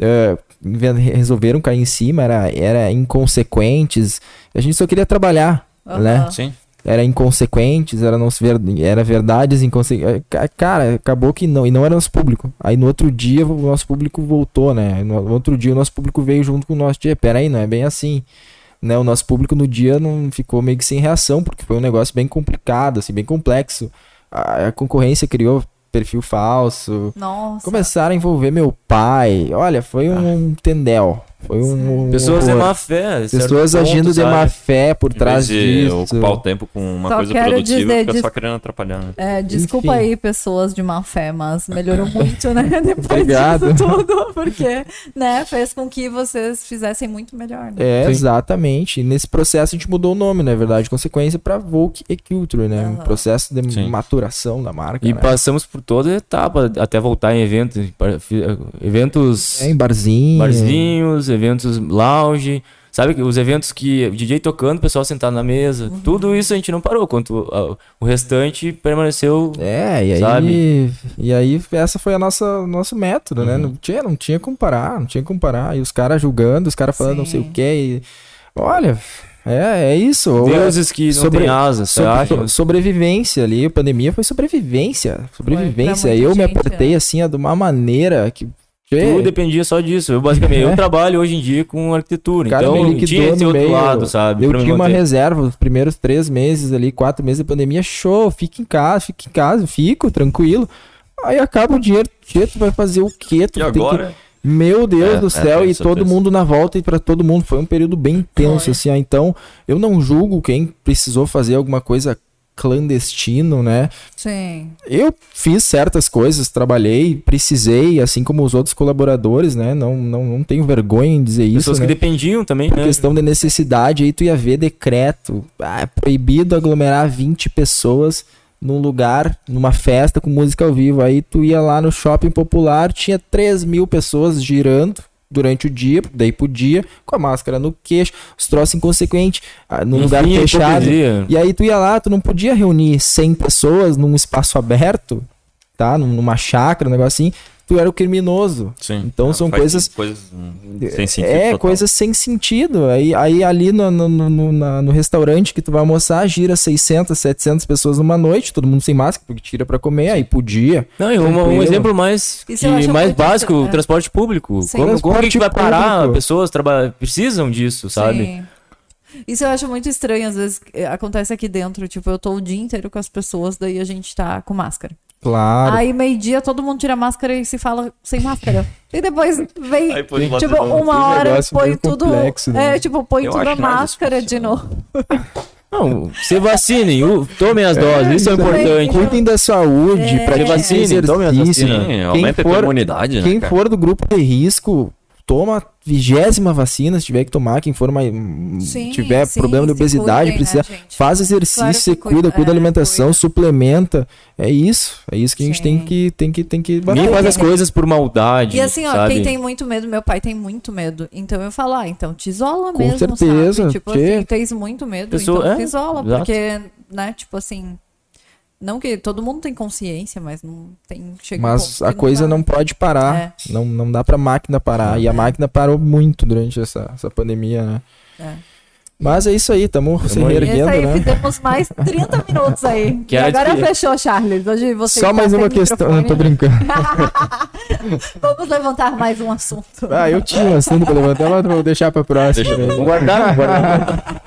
D: é, inven- resolveram cair em cima, era, era inconsequentes. A gente só queria trabalhar,
B: Aham.
D: né?
F: Sim.
D: Era inconsequentes, era, não, se ver- era verdades inconsequentes. Cara, acabou que não, e não era nosso público. Aí no outro dia o nosso público voltou, né? No outro dia o nosso público veio junto com o nosso dia. Peraí, não é bem assim né, o nosso público no dia não ficou meio que sem reação, porque foi um negócio bem complicado, assim, bem complexo. A, a concorrência criou perfil falso.
B: Nossa.
D: Começaram a envolver meu pai. Olha, foi um tendel. Foi um.
C: Pessoas de
D: horror.
C: má fé. certo
D: Pessoas
C: ponto,
D: agindo de
C: sabe?
D: má fé por
F: Em
D: trás
F: vez de
D: disso.
F: ocupar o tempo com uma
B: Só
F: coisa
B: quero
F: produtiva,
B: dizer
F: fica
B: de-
F: só querendo atrapalhar, né?
B: É, desculpa
D: Enfim.
B: aí, pessoas de má fé, mas melhorou muito, né? Depois
D: Obrigado.
B: disso tudo, porque, né, fez com que vocês fizessem muito melhor, né?
D: É, exatamente. E nesse processo a gente mudou o nome, na verdade, consequência para Volk e Culture, né? Um
B: Aham.
D: processo de
F: Sim.
D: maturação da marca.
C: E
D: né?
C: passamos por toda a etapa até voltar em eventos. para- fi- Eventos.
D: É, em É, barzinho.
C: barzinhos, eventos lounge. Sabe, os eventos que o DJ tocando, o pessoal sentado na mesa,
D: Uhum.
C: tudo isso a gente não parou, quanto a- o restante permaneceu.
D: É, e aí,
C: Sabe? Uhum.
D: E aí essa foi a nossa nosso método, né? Não tinha, não tinha como parar, não tinha como parar. E os caras julgando, os caras falando não sei o
B: Sim.
D: quê. e- olha, é, é isso. Ou-
C: Deuses que não
D: sobre-
C: têm asas, você
D: sobre-
C: acha?
D: so- sobrevivência ali, a pandemia foi sobrevivência. Sobrevivência.
B: pra muita
D: eu me
B: gente, é.
D: apertei assim, ó, de uma maneira que.
C: Tudo dependia só disso. Eu basicamente,
D: É.
C: eu trabalho hoje em dia com arquitetura,
D: Cara, me
C: então
D: liquidou
C: tinha esse
D: no
C: outro
D: meio.
C: lado, sabe?
D: Eu
C: pra me
D: tinha uma
C: manter.
D: reserva os primeiros três meses ali, quatro meses de pandemia, show, fica em casa, fica em casa, fico tranquilo. Aí acaba o dinheiro, tchê, tu vai fazer o quê? Tu
F: E
D: tem que-
F: agora?
D: Meu Deus
F: É,
D: do
F: é,
D: céu,
F: tem
D: e
F: essa
D: todo
F: coisa.
D: mundo na volta e pra todo mundo. Foi um período bem intenso, assim, ó. Então, eu não julgo quem precisou fazer alguma coisa clandestino, né?
B: Sim.
D: Eu fiz certas coisas, trabalhei, precisei, assim como os outros colaboradores, né? Não, não, não tenho vergonha em dizer isso.
C: Pessoas
D: né?
C: que dependiam também,
D: Por
C: né?
D: questão da necessidade, aí tu ia ver decreto. Ah, é proibido aglomerar 20 pessoas num lugar, numa festa com música ao vivo. Aí tu ia lá no shopping popular, tinha 3 mil pessoas girando durante o dia, daí pro dia, com a máscara no queixo, os troços inconsequentes, ah, num lugar
C: Enfim,
D: fechado.
C: hipocrisia.
D: E aí tu ia lá, tu não podia reunir 100 pessoas num espaço aberto, tá? Num- Numa chácara, um negócio assim. Tu era o criminoso.
F: Sim. Ah,
D: Então são
F: Faz
D: coisas
F: coisas hum, sem sentido.
D: é,
F: total.
D: coisas sem sentido. Aí, aí ali no, no, no- no- na- no restaurante que tu vai almoçar, gira 600, 700 pessoas numa noite, todo mundo sem máscara, porque tira pra comer, aí podia.
C: Não, e uma- um
D: Tranquilo.
C: exemplo mais,
B: Isso eu
C: que-
B: acho
C: mais
B: muito
C: básico,
B: interessante. é.
C: o transporte público.
B: Sim.
C: Como, como que a gente vai
D: Transporte
C: parar?
D: público.
C: Pessoas traba- precisam disso, sabe?
B: Sim. Isso eu acho muito estranho, às vezes eh, acontece aqui dentro, tipo, eu tô o dia inteiro com as pessoas, daí a gente tá com máscara.
D: Claro.
B: Aí meio-dia todo mundo tira a máscara e se fala sem máscara. e depois vem,
F: Aí depois bota
B: tipo,
F: de novo.
B: uma
D: Aquele
B: hora
D: negócio
B: põe
D: meio
B: tudo,
D: complexo, né?
B: é, tipo, põe
F: Eu
B: tudo a
F: acho nada disso
B: máscara de
F: funciona.
B: novo.
C: Não, se vacinem, u- tomem as doses, isso é
B: isso aí.
C: importante.
D: Cuidem da saúde,
B: É.
D: pratiquem
C: Vacine, tome a
D: exercício.
C: vacina.
F: Sim, então, aumenta
D: for-
F: a tua imunidade, né?
D: Quem
F: cara?
D: for do grupo de risco, toma a vigésima vacina se tiver que tomar. Quem for mais,
B: Sim,
D: tiver
B: sim,
D: problema de
B: se
D: obesidade,
B: cuidem,
D: precisa,
B: né, gente?
D: faz
B: Claro que
D: exercício, se
B: cuida,
D: cuida, cuida da
B: é,
D: alimentação,
B: cuida.
D: suplementa. É isso, é isso que a gente
B: Sim.
D: tem que tem que tem que
C: Ninguém
D: bater.
C: faz as coisas por maldade.
B: E assim, ó,
C: sabe?
B: quem tem muito medo, meu pai tem muito medo. Então eu falo, ah, então te isola
D: Com
B: mesmo,
D: certeza,
B: sabe? Tipo
D: tchê.
B: assim, tens muito medo,
C: Pessoa-
B: então
C: é,
B: te isola.
C: exato.
B: Porque, né, tipo assim, não que todo mundo tem consciência, mas não tem... Chega um ponto
D: Mas
B: que
D: a coisa
B: dá.
D: não pode parar.
B: É.
D: Não, não dá pra máquina parar. E a máquina parou muito durante essa, essa pandemia, né?
B: É.
D: Mas é isso aí, tamo se
C: aí.
B: E essa
D: reerguendo,
B: aí
D: né?
B: fizemos mais 30 minutos aí.
C: Que
B: e
C: era
B: agora
C: de-
B: fechou, Charles. Hoje você
D: Só
B: tá
D: mais
B: sem
D: uma questão. Não,
B: microfone. né?
D: tô brincando.
B: Vamos levantar mais um assunto.
D: Ah, eu tinha um assunto pra levantar, mas vou deixar pra próxima.
E: Vamos guardar, guardar.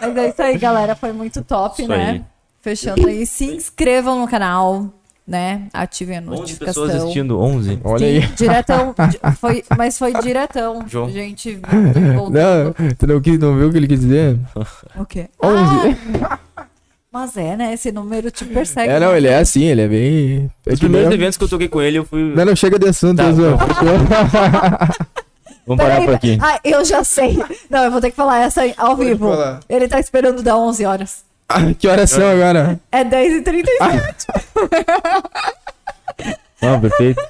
B: Mas é isso aí, galera. Foi muito top,
F: Isso
B: né?
F: aí.
B: Fechando aí. Se inscrevam no canal, né? Ativem a
C: 11
B: notificação.
C: pessoas assistindo, 11.
D: Olha
B: Sim,
D: aí.
B: Diretão. Di- Foi, mas foi diretão.
C: João.
B: Gente,
D: Não,
B: voltando.
D: tu não, quis, não viu o que ele quis dizer?
B: O quê? Ah,
D: 11.
B: Mas é, né? Esse número te persegue. né?
D: É, não, ele é assim, ele é bem. É
C: Os
D: que
C: primeiros
D: nem-
C: eventos que eu toquei com ele, eu fui.
D: Não, não, chega de assunto,
C: Tá,
D: Zô.
B: Tá,
C: Vamos parar
B: Peraí,
C: por aqui.
B: Ah, eu já sei. Não, eu vou ter que falar essa aí, ao vivo.
D: falar.
B: Ele tá esperando dar 11 horas.
D: Ah, que horas são agora?
B: É 10h37.
E: Não, perfeito.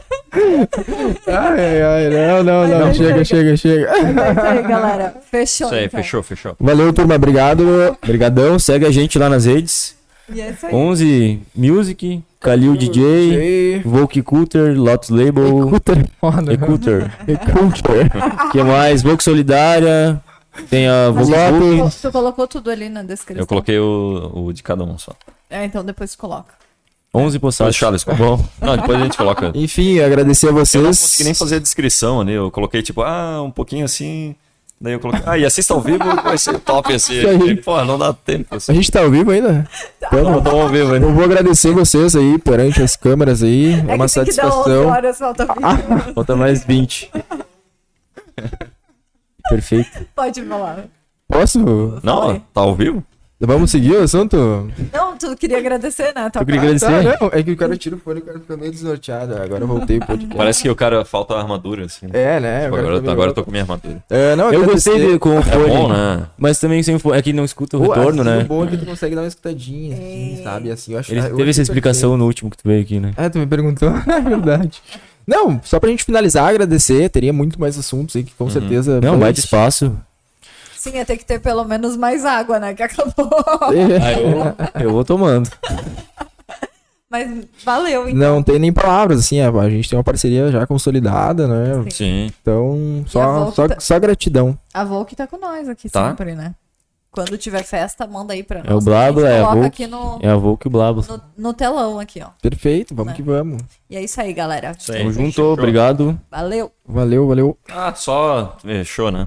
D: Ai, ai, não, não, não.
B: Não,
D: chega,
B: chega.
D: chega, chega.
B: É isso aí, galera. Fechou.
F: Isso aí,
B: então.
F: fechou, fechou.
D: Valeu, turma. Obrigado.
C: Obrigadão, segue a gente lá nas redes.
B: E é isso aí.
C: 11 Music, Kalil DJ, Vogue Culter, Lotus Label.
D: Cutter, foda.
C: Ecuter.
D: Cutter.
C: que mais? Vogue Solidária. Tem a
B: A
C: Vogue
B: gente-
C: Vogue.
B: tu, tu colocou tudo ali na descrição.
F: Eu coloquei o, o de cada um só.
B: É, então depois tu coloca.
C: 11
F: Depois
C: Poçadas.
F: o Charles,
C: Tá
F: bom. Não, depois a gente coloca.
D: Enfim, agradecer a
F: Eu não
D: vocês.
F: consegui nem fazer a descrição ali. Eu coloquei tipo, ah, um pouquinho assim. Daí eu coloquei, ah, e assista ao vivo vai ser top assim.
D: Isso aí.
F: Pô, não dá tempo
D: A
F: assim.
D: gente tá ao vivo ainda? Tamo.
C: Tá
F: Não ao vivo, né?
D: Eu vou agradecer vocês aí perante as câmeras aí. É,
B: É Ah.
D: uma
B: que tem que dar 11
D: satisfação.
B: horas, falta 20.
C: Falta mais 20. Perfeito.
B: Pode falar.
D: Posso?
F: Não, tá ao vivo?
D: Vamos seguir o assunto?
B: Não, tu queria agradecer, né? Tua
C: Eu queria
B: parte.
C: agradecer.
D: Tá, não. É que o cara tira o fone e o cara fica meio desnorteado. Agora eu voltei um pro podcast.
F: Parece que o cara falta a armadura assim.
D: É, né?
F: Pô, É. agora, agora eu tô com minha armadura.
D: É, não,
C: Eu
D: agradecer.
C: gostei de, com o
F: É
C: fone.
F: bom, né?
C: Mas também sem o fone. É que não escuta o
D: Pô,
C: retorno,
D: assim,
C: né?
D: O bom é que tu consegue dar uma escutadinha, assim, sabe? Assim, eu acho,
C: Ele
D: eu
C: teve
D: acho
C: essa explicação
D: perfeito.
C: no último que tu veio aqui, né?
D: É, tu me perguntou, é verdade. Uhum. Não, só pra gente finalizar, agradecer, teria muito mais assuntos aí que com certeza.
C: Não,
D: pô,
C: mais espaço.
B: Sim, ia ter que ter pelo menos mais água, né? Que acabou.
D: É,
G: Aí eu, eu vou tomando.
B: Mas valeu, então.
D: Não tem nem palavras, assim, é, a gente tem uma parceria já consolidada, né?
A: Sim.
D: Então,
B: E a
D: só, só,
B: volta-
D: só gratidão.
B: A Volk tá com nós aqui
A: Tá.
B: sempre, né? Quando tiver festa, manda aí pra nós.
C: É o Blabla,
B: a gente
C: é a
B: Coloca
C: Volk.
B: aqui no,
C: É a Volk e o Blabla.
B: no, no telão aqui, ó.
D: Perfeito, vamos
B: Né?
D: que vamos.
B: E é isso aí, galera.
A: Isso aí.
C: Tamo junto, obrigado.
B: Valeu!
D: Valeu, valeu.
F: eh,
A: Ah, só. Fechou, né?